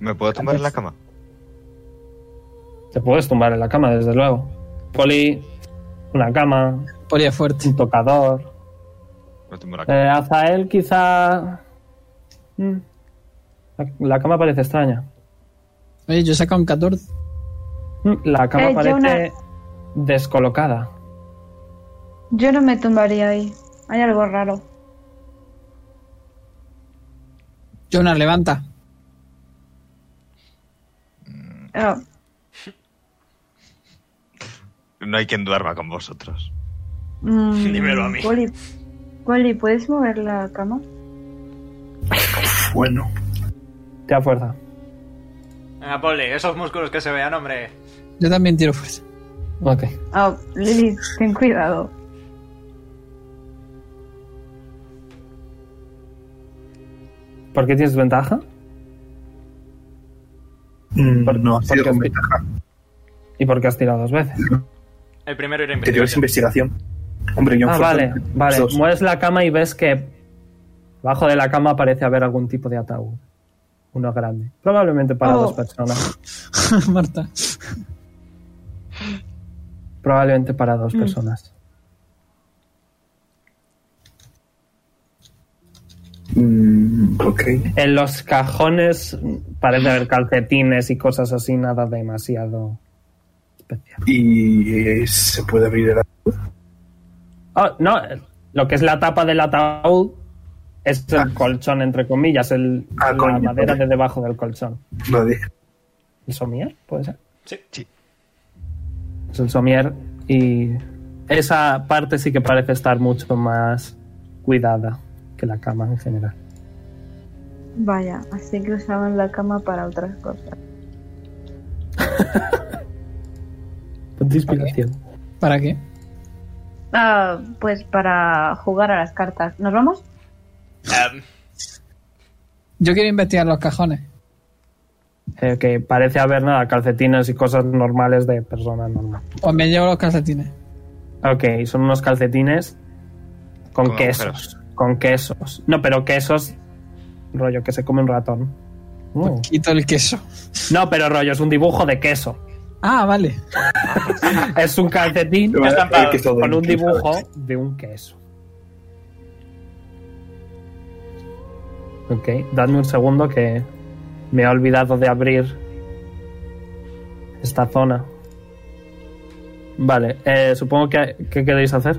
¿Me puedo tumbar en la cama?
Te puedes tumbar en la cama, desde luego. Poli, una cama,
Poli es fuerte.
un tocador.
Me tumbo en la cama.
Eh, Azael, quizá. Mm. La, la cama parece extraña.
Oye, yo he sacado un 14.
Mm, La cama
Eh,
parece
Jonas.
descolocada.
Yo no me tumbaría ahí. Hay algo raro.
Jonas, levanta.
Ah,
No hay quien duerma con vosotros.
mm,
Dímelo a mí.
Poli, Poli, ¿puedes mover la cama?
Bueno,
Te da fuerza.
Venga, Poli, esos músculos que se vean, hombre.
Yo también tiro fuerza. *laughs*
Ok.
Ah, Lili, ten cuidado.
¿Por qué tienes ventaja?
mm,
Por-
no, ha
porque
sido con
sí.
ventaja.
¿Y por qué has tirado dos veces?
El primero era
Te llevas
investigación.
investigación. Hombre, yo en
Ah,
fuerza-
vale, vale.
dos.
Mueves la cama y ves que bajo de la cama parece haber algún tipo de ataúd. Uno grande. Probablemente para
Oh.
dos personas.
Marta.
Probablemente para dos
Mm.
personas.
Mm, ok.
En los cajones mm, parece haber calcetines y cosas así, nada demasiado especial.
¿Y eh, se puede abrir el
Oh, no, eh, lo que es la tapa del ataúd es el colchón, entre comillas, el,
Ah,
la
coño,
madera
vale.
de debajo del colchón.
Vale.
¿El somier? ¿Puede ser?
Sí.
Es el somier y esa parte sí que parece estar mucho más cuidada que la cama en general.
Vaya, así que usaban la cama para otras cosas.
Punto de inspiración.
¿Para qué?
Ah, pues para jugar a las cartas. ¿Nos vamos?
Em,
Yo quiero investigar los cajones.
Eh, que parece haber nada, calcetines y cosas normales de persona normal.
O me llevo los calcetines.
Ok, son unos calcetines con,
Con
quesos.
agujeros.
Con quesos. No, pero quesos. Rollo que se come un ratón. Uh.
Quito el queso.
No, pero rollo, es un dibujo de queso.
Ah, vale.
Es un *laughs* calcetín
Me van a
Estampado.
creer Eh, que es todo
con un
incrustado.
dibujo de un queso. Ok, dadme un segundo que me he olvidado de abrir esta zona. Vale, eh, supongo que... ¿Qué queréis hacer?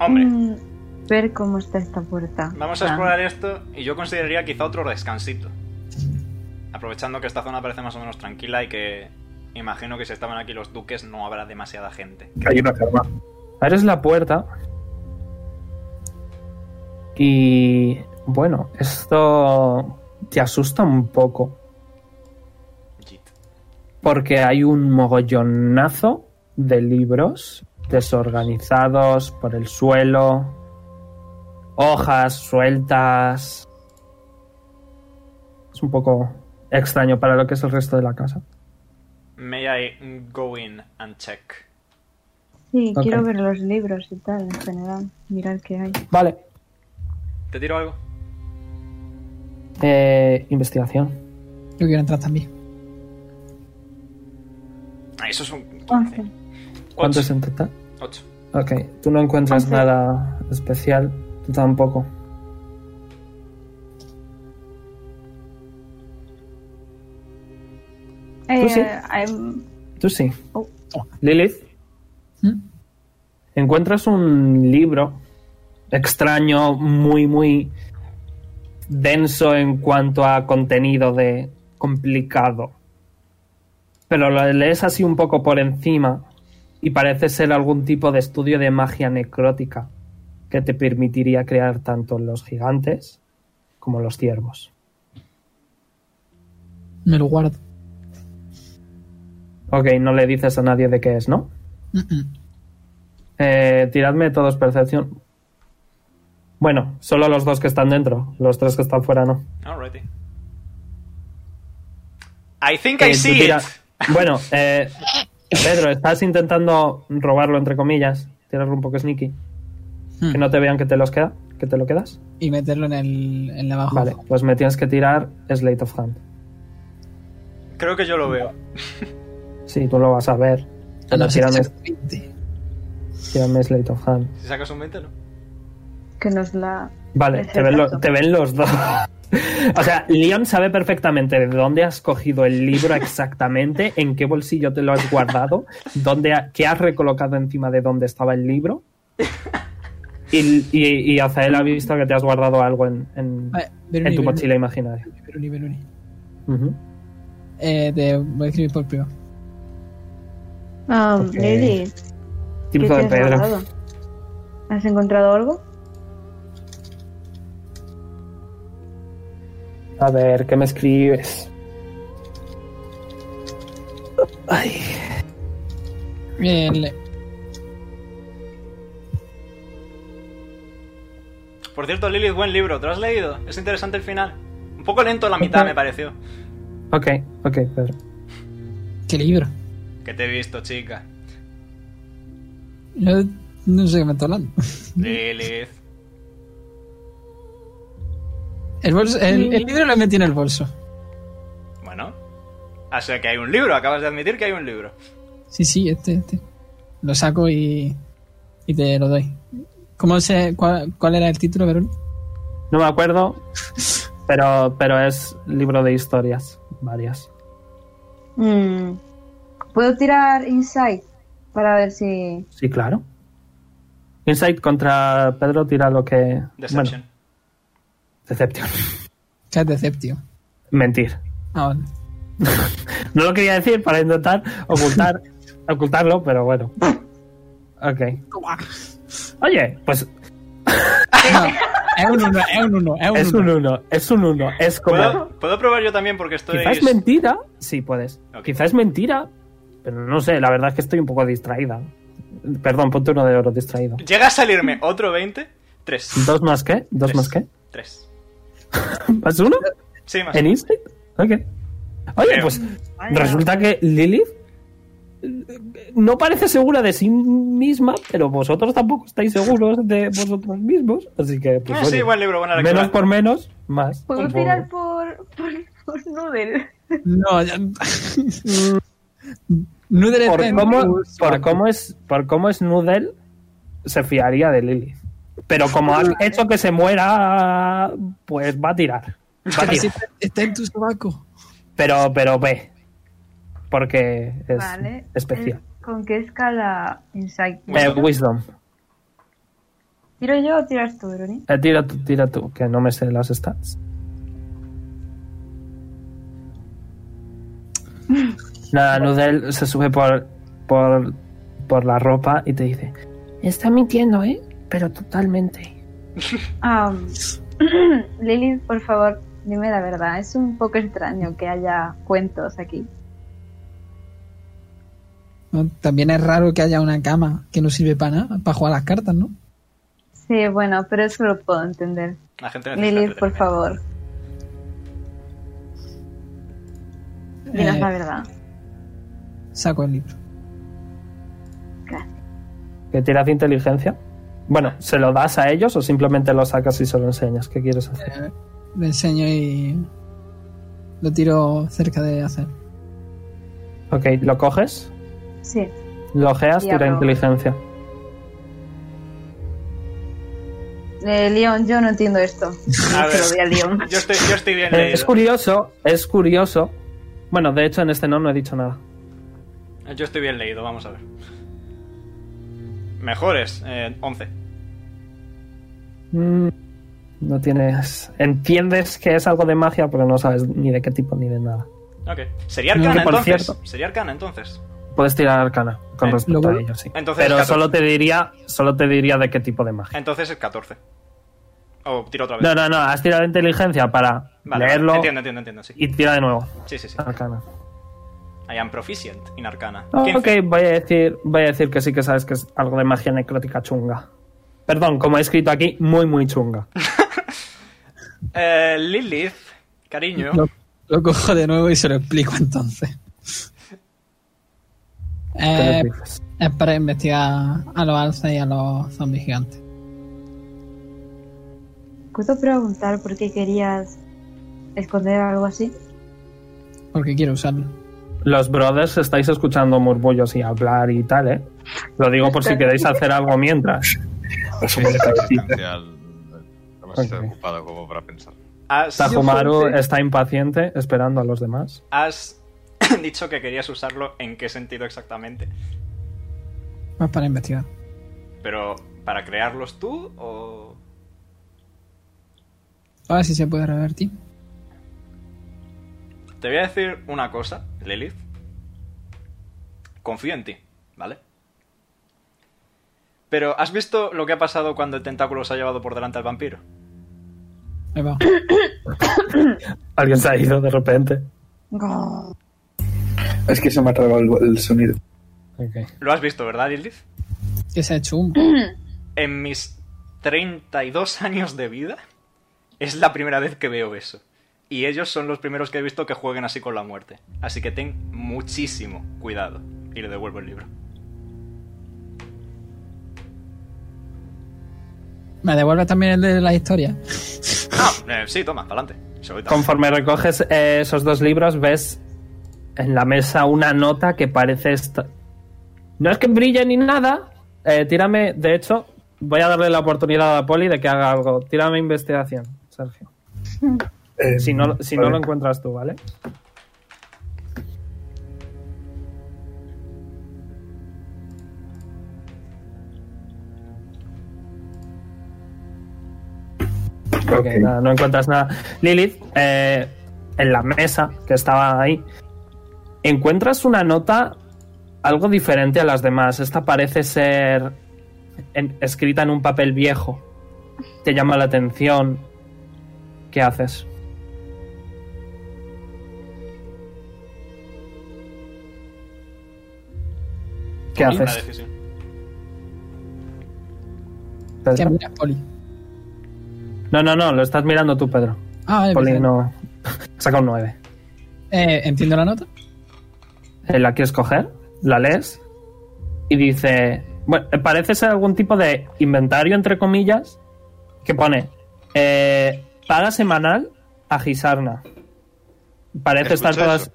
Hombre,
Mm, ver cómo está esta puerta.
vamos a
Ah,
explorar esto y yo consideraría quizá otro descansito. Aprovechando que esta zona parece más o menos tranquila y que imagino que si estaban aquí los duques no habrá demasiada gente.
Hay una cama.
Abres la puerta. Y... Bueno, esto te asusta un poco.
Jit.
porque hay un mogollonazo de libros desorganizados por el suelo, hojas sueltas. Es un poco extraño para lo que es el resto de la casa.
May I go in and check?
Sí,
Ok.
quiero ver los libros y tal en general. Mirar qué hay.
Vale,
¿Te tiro algo?
eh, investigación.
Yo quiero entrar también.
Ah, eso es un...
Once.
¿Cuánto es en total?
8.
Ok, tú no encuentras
Once.
nada especial, tú tampoco.
Eh,
sí?
hay-
Tú sí.
Oh.
Lilith,
¿Mm?
encuentras un libro extraño, muy, muy denso en cuanto a contenido de complicado. Pero lo lees así un poco por encima y parece ser algún tipo de estudio de magia necrótica que te permitiría crear tanto los gigantes como los ciervos.
Me lo guardo.
Ok, no le dices a nadie de qué es, ¿no?
Mm-mm.
Eh, tiradme todos percepción. Bueno, solo los dos que están dentro. Los tres que están fuera no.
Alrighty. I think
Eh,
I
tú
see
tira-
it.
Bueno, eh, Pedro, estás intentando robarlo, entre comillas. Tirarlo un poco sneaky.
Hmm.
Que no te vean que te, los queda, que te lo quedas.
Y meterlo en el en la bajo.
Vale, pues me tienes que tirar Slate of Hand.
Creo que yo lo veo.
Sí, tú lo vas a ver.
A no ser que
Tírame,
sea 20.
tírame Slate of Hand.
Si sacas un 20, ¿no?
que nos la.
Vale,
Ese
te ven, lo-
caso.
te ven los dos. *laughs* O sea, Leon sabe perfectamente de dónde has cogido el libro exactamente, en qué bolsillo te lo has guardado, dónde ha- qué has recolocado encima de dónde estaba el
*laughs*
libro. Y, y, y Azael ha visto que te has guardado algo en, en-
Vale,
en
Veruni,
tu
Veruni,
mochila imaginaria.
Veruni, Veruni.
Ujú.
Eh, te voy a escribir por privado.
Ah,
Ok.
Lady, ¿qué
Típico de
te has
Pedro.
guardado? ¿Has encontrado algo?
A ver, ¿qué me escribes?
Eh, le-
Por cierto, Lilith, buen libro. ¿Te lo has leído? Es interesante el final. Un poco lento la mitad, me pareció.
Ok, ok, Pedro.
¿Qué libro?
Que te he visto, chica.
Yo no sé qué me está hablando.
Lilith.
El, bolso, el, el libro lo he metido en el bolso.
Bueno. O sea que hay un libro. Acabas de admitir que hay un libro.
Sí, sí, este, este. Lo saco y, y te lo doy. ¿Cómo se, cuál, cuál era el título, Verón?
No me acuerdo, pero, pero es libro de historias, varias.
Mm, ¿Puedo tirar Insight para ver si.
Sí, claro. Insight contra Pedro tira lo que.
Deception.
bueno, Deception.
¿Qué es Deceptio?
*laughs* Mentir.
Ah, vale.
no lo quería decir para intentar ocultar, ocultarlo, pero bueno. Ok. Oye, pues
No, es un uno, es un uno, es un
es
uno.
un 1, es un 1, es como...
¿Puedo, puedo probar yo también porque estoy.
Quizás es mentira. Sí, puedes.
Ok.
Quizás es mentira. Pero no sé, la verdad es que estoy un poco distraída. Perdón, ponte uno de oro distraído.
Llega a salirme otro 20. 3.
¿Dos más qué? ¿Dos más qué?
3.
¿Más uno?
Sí, más.
¿En Instinct? Ok. Oye,
Creo.
pues resulta que Lilith eh, no parece segura de sí misma, pero vosotros tampoco estáis seguros de vosotros mismos. Así que, pues,
Ah, sí,
oye,
buen libro, buena lectura.
menos por menos, más.
¿Puedo
supongo.
tirar por, por, por *laughs* Noodle?
No, ya- Noodle está
por
en
cómo,
tus-
por cómo es por cómo es Noodle se fiaría de Lilith pero como
*laughs*
has hecho que se muera pues va a tirar va a
*laughs*
Casi
tirar
está, está en tu sobaco.
pero pero ve porque es
Vale.
especial
¿Con qué escala Insight?
Eh, wisdom
¿Tiro yo o tiras tú, Bruni?
Eh, tira tú tira tú que no me sé las stats nada Noodle se sube por por por la ropa y te dice está mintiendo eh pero totalmente
Am, *clears throat* Lilith, por favor, dime la verdad. Es un poco extraño que haya cuentos aquí.
No, También es raro que haya una cama que no sirve para nada, para jugar a las cartas, ¿no?
Sí, bueno, pero eso lo puedo entender.
La gente necesita
Lilith, por
entretener.
favor, dinos
Eh,
la verdad.
Saco el libro.
¿Que tiras de inteligencia? Bueno, ¿se lo das a ellos o simplemente lo sacas y se lo enseñas? ¿Qué quieres hacer?
Lo enseño y lo tiro cerca de hacer.
Ok, lo coges,
Sí.
lo ojeas,
Y
tira
abro.
inteligencia.
Eh, Leon, yo no
*laughs*
entiendo esto.
A ver.
Se lo di a Leon.
*laughs* Yo estoy, yo estoy bien
Eh, es
leído.
curioso, es curioso. Bueno, de hecho en este no, no he dicho nada.
Yo estoy bien leído, vamos a ver. Mejores, eh, 11.
Mm, no tienes... Entiendes que es algo de magia, pero no sabes ni de qué tipo ni de nada.
Ok. Sería
No, que
arcana
por
entonces.
cierto-
Sería arcana entonces.
Puedes tirar arcana con
Eh,
respecto
luego-
a ellos, sí.
Entonces,
pero
14.
solo te diría solo te diría de qué tipo de magia.
Entonces es 14. O oh, tiro otra vez.
No, no, no, has tirado inteligencia para
Vale,
leerlo
Entiendo, entiendo, entiendo. Sí.
y tira de nuevo.
sí, sí, sí.
Arcana.
I am proficient in arcana.
Ah,
15.
Ok, voy a, decir, voy a decir que sí que sabes que es algo de magia necrótica chunga. Perdón, como he escrito aquí, muy, muy chunga.
Eh, Lilith, cariño.
Lo, lo cojo de nuevo y se lo explico
*laughs*
entonces.
¿Qué
Eh,
les dices?
es para investigar a los alces y a los zombies gigantes.
¿Puedo preguntar por qué querías esconder algo así?
Porque quiero usarlo.
Los brothers estáis escuchando murmullos y hablar y tal, ¿eh? Lo digo *laughs* por si queréis hacer algo mientras.
Asomo
*laughs*
la cabecita.
Estamos
Ok.
ocupado como para pensar.
Has,
Tajomaru está impaciente esperando a los demás.
has *laughs* dicho que querías usarlo en qué sentido exactamente.
Más para investigar.
Pero, ¿para crearlos tú o.?
A ver si se puede revertir.
Te voy a decir una cosa, Lilith. Confío en ti, ¿vale? Pero, ¿has visto lo que ha pasado cuando el tentáculo se ha llevado por delante al vampiro?
*clears throat*
Ahí va.
Alguien se ha ido de repente.
Es que se me ha trabado el, el sonido.
Lo has visto, ¿verdad, Lilith?
Que se ha hecho humo.
En mis 32 años de vida, es la primera vez que veo eso. Y ellos son los primeros que he visto que jueguen así con la muerte. Así que ten muchísimo cuidado. Y le devuelvo el libro.
Me devuelve también el de la historia.
Ah, eh, sí, toma, adelante. Se lo doy también.
Conforme recoges eh, esos dos libros, ves en la mesa una nota que parece esta. No es que brille ni nada. eh, tírame, de hecho, voy a darle la oportunidad a Poli de que haga algo. Tírame investigación, Sergio.
Eh,
Si no, si no
vale.
lo encuentras tú, ¿vale? Ok,
Ok.
nada, no encuentras nada. Lilith, eh, en la mesa que estaba ahí, Encuentras una nota algo diferente a las demás. Esta parece ser en- escrita en un papel viejo. Te llama la atención. ¿Qué haces? ¿Qué
Una
haces?
decisión.
Que
Pedro?
mira, Poli.
No, no, no, lo estás mirando tú, Pedro.
Ah, vale,
Poli
perfecto.
no. Saca un 9.
Eh, entiendo la nota.
Eh, la quieres coger, la lees y dice, bueno, eh, parece ser algún tipo de inventario, entre comillas, que pone, eh, paga semanal a Gisarna. Parece estar
¿Escucha
todas...
eso?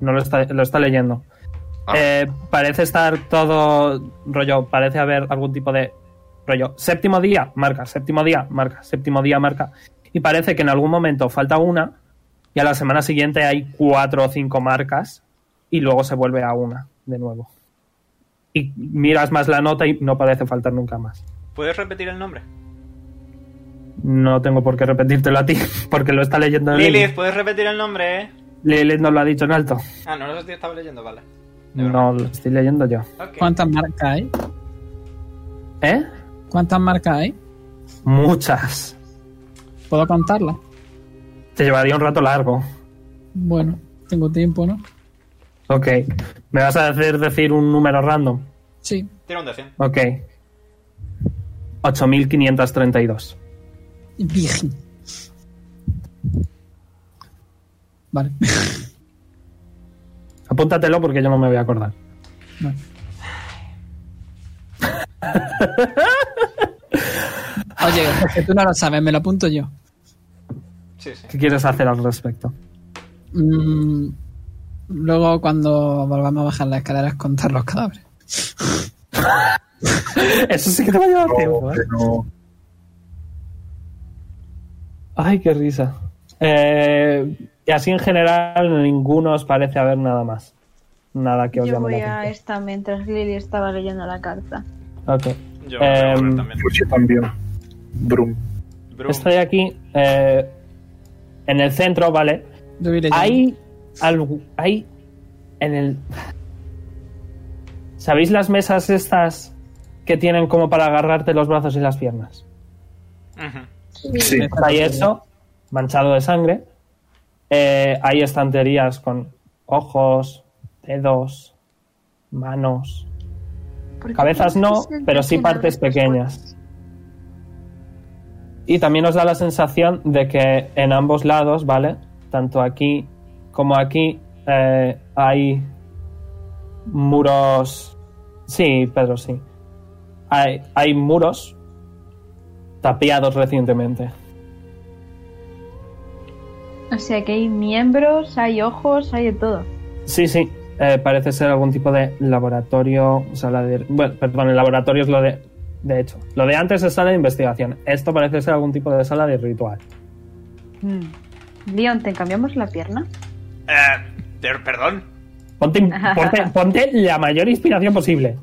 No lo está, lo está leyendo.
Ah.
Eh, parece estar todo rollo, parece haber algún tipo de rollo. Séptimo día, marca, séptimo día, marca, séptimo día, marca. Y parece que en algún momento falta una y a la semana siguiente hay cuatro o cinco marcas y luego se vuelve a una de nuevo. Y miras más la nota y no parece faltar nunca más.
¿Puedes repetir el nombre?
No tengo por qué repetírtelo a ti *laughs* porque lo está leyendo
Lilith,
Lilith.
¿puedes repetir el nombre? eh?
Lilith nos lo ha dicho en alto.
Ah, no lo estaba leyendo, vale. De verdad.
No, lo estoy leyendo yo.
Ok.
¿Cuántas marcas hay?
¿Eh?
¿Cuántas marcas hay?
Muchas.
¿Puedo contarlas?
Te llevaría un rato largo.
Bueno, tengo tiempo, ¿no?
Ok. ¿Me vas a hacer decir un número random?
Sí.
Tira un de 100.
Ok. 8532.
Virgen. Vale.
Apúntatelo porque yo no me voy a acordar.
Vale. Oye, porque tú no lo sabes, me lo apunto yo.
Sí, sí.
¿Qué quieres hacer al respecto?
Mm, luego, cuando volvamos a bajar las escaleras, contar los cadáveres.
Eso sí que te va a llevar tiempo,
No,
¿eh?
pero
Ay, qué risa. Eh, y así en general, ninguno os parece haber nada más. Nada que os
Yo
llame
voy
la
a
atención.
esta mientras Lily estaba leyendo la carta.
Ok.
Yo voy a
Em,
volver también.
yo también. Brum.
Brum.
Estoy aquí eh, en el centro, ¿vale?
Yo iré
Hay algo. Hay. En el. ¿Sabéis las mesas estas que tienen como para agarrarte los brazos y las piernas?
Ujú.
Sí,
Pues hay eso, manchado de sangre. Eh, hay estanterías con ojos, dedos, manos. Cabezas no, pero sí partes pequeñas. Y también nos da la sensación de que en ambos lados, ¿vale? Tanto aquí como aquí eh, hay muros. Sí, pero sí. Hay, hay muros tapiados recientemente.
O sea que hay miembros, hay ojos, hay de todo.
Sí, sí. eh, parece ser algún tipo de laboratorio. Sala de, bueno, perdón, el laboratorio es lo de. De hecho, lo de antes es sala de investigación. Esto parece ser algún tipo de sala de ritual.
Mm. Leon, ¿te cambiamos la pierna?
Eh, per- perdón.
Ponte, ponte, ponte la mayor inspiración posible.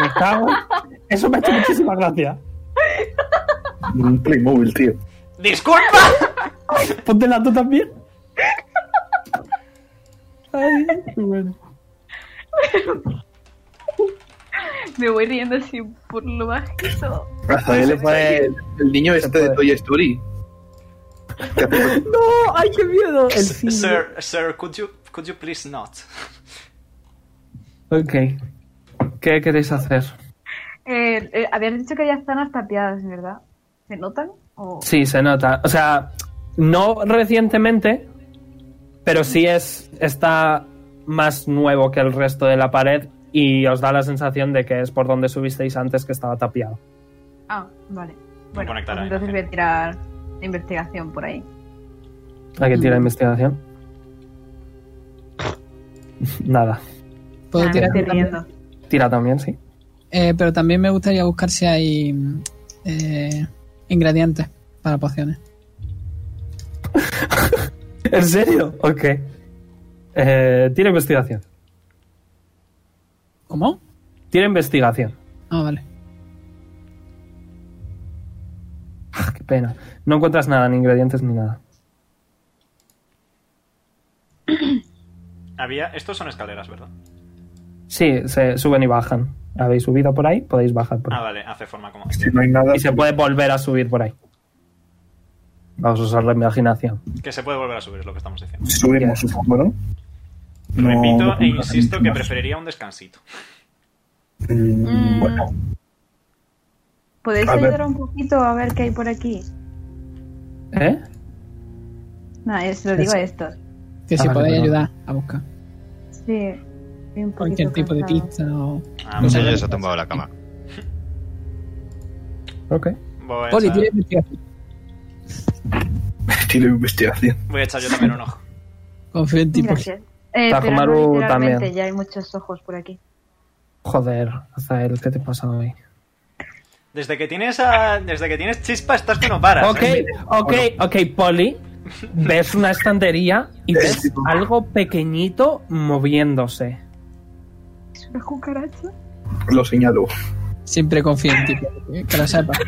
Me cago. Eso me ha hecho muchísima gracia.
un Playmobil, tío.
¡Disculpa!
Ponte la tú también. Ay, qué bueno.
*laughs* Me voy riendo así por lo bajito.
Rafael es
puede-
el, el niño este de Toy Story. Que hace-
No, ay, qué miedo. El fin.
Sir, sir, could you, could you please not?
Ok. ¿Qué queréis hacer?
Eh, eh, habías dicho que había zonas tapiadas, ¿verdad? ¿Se notan? ¿O...
Sí, se nota. O sea, no recientemente, pero sí es está más nuevo que el resto de la pared y os da la sensación de que es por donde subisteis antes que estaba tapiado.
Ah, vale. Bueno,
conectar
pues
a la
entonces voy a tirar la investigación por ahí.
Hay que tirar investigación. *laughs* Nada.
¿Puedo
Ah, me
tirar
estoy
también?
riendo.
Tira también, sí.
Eh, pero también me gustaría buscar si hay mm, eh, ingredientes para pociones.
¿En serio? Ok. Eh, tira investigación.
¿Cómo?
Tira investigación.
Ah, vale.
Ah, qué pena. No encuentras nada, ni ingredientes ni nada.
Había... Estos son escaleras, ¿verdad?
Sí, se suben y bajan. Habéis subido por ahí, podéis bajar por ahí.
Ah, vale, hace forma como...
Si no hay nada.
Y se puede volver a subir por ahí. Vamos a usar la imaginación.
Que se puede volver a subir, es lo que estamos diciendo.
Subimos, supongo, ¿no? No,
Repito
no
e
tengo
insisto que
más.
preferiría un descansito.
Mm,
Mm.
Bueno,
¿Podéis
A ver.
ayudar un poquito a ver qué hay por aquí?
¿Eh?
No, yo se lo digo a estos.
Que
Ah,
si
vale,
podéis
perdón.
ayudar a buscar
Sí. estoy un
cualquier
poquito
tipo de
cansada.
pista o.
Ah,
No
Sí,
sé.
ella se ha tumbado la cama.
Ok.
voy, a
Poli,
echar,
tira investigación.
tiro investigación.
voy a echar yo también un ojo.
Confío en ti, pues. Poli.
Gracias. Eh, pero
Tajomaru
no, literalmente,
también.
ya hay muchos ojos por aquí.
Joder, Azael, ¿qué te pasa hoy?
Desde que tienes a- desde que tienes chispa estás que no paras.
Ok,
¿eh?
ok, ok, Polly. Ves una estantería y ves algo pequeñito moviéndose.
¿Es una cucaracha?
Lo señalo.
Siempre confío en ti, Poli, que lo sepas.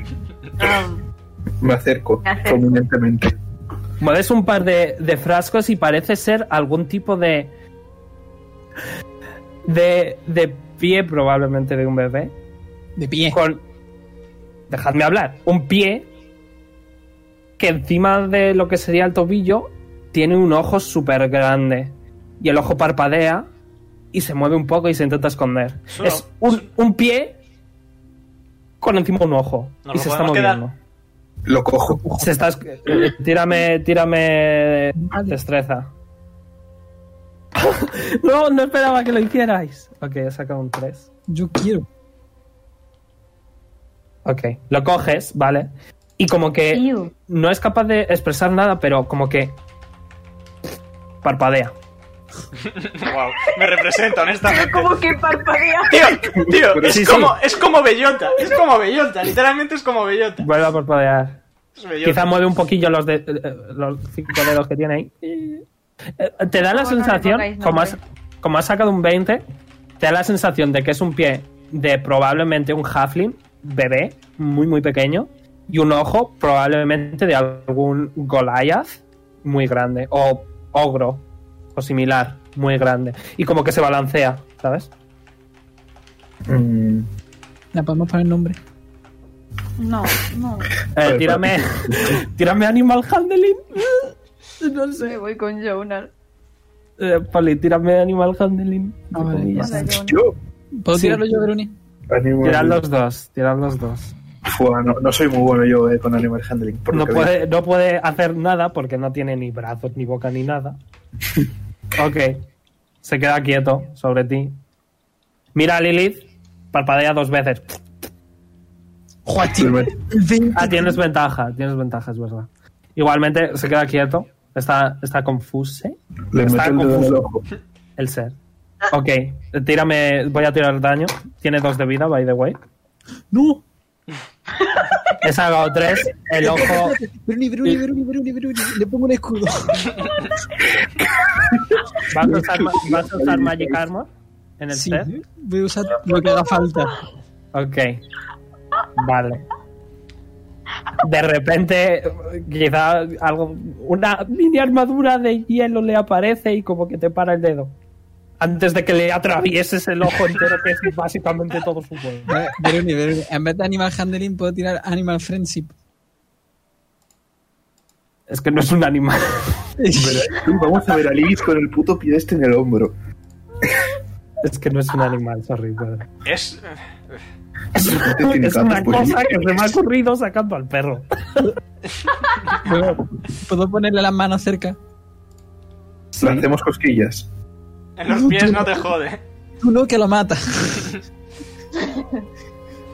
Me acerco
Me acerco.
prominentemente.
Mueves un par de, de frascos y parece ser algún tipo de, de. de pie, probablemente de un bebé.
De pie.
Con. Dejadme hablar. Un pie. Que encima de lo que sería el tobillo. Tiene un ojo súper grande. Y el ojo parpadea. Y se mueve un poco y se intenta esconder.
Solo-
Es un, un pie. Con encima un ojo.
Nos
y
lo
se está
podemos quedar.
moviendo.
Lo cojo.
Se está. esc- Tírame. Tírame. Destreza. *laughs* no, no esperaba que lo hicierais. Ok, he sacado un 3.
Yo quiero.
Ok. Lo coges, ¿vale? Y como que
Iu.
no es capaz de expresar nada, pero como que parpadea.
Guau, me representa, honestamente.
Como que parpadea.
Tío, tío, es,
Sí, sí.
como, es como bellota, es como bellota, literalmente es como bellota.
Vuelve a parpadear.
Es bellota.
Quizá mueve un poquillo los, de- eh, los cinco dedos que tiene ahí. Eh, Te da la
No, no
sensación,
le pongáis
como,
nombre.
has, como has sacado un 20, te da la sensación de que es un pie de probablemente un halfling, bebé, muy muy pequeño, y un ojo probablemente de algún Goliath muy grande, o ogro, o similar, muy grande. Y como que se balancea, ¿sabes?
Mm,
La podemos poner nombre.
No, no.
Eh, tírame, *laughs* tírame Animal Handling. *laughs* No
Me
sé.
voy con Jonar.
Eh, Poli, tírame Animal Handling.
Ah, vale,
Comillas.
vale.
Yo,
¿Puedo
Sí.
tirarlo yo, Bruni?
animal.
Tirad los dos, tirad los dos.
Fua, no, no soy muy bueno yo eh, con Animal Handling. por lo
No
que
puede, no puede hacer nada porque no tiene ni brazos, ni boca, ni *laughs* nada. ok. Se queda quieto sobre ti. Mira a Lilith, parpadea dos veces.
veo. Primer-
Ah, tienes ventaja, tienes ventaja, es verdad. Igualmente se queda quieto. Está, está confuse
Le
Está
meto el dedo en el
confuso.
ojo.
el ser. Ok, tírame. Voy a tirar daño. Tiene dos de vida, by the way.
¡No!
He sacado tres. El ojo.
Bruni, Bruni, Bruni, Bruni, Bruni. Le pongo un escudo.
¿Vas a usar, ma- vas a usar Magic Armor en el
Sí,
set?
voy a usar lo que haga falta.
Ok. Vale. De repente, quizá algo. Una mini armadura de hielo le aparece y como que te para el dedo. Antes de que le atravieses el ojo entero, que es básicamente todo su cuerpo.
Eh, Bruni, Bruni. En vez de Animal Handling, puedo tirar Animal Friendship.
Es que no es un animal. *laughs*
Pero, vamos a ver a Lilith con el puto pie este en el hombro.
Es que no es un animal, sorry, Pedro.
Es...
No tiene
Es una
gatos, pues,
cosa que se me ha ocurrido sacando al
*laughs*
perro.
¿Puedo, *laughs* puedo ponerle las manos cerca?
Le hacemos cosquillas.
En los pies no te jode.
Tú no, que lo mata.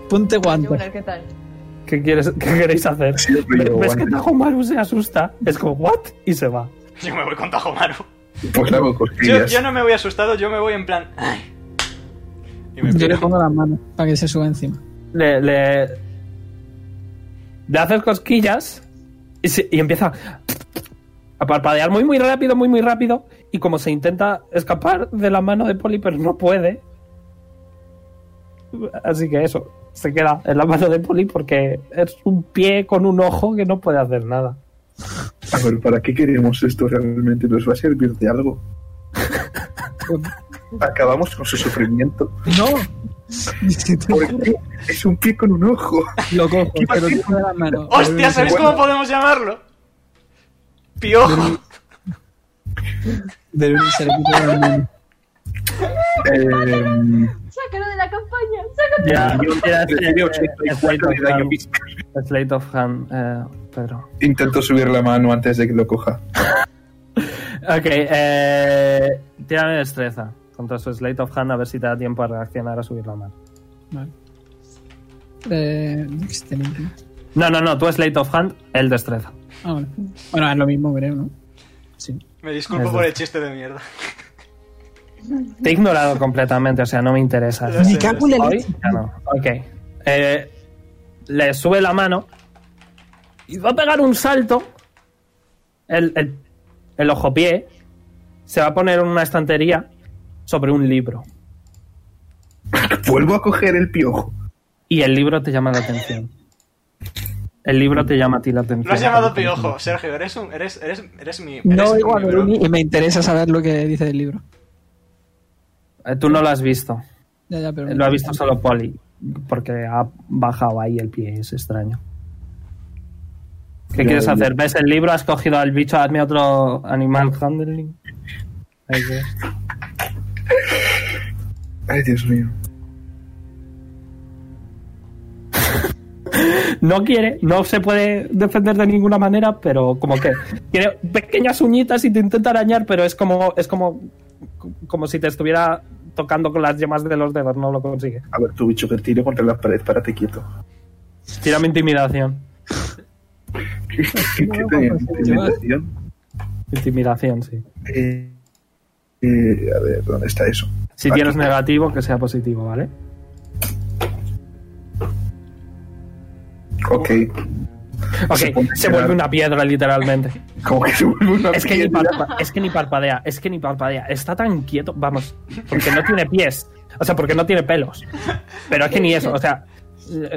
Ponte guantes.
Jonar, ¿qué tal?
¿Qué, quieres, qué queréis hacer?
Sí, yo
Ves
digo,
que
bueno.
Tajomaru se asusta. Es como, ¿what? Y se va.
Yo me voy con Tajomaru.
Pues le hago
Yo,
cosquillas.
yo no me voy asustado, yo me voy en plan... "Ay". Y me
Yo le
piro.
pongo las manos para que se suba encima.
le, le, le haces cosquillas y, se- y empieza a parpadear muy, muy rápido, muy, muy rápido. Y como se intenta escapar de la mano de Poli, pero no puede. Así que eso, se queda en la mano de Poli porque es un pie con un ojo que no puede hacer nada.
*laughs*
A ver, ¿para qué queremos esto realmente? ¿Nos va a servir de algo? Acabamos con su sufrimiento.
*laughs* No.
Porque es un pie con un
*laughs*
ojo.
Lo cojo, pero no me da la mano.
¡Oh!
¡Hostia! ¿Sabéis cómo podemos llamarlo? Piojo.
*laughs*
Del se le quita la mano.
Eh,
¡Sácalo de la campaña! ¡Sácalo!
Ya, ya,
le dio 84 de daño físico.
Slate of Hand, eh, Pedro.
Intento subir la mano antes de que lo coja.
Ok, eh, tírame destreza contra su Slate of Hand a ver si te da tiempo a reaccionar a subir la mano.
Vale. Eh, excelente.
No, no, no, tú Slate of Hand, él destreza.
Ah, bueno. bueno, es lo mismo, creo, ¿no? Sí.
Me disculpo por el chiste de mierda.
Te he ignorado completamente, o sea, no me interesa.
Lo sé,
Me cago
lo
en la
Hoy
leche.
ya no. Ok. Eh, le sube la mano y va a pegar un salto. El, el, el ojopié se va a poner en una estantería sobre un libro.
Vuelvo a coger el piojo.
Y el libro te llama la atención. El libro te llama a ti la atención.
Lo has llamado piojo, Sergio. Eres un. Eres, eres, eres mi.
No
eres
oigo a
mi bro.
Meruni y me interesa saber lo que dice del libro.
Eh, tú no lo has visto.
Ya, ya, pero
Lo ha visto solo Polly. Porque ha bajado ahí el pie, es extraño. ¿Qué
Ya,
quieres
ya.
hacer? ¿Ves el libro? ¿Has cogido al bicho? Hazme otro animal handling. Ahí ves.
Ay, Dios mío.
No quiere, no se puede defender de ninguna manera, pero como que tiene pequeñas uñitas y te intenta arañar, pero es como es como como si te estuviera tocando con las yemas de los dedos, no lo consigue.
A ver, tu bicho que tiro contra la pared, párate quieto.
*laughs*
Tírame intimidación.
¿Qué tenía? ¿Intimidación?
Intimidación, sí.
Eh, eh, a ver, ¿dónde está eso?
Si
Aquí.
tienes negativo, que sea positivo, ¿vale?
Ok.
Ok,
Se pone a
se vuelve
llorar.
una piedra
*laughs*
literalmente.
Como que se vuelve una
Es que, ni
piedra.
parpa- es que ni parpadea, es que ni parpadea. Está tan quieto, vamos, porque no tiene pies. O sea, porque no tiene pelos. Pero es que ni eso, o sea,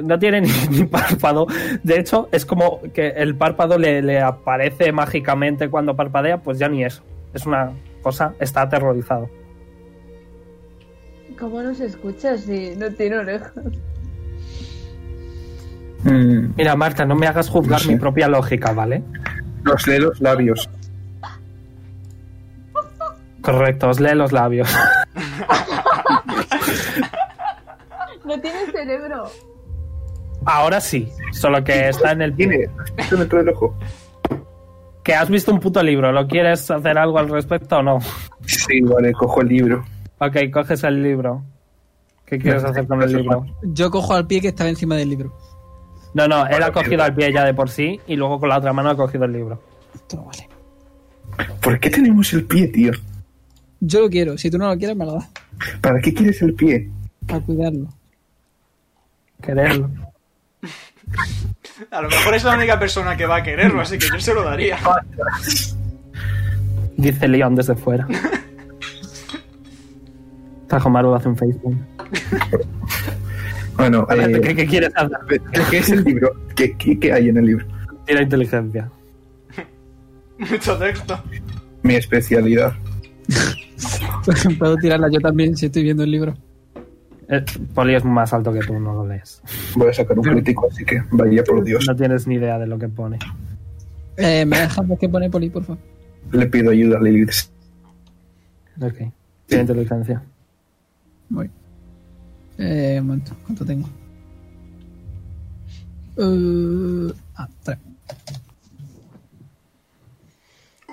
no tiene ni, *laughs* ni párpado. De hecho, es como que el párpado le, le aparece mágicamente cuando parpadea, pues ya ni eso. Es una cosa, está aterrorizado.
¿Cómo nos escucha si no tiene orejas?
Mm,
Mira, Marta, no me hagas juzgar
No sé.
mi propia lógica, ¿vale?
Nos lee los labios.
Correcto, os lee los labios.
No tiene cerebro.
Ahora sí, solo que está en el...
Tiene esto dentro del ojo.
Que has visto un puto libro, ¿lo quieres hacer algo al respecto o no?
Sí, vale, cojo el libro.
Ok, coges el libro. ¿Qué quieres hacer con el libro?
Yo cojo al pie que estaba encima del libro.
No, no, él ha cogido al pie ya de por sí y luego con la otra mano ha cogido el libro.
Esto no vale.
¿Por qué tenemos el pie, tío?
Yo lo quiero. Si tú no lo quieres, me lo das.
¿Para qué quieres el pie?
Para cuidarlo. *laughs*
*laughs* Quererlo.
A lo mejor es la única persona que va a quererlo, así que yo se lo daría.
Dice Leon desde fuera. Tajomaru hace un Facebook.
Bueno, eh,
¿Qué, qué quieres hacer?
¿qué
*laughs*
es el libro? ¿Qué, qué, qué hay en el libro?
Tira inteligencia.
Mucho texto.
Mi especialidad.
Puedo tirarla yo también si estoy viendo el libro.
Eh, Poli es más alto que tú, no lo lees.
Voy a sacar un
Mm.
crítico, así que vaya por Dios.
No tienes ni idea de lo que pone.
Eh, ¿Me dejas ver qué pone Poli, por favor?
Le pido ayuda a Lilith.
Ok. Tira inteligencia.
Voy. Eh, un momento, ¿cuánto tengo? Eh, ah, tres.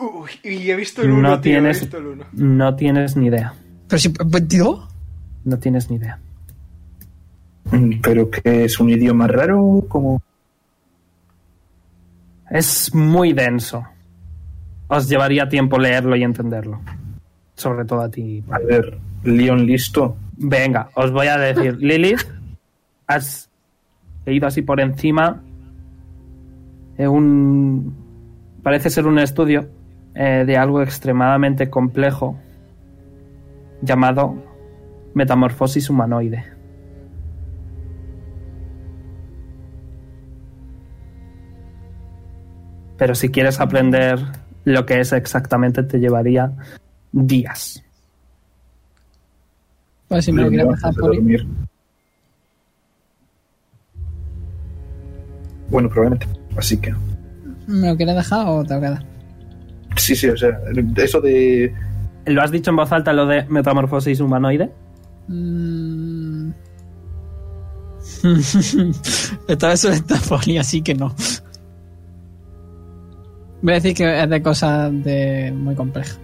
Uy, y he visto el uno,
No
tío.
tienes-
He visto el uno. *laughs*
No tienes ni idea.
Pero si. ¿22?
No tienes ni idea.
Mm, ¿Pero que es un idioma raro? como
Es muy denso. Os llevaría tiempo leerlo y entenderlo. Sobre todo a ti.
A ver, Leon listo.
Venga, os voy a decir. Lilith, has leído así por encima eh, un... Parece ser un estudio eh, de algo extremadamente complejo llamado metamorfosis humanoide. Pero si quieres aprender lo que es exactamente, te llevaría días.
Pues si me lo
Dormir
quieres
antes
dejar
de
por
dormir. Bueno, probablemente. Así que.
¿Me lo quieres dejar o te lo quedas?
Sí, sí, o sea, eso de.
¿Lo has dicho en voz alta lo de metamorfosis humanoide?
Mm. *laughs* Esta vez suelta folio, así que no. Voy a decir que es de cosas de muy complejas.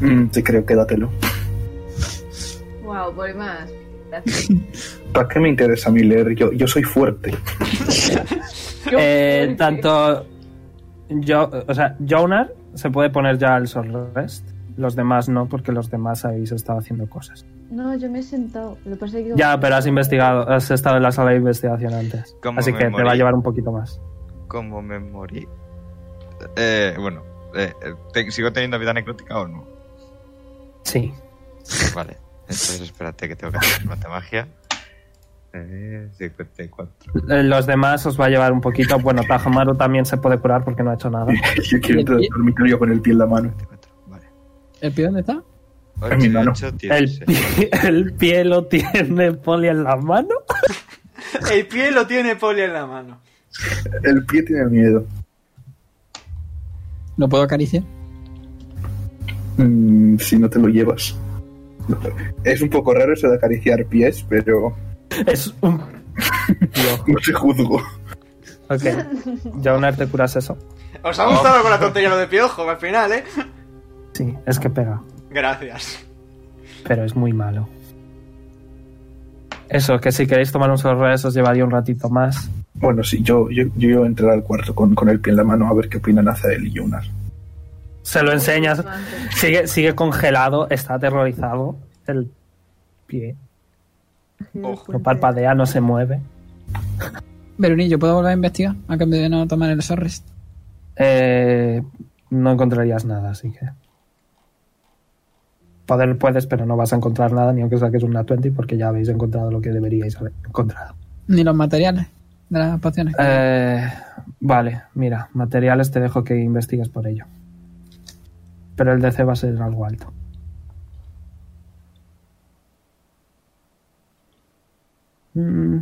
mm, te creo, quédatelo.
Wow, voy más. Gracias.
¿Para qué me interesa a mí leer? Yo, yo soy fuerte. *laughs*
Eh, tanto. Yo, o sea, Jonar se puede poner ya al sol rest. Los demás no, porque los demás habéis estado haciendo cosas.
No, yo me he sentado. Lo que pasa es que-
Ya, pero has investigado, has estado en la sala de investigación antes.
¿Cómo
Así
me
que te
morí?
va a llevar un poquito más.
¿Cómo me morí? Eh, bueno, eh, eh, te- ¿sigo teniendo vida necrótica o no?
Sí.
Vale. Entonces espérate que tengo que hacer mate magia. Eh, 54.
Eh, Los demás os va a llevar un poquito. Bueno, Tajamaru también se puede curar porque no ha hecho nada.
yo quiero entrar al dormitorio con el pie en la mano.
54, Vale.
¿El pie dónde está?
8,
mi mano.
8,
El,
16.
pie- *laughs* el pie lo tiene Poli en la mano.
El pie lo tiene Poli en la mano.
El pie tiene miedo.
¿Lo puedo acariciar?
Mm, si no te lo llevas. Es un poco raro eso de acariciar pies, pero
Es un.
no se juzgo.
Ok. Jonar, ¿te curas eso?
Os ha gustado con la tontería lo de piojo al final, ¿eh?
Sí, es que pega.
Gracias.
pero es muy malo. Eso, que si queréis tomar un sorrest os llevaría un ratito más.
Bueno, sí, yo, yo, yo iba a entrar al cuarto con, con el pie en la mano a ver qué opinan Azael y Jonar.
Se lo enseñas. Sigue, sigue congelado, está aterrorizado. El pie
Ojo.
no parpadea, no se mueve.
Veruni, ¿yo puedo volver a investigar? A cambio de no tomar el sorrest.
Eh, no encontrarías nada, así que. Poder puedes, pero no vas a encontrar nada, ni aunque saques una 20, porque ya habéis encontrado lo que deberíais haber encontrado.
Ni los materiales de las pociones.
Eh, vale, mira, materiales te dejo que investigues por ello. Pero el DC va a ser algo alto. Mm,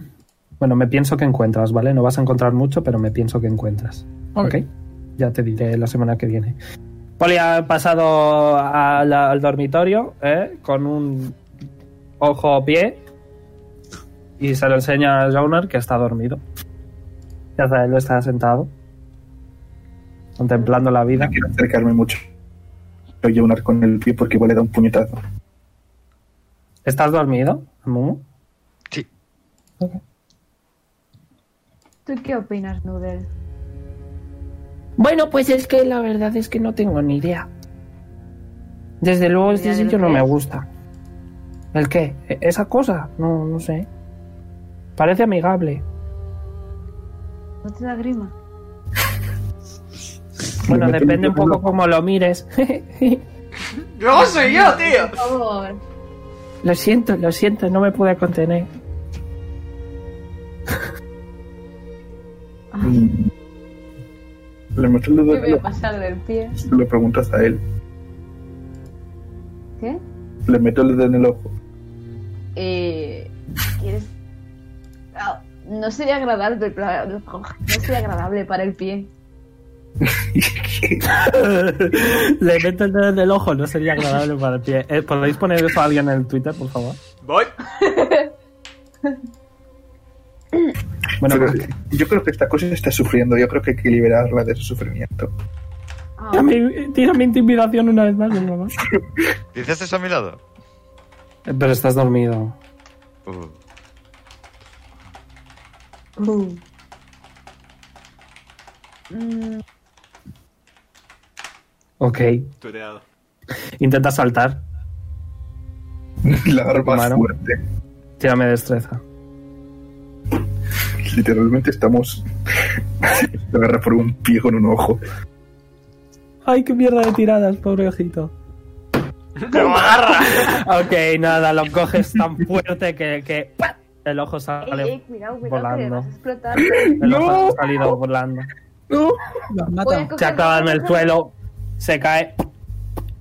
Bueno, me pienso que encuentras, ¿vale? No vas a encontrar mucho, pero me pienso que encuentras.
Ok.
¿Ok? Ya te diré la semana que viene. Poli ha pasado a la- al dormitorio ¿eh? con un ojo o pie y se lo enseña a Jonar que está dormido. Y Azael está sentado contemplando la vida.
No quiero acercarme mucho. a Jonar con el pie porque igual le da un puñetazo.
¿Estás dormido, Mumu?
Sí.
¿Tú qué opinas, Noodle?
Bueno, pues es que la verdad es que no tengo ni idea. Desde luego
este Ni idea de sitio lo no que me es.
gusta. ¿El qué? E-, ¿Esa cosa? No, no sé. Parece amigable.
¿No te da grima?
Bueno,
Me meto
depende
en
un poco
la-
cómo lo mires. *laughs*
¡Luego soy yo, tío!
Por favor.
lo siento, lo siento, no me pude contener.
Mm. Le meto el dedo
¿Qué
en
voy a
la-
pasar del pie?
se lo preguntas a él.
¿Qué?
Le meto el dedo en el ojo.
Eh, ¿Quieres...? Ah, No sería agradable, para- no sería agradable para el pie.
*laughs* Le meto el dedo en el ojo, no sería *laughs* agradable para el pie. Eh, ¿Podéis poner eso a alguien en el Twitter, por favor?
Voy.
Bueno,
Pero
pues-
Yo creo que esta cosa está sufriendo. Yo creo que hay que liberarla de su sufrimiento. *laughs*
Ah,
Dame- tírame intimidación una vez más, por favor.
¿Dices eso a mi lado?
Eh, Pero estás dormido.
Uh,
uh. Mm,
Ok.
Tuteado.
Intenta saltar.
La arma
Humano.
fuerte.
Tírame destreza.
Literalmente estamos. *laughs* Te agarra por un pie con un ojo.
Ay, qué mierda de tiradas, pobre ojito.
¡Lo agarra!
*laughs* Ok, nada, lo coges tan fuerte que, que ¡pam! el ojo
ey,
sale.
ey, eh, cuidado, cuidado, que
volando.
vas a explotar.
El ojo ha salido volando.
Lo has
Voy a
matado.
coger-
Se acaba en el suelo, se cae,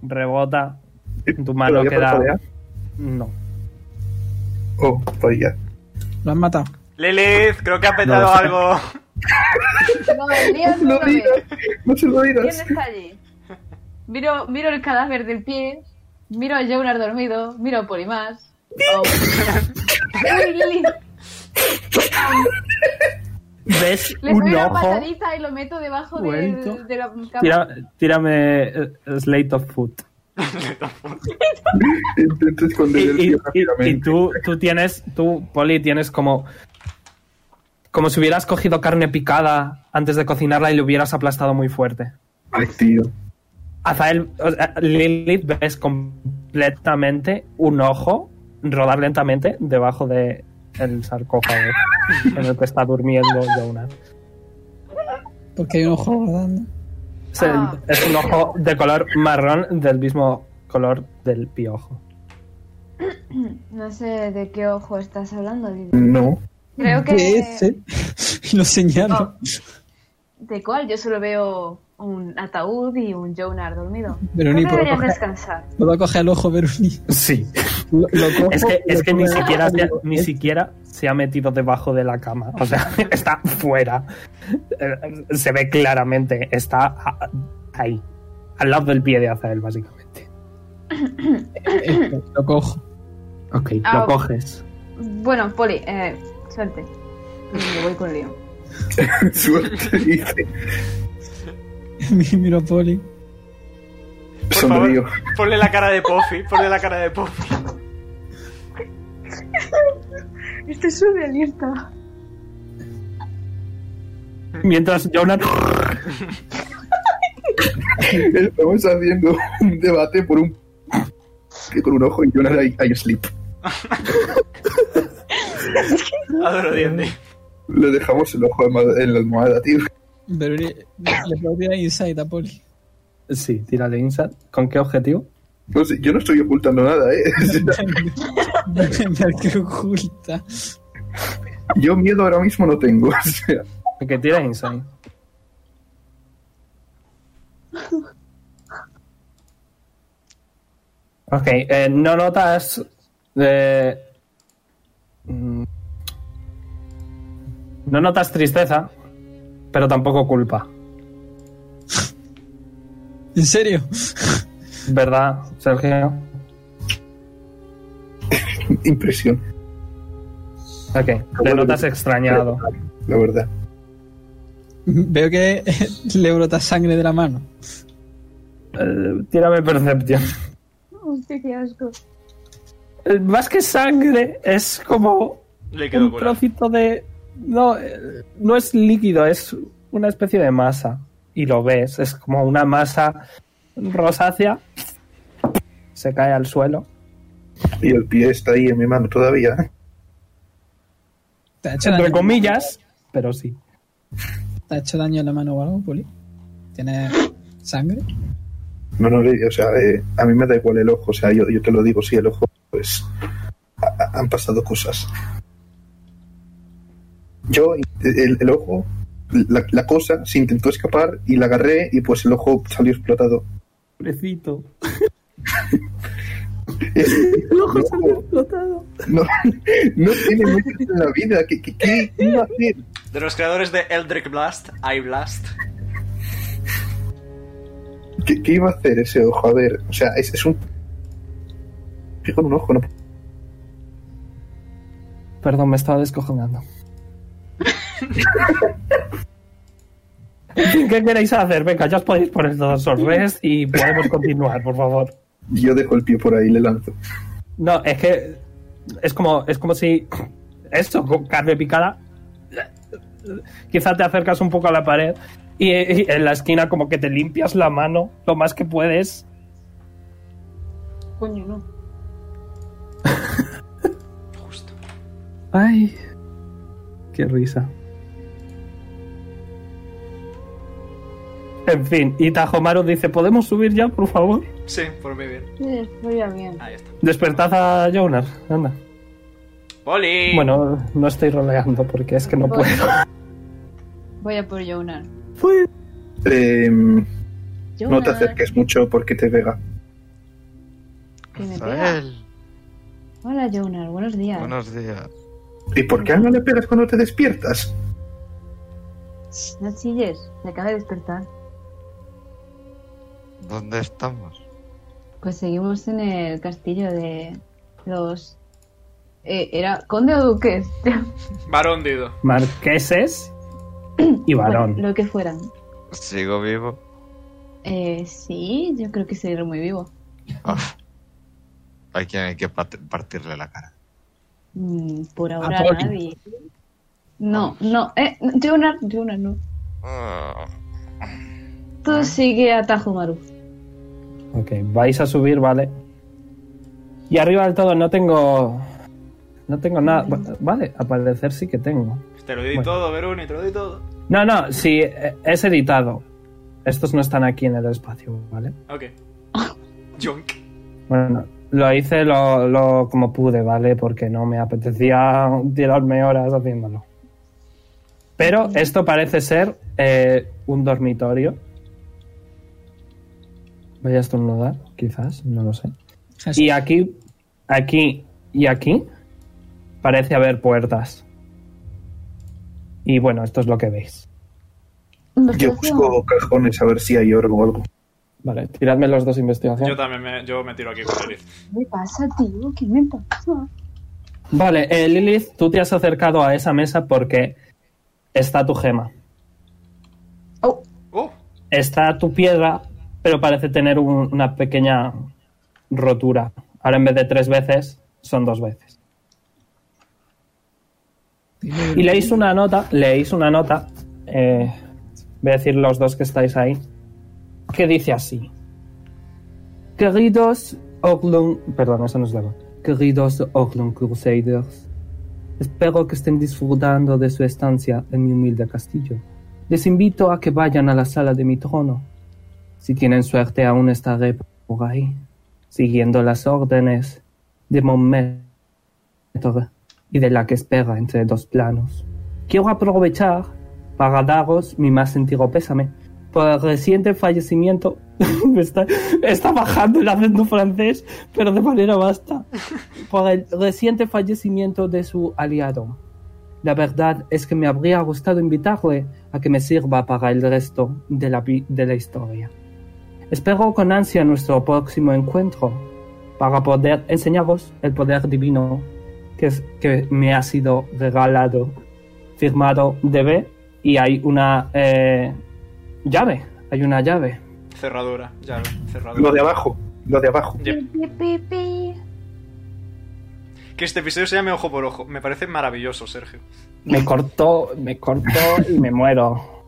rebota, En tu mano
¿Todavía
queda.
parpadea?
No.
Oh, vaya.
Lo han matado.
Lilith, creo que ha petado
No.
algo.
No,
*laughs*
Elías no
No
lo ve.
digas, no se lo
¿Quién
digas.
está allí? Miro, miro el cadáver del pie, miro a Jonar dormido, miro a Polimás.
*laughs*
Oh. Uy, Lili,
¿Ves
Le doy
un
una
ojo?
patadita y lo meto debajo
Vuelto.
del- de la cama.
Tira- tírame eh, Slate of Foot.
Intento
Y,
esconder el
y-
tío
y- y
rápidamente.
tú, tú tienes, tú, Poli, tienes como. Como si hubieras cogido carne picada antes de cocinarla y le hubieras aplastado muy fuerte.
Ay, tío.
Azael, o sea, Lilith ves completamente un ojo rodar lentamente debajo de el sarcófago en el que está durmiendo Jonah.
Porque hay un ojo rodando.
Es, el-
Ah.
es un ojo de color marrón del mismo color del piojo.
No sé de qué ojo estás hablando, Lili.
No. *laughs*
Creo que.
De *laughs* ese. eh? lo señalo.
¿De cuál? Yo solo veo un ataúd y un Jonar dormido. Creo
Veroni,
que
¿puedo
deberías
coger,
descansar.
¿puedo coger el ojo, Veroni?
Sí.
Lo, lo cojo,
Es que, es
lo
que ni,
pongo-
siquiera se ha,
digo,
ni
eh,
siquiera se ha metido debajo de la cama. O sea, *laughs* está fuera. Eh, Se ve claramente. Está a- ahí. Al lado del pie de Azael, básicamente.
eh, Lo cojo. *laughs*
Ok,
Ah,
lo
ok.
coges.
Bueno, Poli, eh, suerte. Me voy con Leon.
Suerte, dice.
Miro a Poli.
Por
Sonrío.
favor, ponle la cara de Puffy, ponle la cara de Puffy.
Este sube alerta.
Mientras Jonathan.
*laughs* Estamos haciendo un debate por un. que con un ojo y Jonas ahí ahí sleep.
Adoro D&D.
Le dejamos el ojo en ma- en la almohada, tío.
Veroni, le puedo tirar insight a Poli. *laughs*
Sí, tírale Insat. ¿Con qué objetivo?
No sé, yo no estoy ocultando nada, ¿eh? *laughs*
*laughs*
Ver qué oculta.
Yo miedo ahora mismo no tengo. *laughs* O sea,
Que tira Inside. Ok, eh, no notas. eh, mm, no notas tristeza, pero tampoco culpa,
¿En serio?
¿verdad, Sergio?
impresión,
Ok, te notas extrañado.
la verdad.
Veo que *laughs* le brota sangre de la mano.
Eh, tírame Perception.
Hostia, qué asco.
Eh, *laughs* más que sangre, es como
Le quedó
un
colar.
trocito de. No, eh, no es líquido, es una especie de masa. Y lo ves, es como una masa rosácea. Se cae al suelo.
Y el pie está ahí en mi mano todavía.
¿Te ha hecho daño,
Entre comillas, pero sí.
¿Te ha hecho daño en la mano o algo, Poli? ¿Tienes sangre?
No, no, o sea, eh, a mí me da igual el ojo. O sea, yo, yo te lo digo, sí, el ojo, pues. ha- ha- han pasado cosas. Yo, el, el ojo, la, la cosa se intentó escapar y la agarré y pues el ojo salió explotado. *laughs*
Pobrecito.
El ojo salió explotado. No, no tiene mucho en la vida. ¿Qué, qué, qué iba a hacer?
De los creadores de Eldritch Blast, I Blast.
¿Qué, qué iba a hacer ese ojo? A ver, o sea, es, es un. Fijo con un ojo, no.
Perdón, me estaba descojonando. *laughs* ¿Qué queréis hacer? Venga, ya os podéis poner todos sorbés y podemos continuar, por favor.
Yo dejo el pie por ahí, le lanzo.
No, es que es como, es como si esto, con carne picada, quizá te acercas un poco a la pared y, y en la esquina como que te limpias la mano lo más que puedes.
Coño, no.
Justo.
Ay, qué risa. En fin, y Tajomaru dice, ¿podemos subir ya, por favor?
Sí, por mí bien.
Sí, Estoy ya bien.
Ahí está.
Despertad a Jonas, anda.
¡Poli!
Bueno, no estoy roleando porque es que no
Voy-
puedo.
Voy a por Jonar.
Eh, no
Jonar.
Em, te acerques mucho porque te pega.
Que me pega.
Rafael,
Hola, Jonar, buenos días.
buenos días.
¿Y por qué no le pegas cuando te despiertas?
No chilles, me acaba de despertar.
¿Dónde estamos?
Pues seguimos en el castillo de los... eh, ¿Era conde o duques?
Varón Dido.
Marqueses y varón.
Bueno, lo que fueran.
¿Sigo vivo?
Eh, sí, yo creo que seguiré muy vivo.
Uf. Ah. Hay quien hay que pat- partirle la cara.
Mm, por ahora
Apolo.
nadie. No, no, eh, Jonar, Jonar, no.
Ah,
Tú sigue a Tajumaru.
Ok, vais a subir, vale. Y arriba del todo no tengo. No tengo nada. Va- Vale, a parecer sí que tengo.
Te lo di
Bueno.
todo, Veruni, te lo di todo.
No, no, sí, eh, es editado. Estos no están aquí en el espacio, ¿vale?
*laughs* Ok. Junk.
Bueno, lo hice lo, lo como pude, ¿vale? Porque no me apetecía tirarme horas haciéndolo. Pero esto parece ser eh, un dormitorio. Voy a estornudar, quizás, no lo sé.
Jesús.
Y aquí, aquí y aquí parece haber puertas. Y bueno, esto es lo que veis.
Yo busco cajones a ver si hay oro o algo.
Vale, tiradme los dos investigación.
Yo también me, yo me tiro aquí con Lilith.
¿Qué me pasa, tío? ¿Qué me pasa?
Vale, eh, Lilith, tú te has acercado a esa mesa porque está tu gema.
Oh,
¡Oh!
Está tu piedra, pero parece tener un- una pequeña rotura. Ahora en vez de tres veces, son dos veces. Y leéis una nota, leéis una nota, eh, voy a decir los dos que estáis ahí, que dice así. Queridos Oglum... Perdón, eso no es la voz. Queridos Oglum Crusaders, espero que estén disfrutando de su estancia en mi humilde castillo. Les invito a que vayan a la sala de mi trono. Si tienen suerte aún estaré por ahí, siguiendo las órdenes de Momento y de la que espera entre dos planos. Quiero aprovechar para daros mi más sentido pésame por el reciente fallecimiento. *laughs* Me está, está bajando el acento francés, pero de manera basta. Por el reciente fallecimiento de su aliado. La verdad es que me habría gustado invitarle a que me sirva para el resto de la, vi- de la historia. Espero con ansia nuestro próximo encuentro para poder enseñaros el poder divino que, es- que me ha sido regalado. Firmado DB y hay una eh, llave. Hay una llave.
Cerradura, llave, cerradura.
Lo de abajo, lo de abajo.
Yep. Que este episodio se llame Ojo por Ojo. Me parece maravilloso, Sergio.
Me cortó, me cortó y me muero.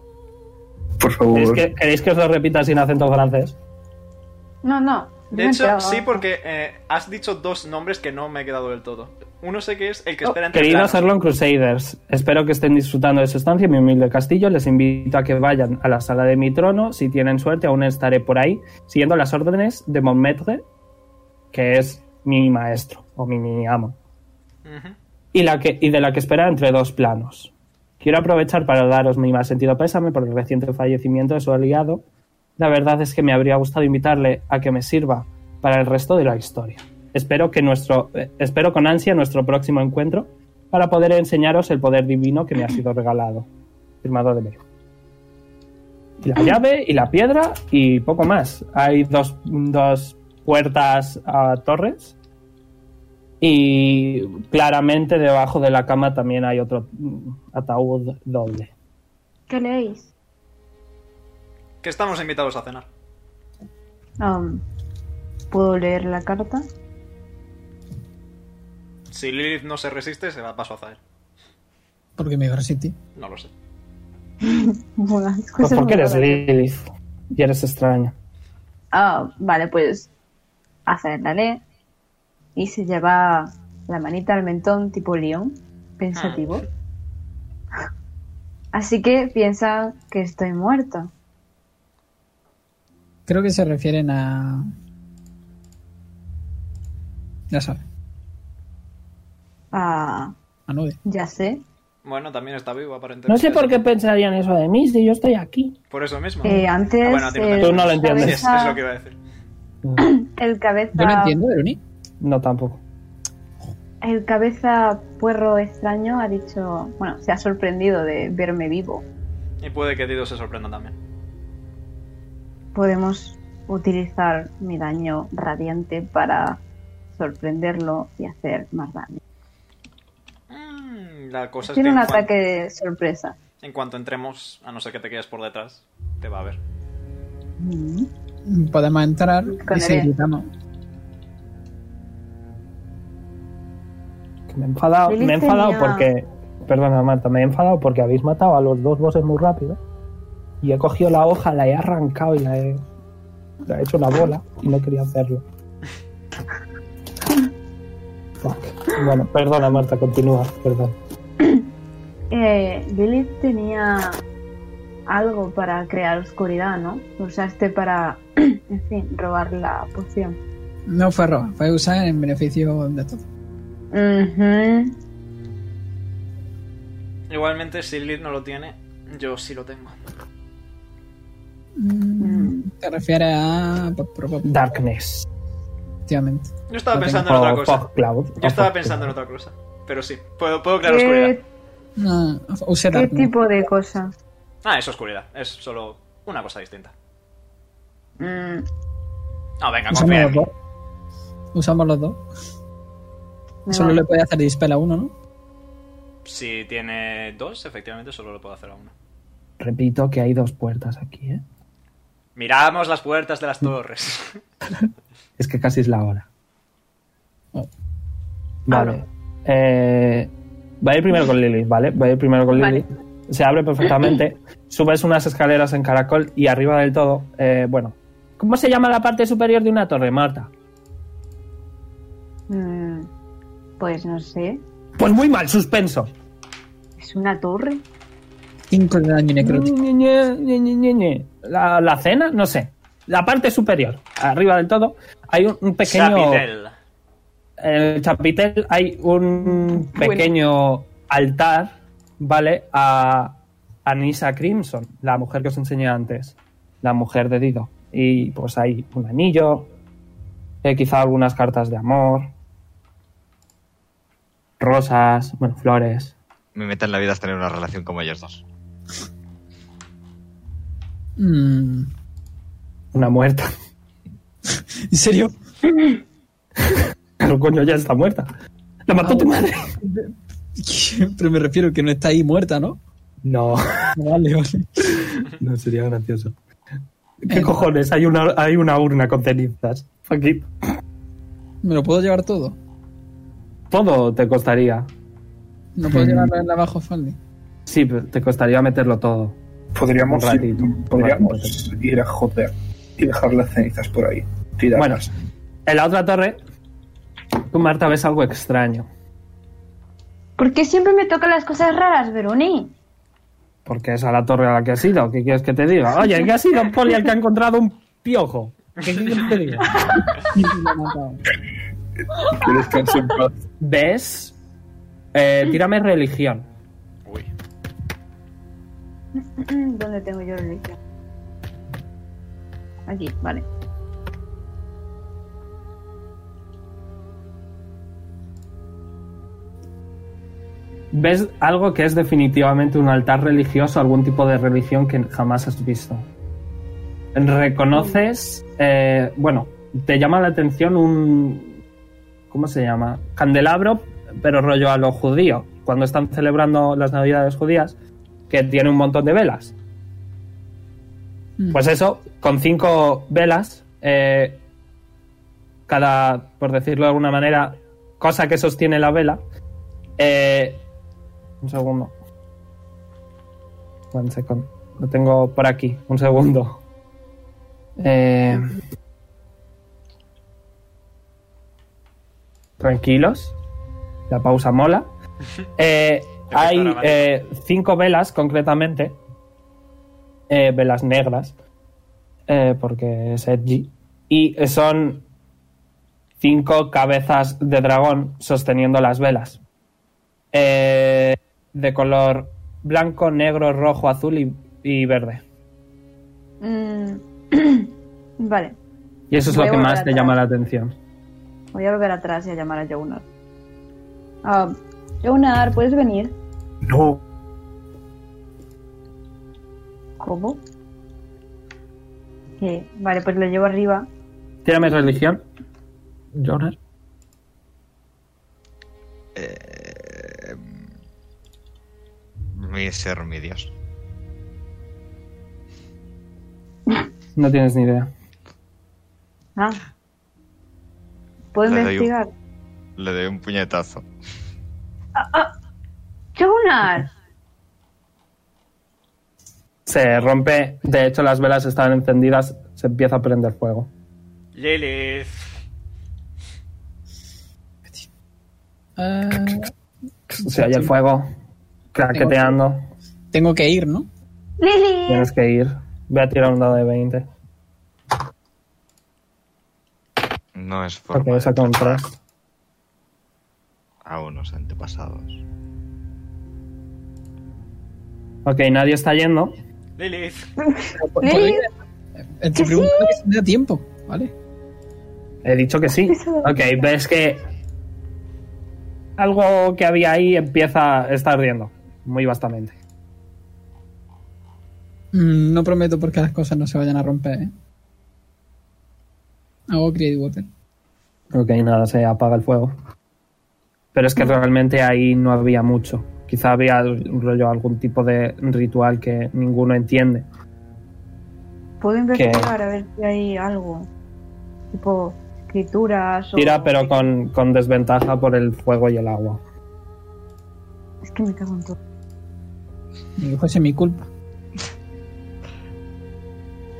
Por
¿Queréis
favor.
que, queréis que os lo repita sin acento francés?
no, no. yo
De
me
hecho,
enteraba.
sí, porque eh, has dicho dos nombres que no me he quedado del todo. Uno sé que es el que
Oh,
espera entre
Queridos
planos.
Arlon Crusaders, espero que estén disfrutando de su estancia en mi humilde castillo. Les invito a que vayan a la sala de mi trono. Si tienen suerte, aún estaré por ahí, siguiendo las órdenes de Montmetre, que es mi maestro o mi, mi amo,
Ujú.
y, la que, y de la que espera entre dos planos. Quiero aprovechar para daros mi más sentido pésame por el reciente fallecimiento de su aliado. La verdad es que me habría gustado invitarle a que me sirva para el resto de la historia. Espero que nuestro eh, espero con ansia nuestro próximo encuentro para poder enseñaros el poder divino que me ha sido regalado. Firmado de mí. Y la llave y la piedra y poco más. Hay dos, dos puertas a torres y claramente debajo de la cama también hay otro mm, ataúd doble.
¿Qué leéis?
Que estamos invitados a cenar.
Um, ¿Puedo leer la carta? *laughs*
Si Lilith no se resiste, se va paso a Zael.
Porque me resistí.
No lo sé.
Bueno, es
Pues
cosa
porque
muy
eres
rara.
Lilith y eres extraña.
Ah, vale, pues hacer la ley y se lleva la manita al mentón tipo león, pensativo.
Ah.
Así que piensa que estoy muerta.
Creo que se refieren a. Ya sabes,
Ah,
a Nude.
ya sé.
Bueno, también está vivo, aparentemente.
No sé por qué pensarían eso de mí si yo estoy aquí.
Por eso mismo.
Eh, antes
Ah, bueno, a ti no te-
eh,
Tú no lo
la
entiendes.
Sí, es,
cabeza-
es lo que iba a decir.
El cabeza.
Yo no entiendo, Veroni.
No, tampoco.
El cabeza puerro extraño ha dicho. Bueno, se ha sorprendido de verme vivo.
Y puede que Dido se sorprenda también.
Podemos utilizar mi daño radiante para sorprenderlo y hacer más daño.
Mm, la cosa es
Tiene
que
un
en cuan-
ataque de sorpresa.
en cuanto entremos, a no ser que te quedes por detrás, te va a ver.
Mm.
Podemos entrar
Con
y se
el- E.
gritamos.
Que me he enfadado,
Lilith
me he enfadado
tenía-
porque. Perdona, Marta, me he enfadado porque habéis matado a los dos bosses muy rápido. Y he cogido la hoja, la he arrancado y la he. La he hecho una bola y no quería *laughs* hacerlo. Fuck. Bueno, perdona, Marta, continúa, perdón.
Eh, Lilith tenía algo para crear oscuridad, ¿no? Lo usaste para, *clears throat* en fin, robar la poción.
No fue roba, fue usar en beneficio de todo.
Ujú.
Igualmente, si Lid no lo tiene, yo sí lo tengo.
Mm.
Te refieres a. po- po- po-
Darkness.
Efectivamente.
Yo estaba
Lo
pensando en
tengo.
otra
Oh,
cosa.
fuck, Cloud.
Yo estaba
Oh, fuck,
pensando en
Cloud.
otra cosa. Pero sí, puedo, puedo crear oscuridad.
Eh.
¿Qué,
No, usé
qué
Darkness.
tipo de cosa?
Ah, es oscuridad. Es solo una cosa distinta.
Mm,
No, venga,
Usamos
confía en
los
mí.
dos. Usamos los dos.
me
Solo
vale.
le puede hacer dispel a uno, ¿no?
Si tiene dos, efectivamente solo lo puedo hacer a uno.
Repito que hay dos puertas aquí, ¿eh?
Miramos las puertas de
Mm.
las torres.
Es que casi es la hora.
Oh.
Vale. Eh, va a ir primero con Lilith, ¿vale? Va a ir primero con
Vale.
Lilith. Se abre perfectamente. Subes unas escaleras en caracol y arriba del todo, eh, bueno. ¿Cómo se llama la parte superior de una torre, Marta?
Mm, pues no sé.
Pues muy mal, suspenso.
¿Es una torre?
5 de daño necrótico.
Ñe, Ñe, Ñe, Ñe, Ñe, Ñe. La, la cena, no sé. La parte superior, arriba del todo, hay un, un *laughs* pequeño...
Chapitel.
En el chapitel hay un pequeño altar, ¿vale? A Anissa Crimson, la mujer que os enseñé antes, la mujer de Dido. Y pues hay un anillo, eh, quizá algunas cartas de amor, rosas, bueno, flores.
Me meta en la vida es tener una relación como ellos dos.
Mm,
Una muerta. *laughs*
¿En serio? *laughs*
Claro, coño, ya está muerta. La mató tu madre.
Pero me refiero que no está ahí muerta, ¿no?
No, *laughs*
Vale, vale.
no sería gracioso. ¿Qué
Eh,
cojones? Hay una, hay una urna con cenizas. Aquí.
¿Me lo puedo llevar todo?
Todo te costaría.
¿No puedo llevarlo en la bajo Faldi?
Sí, pero te costaría meterlo todo.
Podríamos,
Un ratito, un
podríamos ir a joder y dejar las cenizas por ahí. Tirarlas.
En la otra torre, tú, Marta, ves algo extraño.
¿Por qué siempre me tocan las cosas raras, Veroni? *clears throat*
Porque es a la torre a la que has ido. ¿Qué quieres que te diga? Oye, ¿qué ha sido Poli el que ha encontrado un piojo? ¿Qué quieres que te diga?
Que descanse en paz.
¿Ves? Eh, tírame religión.
Uy.
Mm, ¿Dónde tengo yo religión? Aquí, vale.
¿Ves algo que es definitivamente un altar religioso, algún tipo de religión que jamás has visto? Reconoces, eh, bueno, te llama la atención un, ¿cómo se llama? Candelabro, pero rollo a lo judío, cuando están celebrando las navidades judías, que tiene un montón de velas.
Mm.
Pues eso, con cinco velas, eh, cada, por decirlo de alguna manera, cosa que sostiene la vela. Eh, un segundo. One second. Lo tengo por aquí. Un segundo. Eh, tranquilos. La pausa mola. Eh, hay
dramático.
eh, cinco velas, concretamente. Eh, velas negras. eh, porque es edgy. Y son cinco cabezas de dragón sosteniendo las velas. Eh, de color blanco, negro, rojo, azul y, y verde.
Mm, *clears throat* vale.
Y eso es
Voy
lo que
a volver
más le
atrás.
llama la atención.
Voy a volver atrás y a llamar a Jonar. Ah, Jonar, ¿puedes venir?
No,
¿Cómo? Sí, vale, pues lo llevo arriba.
Tírame religión. Jonas.
Eh, mi ser, mi Dios.
No tienes ni idea.
Ah. ¿Puedo
Le doy un-
investigar?
Le doy un puñetazo.
¡Jonar!
Se rompe. De hecho, las velas estaban encendidas. Se empieza a prender fuego.
Lilith.
Ah,
Se oye el fuego craqueteando.
tengo que ir, ¿no?
¡Lili!
Tienes que ir. Voy a tirar un dado de 20.
No es forma
Porque he sacado un 3.
a unos antepasados.
Ok, nadie está yendo.
Lilith.
Podría- eh, Te pregunto si me da tiempo, ¿vale?
He dicho que sí. Ok, ves que algo que había ahí empieza está ardiendo. Muy bastante.
Mm, No prometo porque las cosas no se vayan a romper. ¿eh? Hago Create Water.
Ok, nada, se apaga el fuego. Pero es que realmente ahí no había mucho. Quizá había rollo algún tipo de ritual que ninguno entiende.
¿Puedo investigar a ver si hay algo? Tipo, escrituras o...
Tira, pero con, con desventaja por el fuego y el agua.
Es que me cago en todo.
Mi hijo es mi culpa.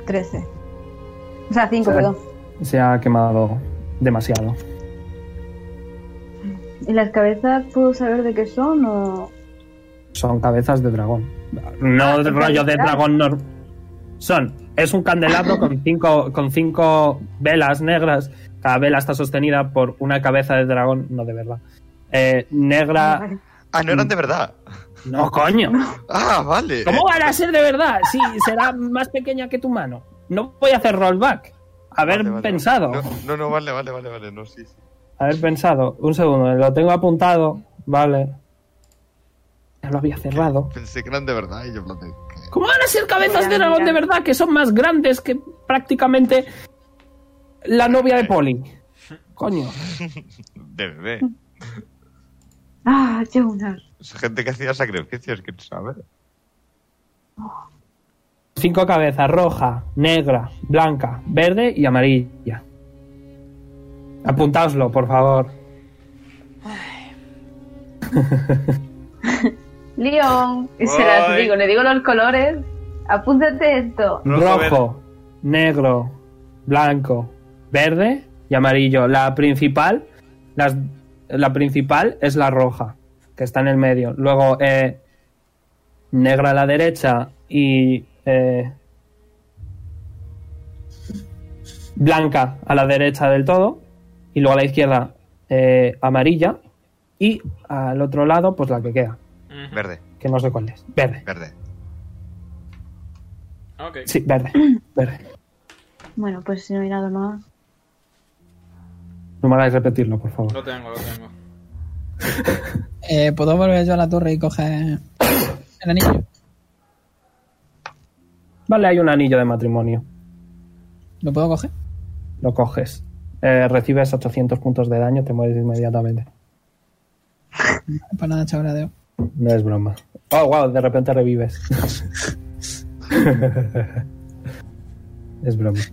13. O sea, 5,
Sí.
perdón.
Se ha quemado demasiado.
¿Y las cabezas puedo saber de qué son o...?
Son cabezas de dragón. No de rollo de dragón normal. Son. Es un candelabro con cinco, con cinco velas negras. Cada vela está sostenida por una cabeza de dragón, no de verdad. Eh, negra.
Ah, no eran de verdad.
No, coño.
Ah, vale.
¿Cómo van a ser de verdad? Sí, será más pequeña que tu mano. No voy a hacer rollback. Haber
Vale, vale,
pensado.
vale. No, no, no, vale, vale, vale, vale. No, sí, sí.
Haber pensado. Un segundo, eh, lo tengo apuntado. Vale. Ya lo había cerrado.
Pensé que eran de verdad y yo planteé. que-
¿Cómo van a ser cabezas
Mira,
de dragón
mira.
de verdad que son más grandes que prácticamente la novia de Poli? Coño.
De bebé.
Ah, Jonar.
Es gente que hacía sacrificios, que sabe.
Cinco cabezas, roja, negra, blanca, verde y amarilla. Apuntaoslo, por favor.
Leon,
Voy.
y se las digo, le digo los colores. Apúntate esto.
Rojo,
Rojo, negro, blanco, verde y amarillo. La principal, las- la principal es la roja, que está en el medio. Luego, eh, negra a la derecha y eh, blanca a la derecha del todo. Y luego a la izquierda, eh, amarilla. Y al otro lado, pues la que queda,
Ujú.
Verde,
que no sé cuál es. Verde.
verde.
Ok.
Sí, verde. Verde.
Bueno, pues si no hay nada más...
No me hagáis repetirlo, por favor.
Lo tengo, lo tengo.
Eh, ¿Puedo volver yo a la torre y coger el anillo?
Vale, hay un anillo de matrimonio.
¿Lo puedo coger?
Lo coges. Eh, recibes 800 puntos de daño, te mueres inmediatamente.
Para Pues nada, chaval,
No es broma. Oh, wow, de repente revives. es broma.
*laughs*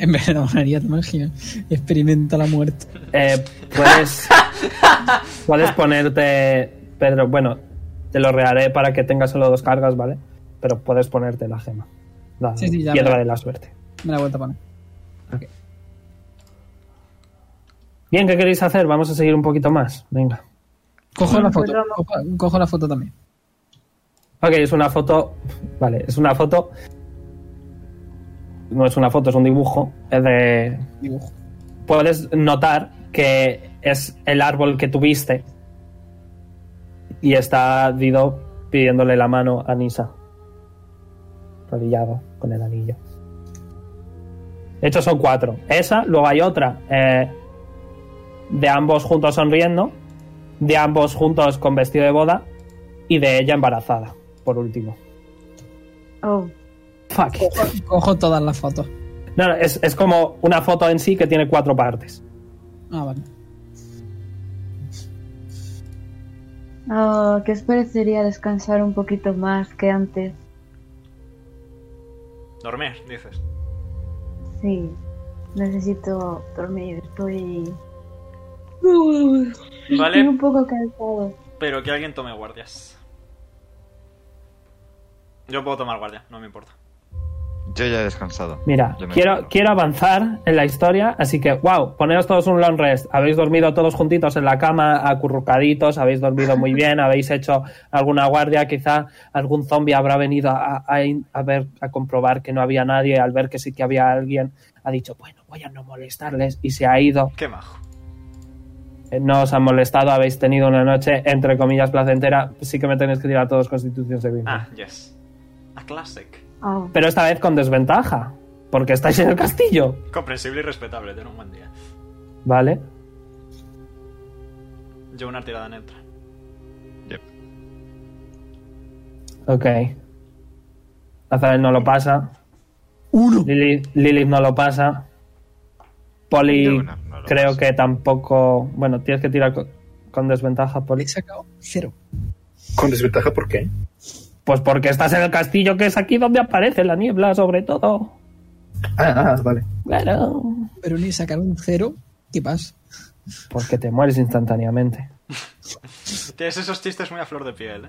En vez de la magia, magia. Experimenta la muerte.
Eh, puedes, puedes ponerte, Pedro, bueno, te lo rearé para que tengas solo dos cargas, ¿vale? Pero puedes ponerte la gema. La
Sí, sí, ya
piedra
me-
de la suerte.
Me la he vuelto a poner.
Bien, ¿qué queréis hacer? Vamos a seguir un poquito más. Venga.
Cojo la foto.
Pero
Cojo, cojo la foto también.
Ok, es una foto. Vale, es una foto. No es una foto, es un dibujo. Es de.
Dibujo.
Puedes notar que es el árbol que tuviste. Y está Dido pidiéndole la mano a Nisa. Rodillado con el anillo. De hecho, son cuatro. Esa, luego hay otra. eh, de ambos juntos sonriendo. De ambos juntos con vestido de boda. Y de ella embarazada, por último.
Oh.
Fuck. it.
Cojo todas las fotos.
No, no, es, es como una foto en sí que tiene cuatro partes.
Ah, vale.
Oh, ¿Qué os parecería descansar un poquito más que antes?
Dormir, dices.
Sí, necesito dormir, estoy... Estoy
Vale,
un poco cansado.
pero que alguien tome guardias. Yo puedo tomar guardia, no me importa.
Yo ya he descansado.
Mira,
Yo me
quiero,
encuentro.
quiero avanzar en la historia, así que, wow, poneros todos un long rest. Habéis dormido todos juntitos en la cama, acurrucaditos, habéis dormido muy bien, habéis hecho alguna guardia, quizá algún zombie habrá venido a, a- a ver, a comprobar que no había nadie, al ver que sí que había alguien, ha dicho, bueno, voy a no molestarles y se ha ido.
Qué majo.
Eh, No os han molestado, habéis tenido una noche, entre comillas, placentera, sí que me tenéis que tirar todos constituciones de vino.
Ah, yes. A classic.
Oh, *laughs*
Pero esta vez con desventaja, porque estáis en el castillo.
Comprensible y respetable, ten un buen día.
Vale.
Yo una tirada neutra.
Ok. Azael no lo pasa. Uno. Lilith, Lilith no lo pasa. Poli
Yona no lo
creo
pasa.
que tampoco... Bueno, tienes que tirar con, con desventaja, Poli.
He sacado cero.
¿Con desventaja por qué?
Pues porque estás en el castillo, que es aquí donde aparece la niebla, sobre todo.
Ah, ah, vale.
Claro.
Pero ni sacar un cero, ¿qué pasa?
Porque te mueres instantáneamente.
Tienes esos chistes muy a flor de piel, eh.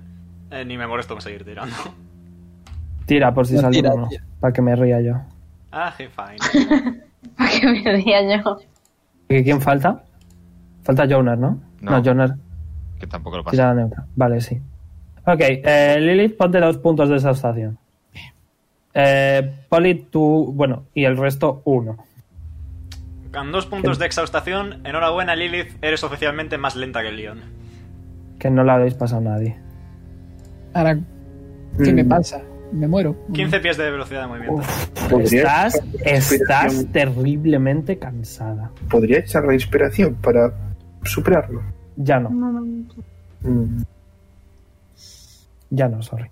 Eh, ni me molesto en seguir tirando. *laughs*
Tira por si
No,
sale
tira,
uno.
tira.
Para que me ría yo.
Ah, he fine.
¿Para qué me ría yo?
¿Y quién falta? Falta Jonar, ¿no?
No.
Jonar.
Que tampoco lo pasa.
Tirada neutra. Vale, sí. Ok, eh, Lilith, ponte dos puntos de satisfacción. Eh, Poli, tú, bueno, y el resto, uno.
Con dos puntos de exhaustación, enhorabuena Lilith, eres oficialmente más lenta que el León.
Que no la habéis pasado a nadie.
Ahora, ¿qué me
Mm.
pasa? ¿Me muero?
15 pies de velocidad de movimiento.
¿Podría,
Estás, estás terriblemente cansada.
podría echar la inspiración para superarlo.
Ya no,
No, no,
Mm,
ya no, sorry.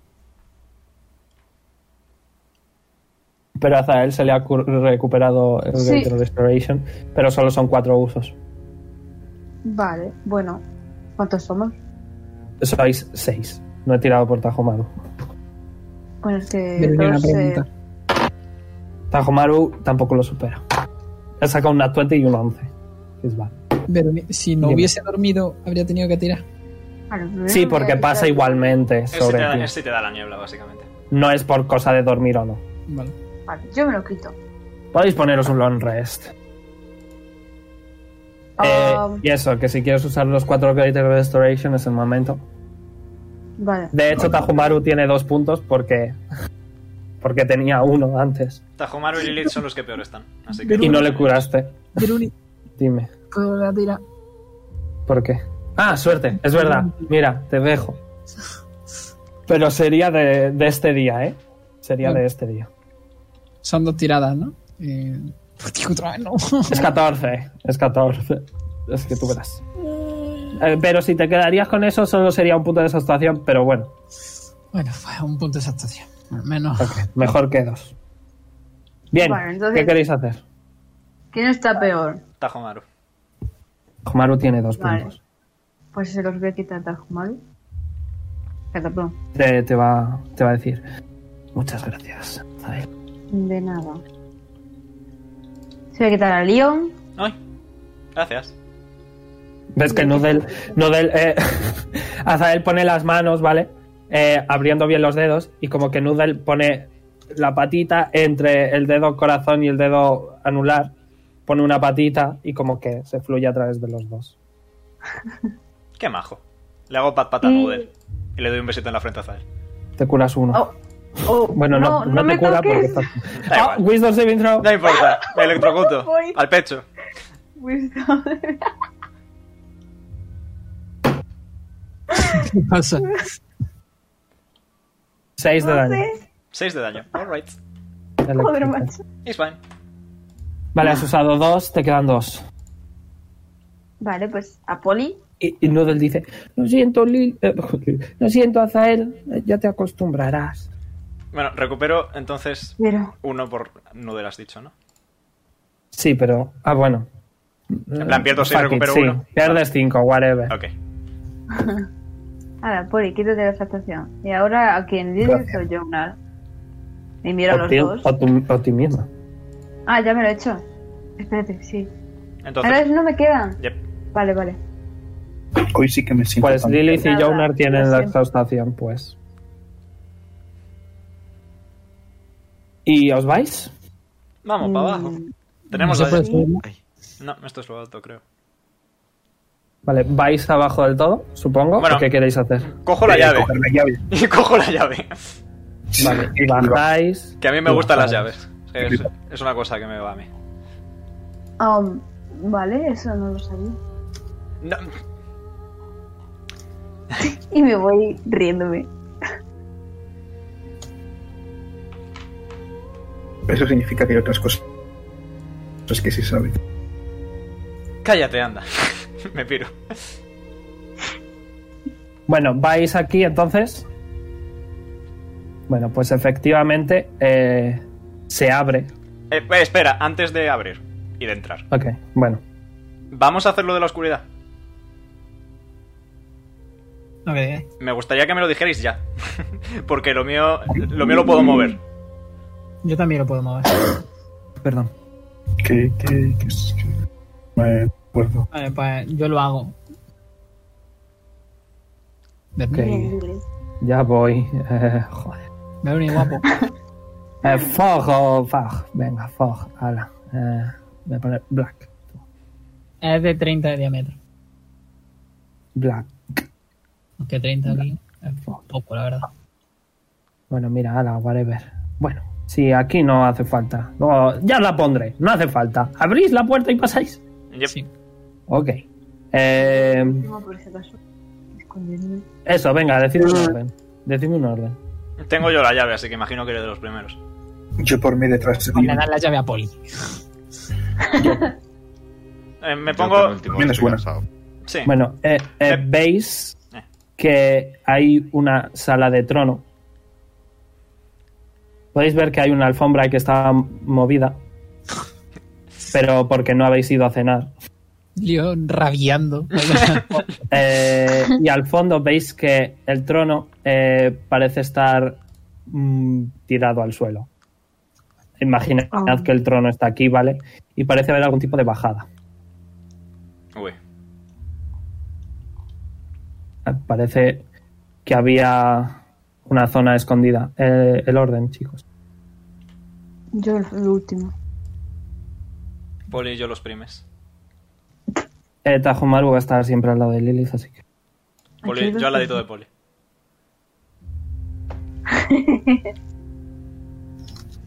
Pero a Zael se le ha cu- recuperado el
Sí.
Greater Restoration, pero solo son cuatro usos.
Vale, bueno, ¿cuántos somos?
Sois seis. No he tirado por Tajomaru.
Bueno, es que
Pero ni una
todos, eh,
pregunta.
Tajomaru tampoco lo supera. He sacado una 20 y un 11. Es vale.
Pero ni- si no
Dime.
hubiese dormido, habría tenido que tirar.
claro, primero
Sí,
me voy
porque
a
pasa
quitar-
igualmente
Es si, Este te
sobre
da,
ti.
es si te da la niebla, básicamente.
No es por cosa de dormir o no.
Vale.
Vale, yo me lo quito.
Podéis poneros un long rest. Eh,
Ah,
y eso, que si quieres usar los cuatro Greater Restoration es el momento.
vale.
De hecho, Tajumaru tiene dos puntos porque porque tenía uno antes
Tajomaru y Lilith son los que peor están. Así que...
y no le curaste.
Pero ni
Dime,
puedo volver a tirar.
¿por qué? Ah, suerte, es verdad. Mira, te dejo. Pero sería de, de este día, ¿eh? Sería de este día.
Son dos tiradas, ¿no? Eh, *laughs* tío, otra vez no. *laughs*
Es 14, es 14. Es que tú verás. Eh, pero si te quedarías con eso, solo sería un punto de satisfacción, pero bueno,
bueno, fue un punto de saturación. Al *laughs* menos.
mejor que dos. Bien,
Bueno, entonces-
¿qué queréis hacer?
¿Quién está peor?
Tajomaru.
Maru tiene dos
Vale.
puntos.
Pues se los voy a quitar tal mal. Catapum.
Te, te va, te va a decir. Muchas gracias. Zael".
De nada. Se voy a quitar a Leon.
Ay, gracias.
Ves que Nudel, Nudel eh, *laughs* Azael pone las manos, ¿vale? Eh, abriendo bien los dedos y como que Nudel pone la patita entre el dedo corazón y el dedo anular, pone una patita y como que se fluye a través de los dos.
Qué majo. Le hago pat pat a
Y-
Nudel. Y le doy un besito en la frente a Zael.
Te curas uno.
Oh, oh,
bueno, no, no
me
te cura
toques.
porque está...
Da
Ah,
igual.
Wisdom saving throw.
No importa, me electrocuto.
Voy.
Al pecho.
Wisdom.
¿Qué pasa?
Seis de
No
daño.
sé.
6 de daño. Alright.
Electrical.
Joder, macho.
It's fine.
Vale, has usado dos, te quedan dos.
Vale, pues a Poli.
Y, y Noodle dice, lo siento, Lil, eh, *laughs* lo siento, Azael, eh, ya te acostumbrarás.
Bueno, recupero entonces
Pero-
uno por no has dicho, ¿no?
Sí, pero... Ah, bueno.
En plan, pierdo seis,
Fuck it,
recupero
sí.
uno.
Pierdes cinco, whatever.
Ok.
Ahora, Poli, quítate la actuación. Y ahora a quien dice
Gracias.
soy Jonar. Y miro a
o,
los
ti-
dos.
o tú- o ti misma.
Ah, ya me lo he hecho. Espérate, sí. Ahora
Entonces,
no me quedan.
yep.
Vale, vale.
Hoy sí que me siento.
Pues
tan-
Lilith y
Nada,
Jonar tienen
lo
la
siento.
exhaustación, pues. ¿Y os vais?
vamos para abajo.
Mm,
Tenemos
¿No
la...
se puede subir?
Ay,
No, esto es lo alto, creo.
Vale, ¿vais abajo del todo, supongo?
Bueno.
¿O qué queréis hacer?
Cojo la
Eh,
llave.
coger la llave.
*laughs* Y cojo la llave.
Vale, y bajáis...
Que a mí me
y
gustan las
bajáis.
llaves. Es, es una cosa que me va a mí.
um, vale, eso no lo sabía.
No,
Y me voy riéndome.
Eso significa que hay otras cosas. Es que sí sabe.
cállate, anda. *laughs* me piro.
Bueno, vais aquí entonces. Bueno, pues efectivamente eh, se abre.
Eh, eh, espera, antes de abrir y de entrar.
Ok, bueno.
Vamos a hacer lo de la oscuridad.
Ok.
Me gustaría que me lo dijerais ya. *laughs* Porque lo mío lo mío lo puedo mover.
Yo también lo puedo *coughs* mover.
Perdón.
Que, que, que, es- que- Me acuerdo.
Vale, pues yo lo hago.
Ok,
Bien, inglés.
ya voy. Eh, joder.
Me veo ni guapo.
Eh, fog o fog. Venga, fog. Ala. Eh, voy a poner black.
Es de 30 de diámetro.
Black.
Aunque 30 aquí es poco, la verdad.
Bueno, mira, ala, whatever. Bueno, sí, aquí no hace falta. Luego, ya la pondré. No hace falta. Abrís la puerta y pasáis.
Yep.
Mm, Sí.
Ok. Eh,
No, por si acaso. Esconderme.
eso, venga, decidme un orden. Decidme un orden.
Tengo yo la llave, así que imagino que eres de los primeros.
Yo por mí detrás de
Cuando le das la llave a Poli.
Eh, me
yo
pongo.
penúltimo,
Bien, es
estoy
buena.
cansado.
Sí.
Bueno, eh, eh,
Eh.
veis
Eh.
que hay una sala de trono. Podéis ver que hay una alfombra que está *laughs* movida. Pero porque no habéis ido a cenar.
Lío *laughs* rabiando.
Eh, y al fondo veis que el trono eh, parece estar mm, tirado al suelo. Imaginad
Oh.
que el trono está aquí, ¿vale? Y parece haber algún tipo de bajada.
Uy.
Parece que había una zona escondida. Eh, el orden, chicos.
Yo el, el último.
Poli y yo los primes.
Eh, Tajumaru va a estar siempre al lado de Lilith, así que.
Poli-
Aquí hay dos
yo al ladito de Poli.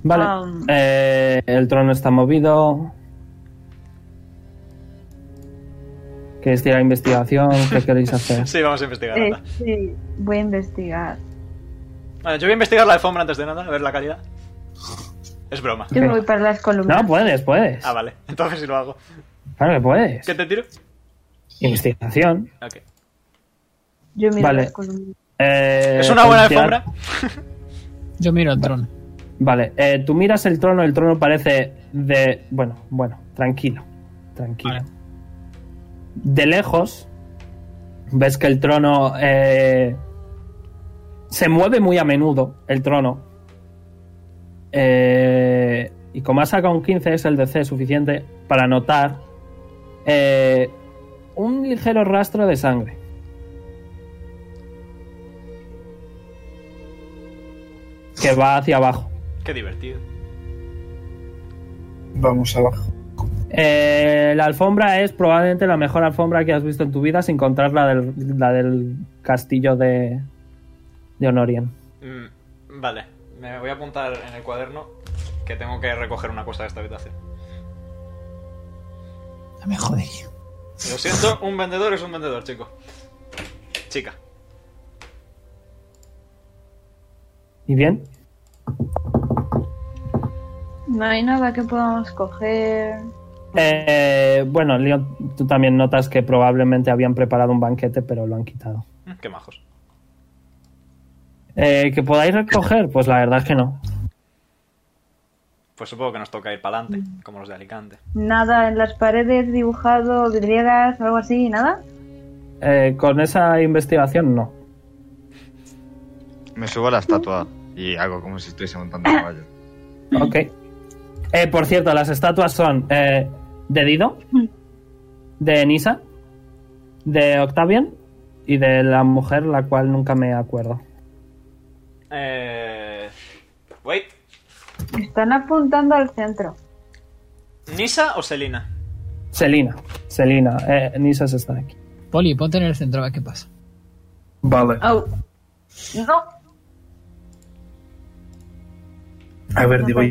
Vale.
Ah.
Um.
Eh, el trono está movido. ¿Queréis tirar investigación?
*laughs*
¿Qué queréis hacer?
Sí, vamos a investigar.
Eh,
anda.
sí, voy a investigar.
Vale, yo voy a investigar la alfombra antes de nada, a ver la calidad. Es broma.
Yo me voy para las columnas.
No, puedes, puedes.
Ah, vale. *laughs* Entonces sí lo hago.
Claro que puedes.
¿Qué te tiro?
Investigación.
Ok.
Eh, Yo miro
Vale.
las columnas.
Eh,
¿Es una buena
el tirar-
alfombra?
Yo miro el trono.
Vale, eh, tú miras el trono, el trono parece de... Bueno, bueno, tranquilo, tranquilo.
Vale.
De lejos, ves que el trono eh, se mueve muy a menudo, el trono. Eh, y como ha sacado un 15, es el DC suficiente para notar eh, un ligero rastro de sangre. Que va hacia abajo.
Qué divertido.
Vamos abajo.
Eh, la alfombra es probablemente la mejor alfombra que has visto en tu vida, sin contar la del, la del castillo de, de Honorien.
Mm, vale. Me voy a apuntar en el cuaderno que tengo que recoger una cosa de esta habitación.
No me jodéis.
Lo siento, un vendedor es un vendedor, chico. Chica.
¿Y bien?
No hay nada que podamos coger.
Eh, bueno, Leon, tú también notas que probablemente habían preparado un banquete, pero lo han quitado.
Mm, Qué majos.
Eh, ¿Que podáis recoger? Pues la verdad es que no.
Pues supongo que nos toca ir para adelante,
Mm.
como los de Alicante.
Nada en las paredes dibujado, griegas, algo así, nada.
Eh, con esa investigación no.
Me subo a la estatua y hago como si estuviese montando caballo.
Ok. Eh, por cierto, las estatuas son eh, de Dido, de Nisa, de Octavian y de la mujer, la cual nunca me acuerdo.
Eh... Wait.
Están apuntando al centro.
¿Nisa o Selina?
Selina, Selina, eh, Nisa se está aquí.
Poli, ponte en el centro a ver qué pasa.
Vale.
Au. No.
A ver, digo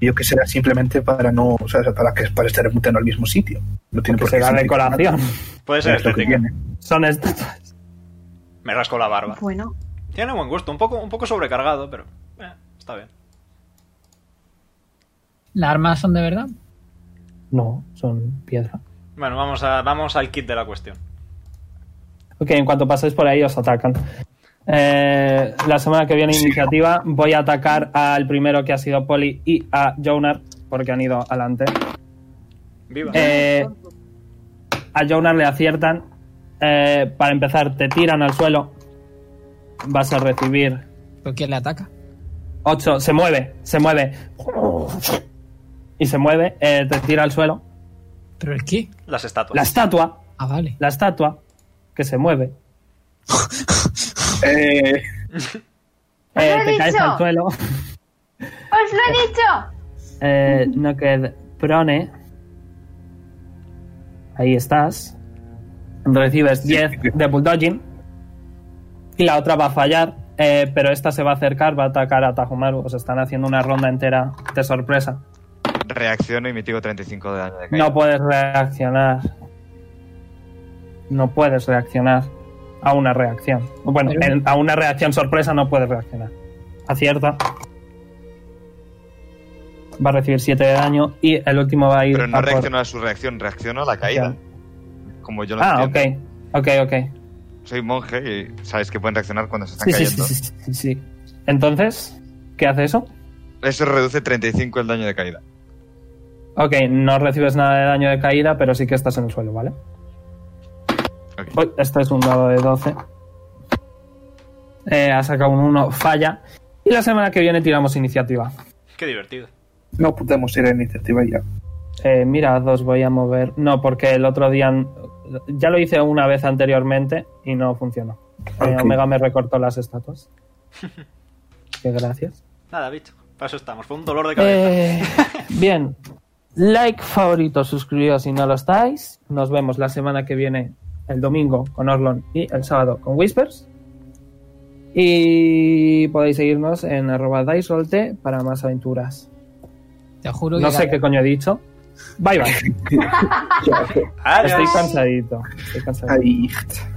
yo que será simplemente para no, o sea, para que para estar apuntando al mismo sitio. No tiene por qué
Será
significar nada.
decoración.
Puede ser
Es lo *laughs* que
estética.
tiene.
*laughs* Son estatuas.
Me rasco la barba.
Bueno,
Tiene buen gusto, un poco, un poco sobrecargado, pero eh, está bien.
¿Las armas son de verdad?
No, son piedra.
Bueno, vamos, a, vamos al kit de la cuestión.
Ok, en cuanto paséis por ahí os atacan. Eh, la semana que viene iniciativa voy a atacar al primero que ha sido Poli y a Jonar porque han ido adelante.
Viva.
Eh, a Jonar le aciertan. Eh, para empezar, te tiran al suelo. Vas a recibir
¿Por quién le ataca?
8. Se mueve, se mueve. Y se mueve, eh, te tira al suelo.
¿Pero el qué?
Las estatuas.
La estatua,
Ah, vale.
la estatua que se mueve. Eh,
Eh,
lo he
te caes
dicho!
al suelo.
¡Os lo he dicho!
Eh, Knocked Prone. Ahí estás. Recibes 10 de Bulldogging. Y la otra va a fallar. eh, pero esta se va a acercar, va a atacar a Tajomaru. Os están haciendo una ronda entera de sorpresa.
Reacciono y mitigo 35 de daño de caída.
No puedes reaccionar. No puedes reaccionar a una reacción. Bueno,
Pero-
en- a una reacción sorpresa no puedes reaccionar. Acierta. Va a recibir 7 de daño y el último va a ir
Pero
a
no
por-
reacciono a su reacción, reacciono a la caída. Como yo lo
Ah, ok.
entiendo.
Ok, ok.
Soy monje y sabes que pueden reaccionar cuando se están
Sí, sí, sí,
cayendo.
sí, sí, sí. Entonces, ¿qué hace eso?
Eso reduce 35 el daño de caída.
Ok, no recibes nada de daño de caída, pero sí que estás en el suelo, ¿vale?
Ok.
Uy, este es un dado de 12. Eh, ha sacado un 1, falla. Y la semana que viene tiramos iniciativa.
Qué divertido.
no podemos ir a iniciativa ya.
Eh, mira, dos voy a mover. No, porque el otro día n- ya lo hice una vez anteriormente y no funcionó. Eh,
Ok.
Omega me recortó las estatuas. Qué gracias.
Nada, bicho. Para eso estamos. Fue un dolor de cabeza.
Eh, bien. Like, favorito, suscribíos si no lo estáis. Nos vemos la semana que viene, el domingo con Orlon y el sábado con Whispers. Y podéis seguirnos en arroba dicerolte para más aventuras.
Te juro que.
No sé qué coño he dicho. Bye bye.
Ya,
Adiós.
Estoy cansadito. Estoy cansadito.
ahí.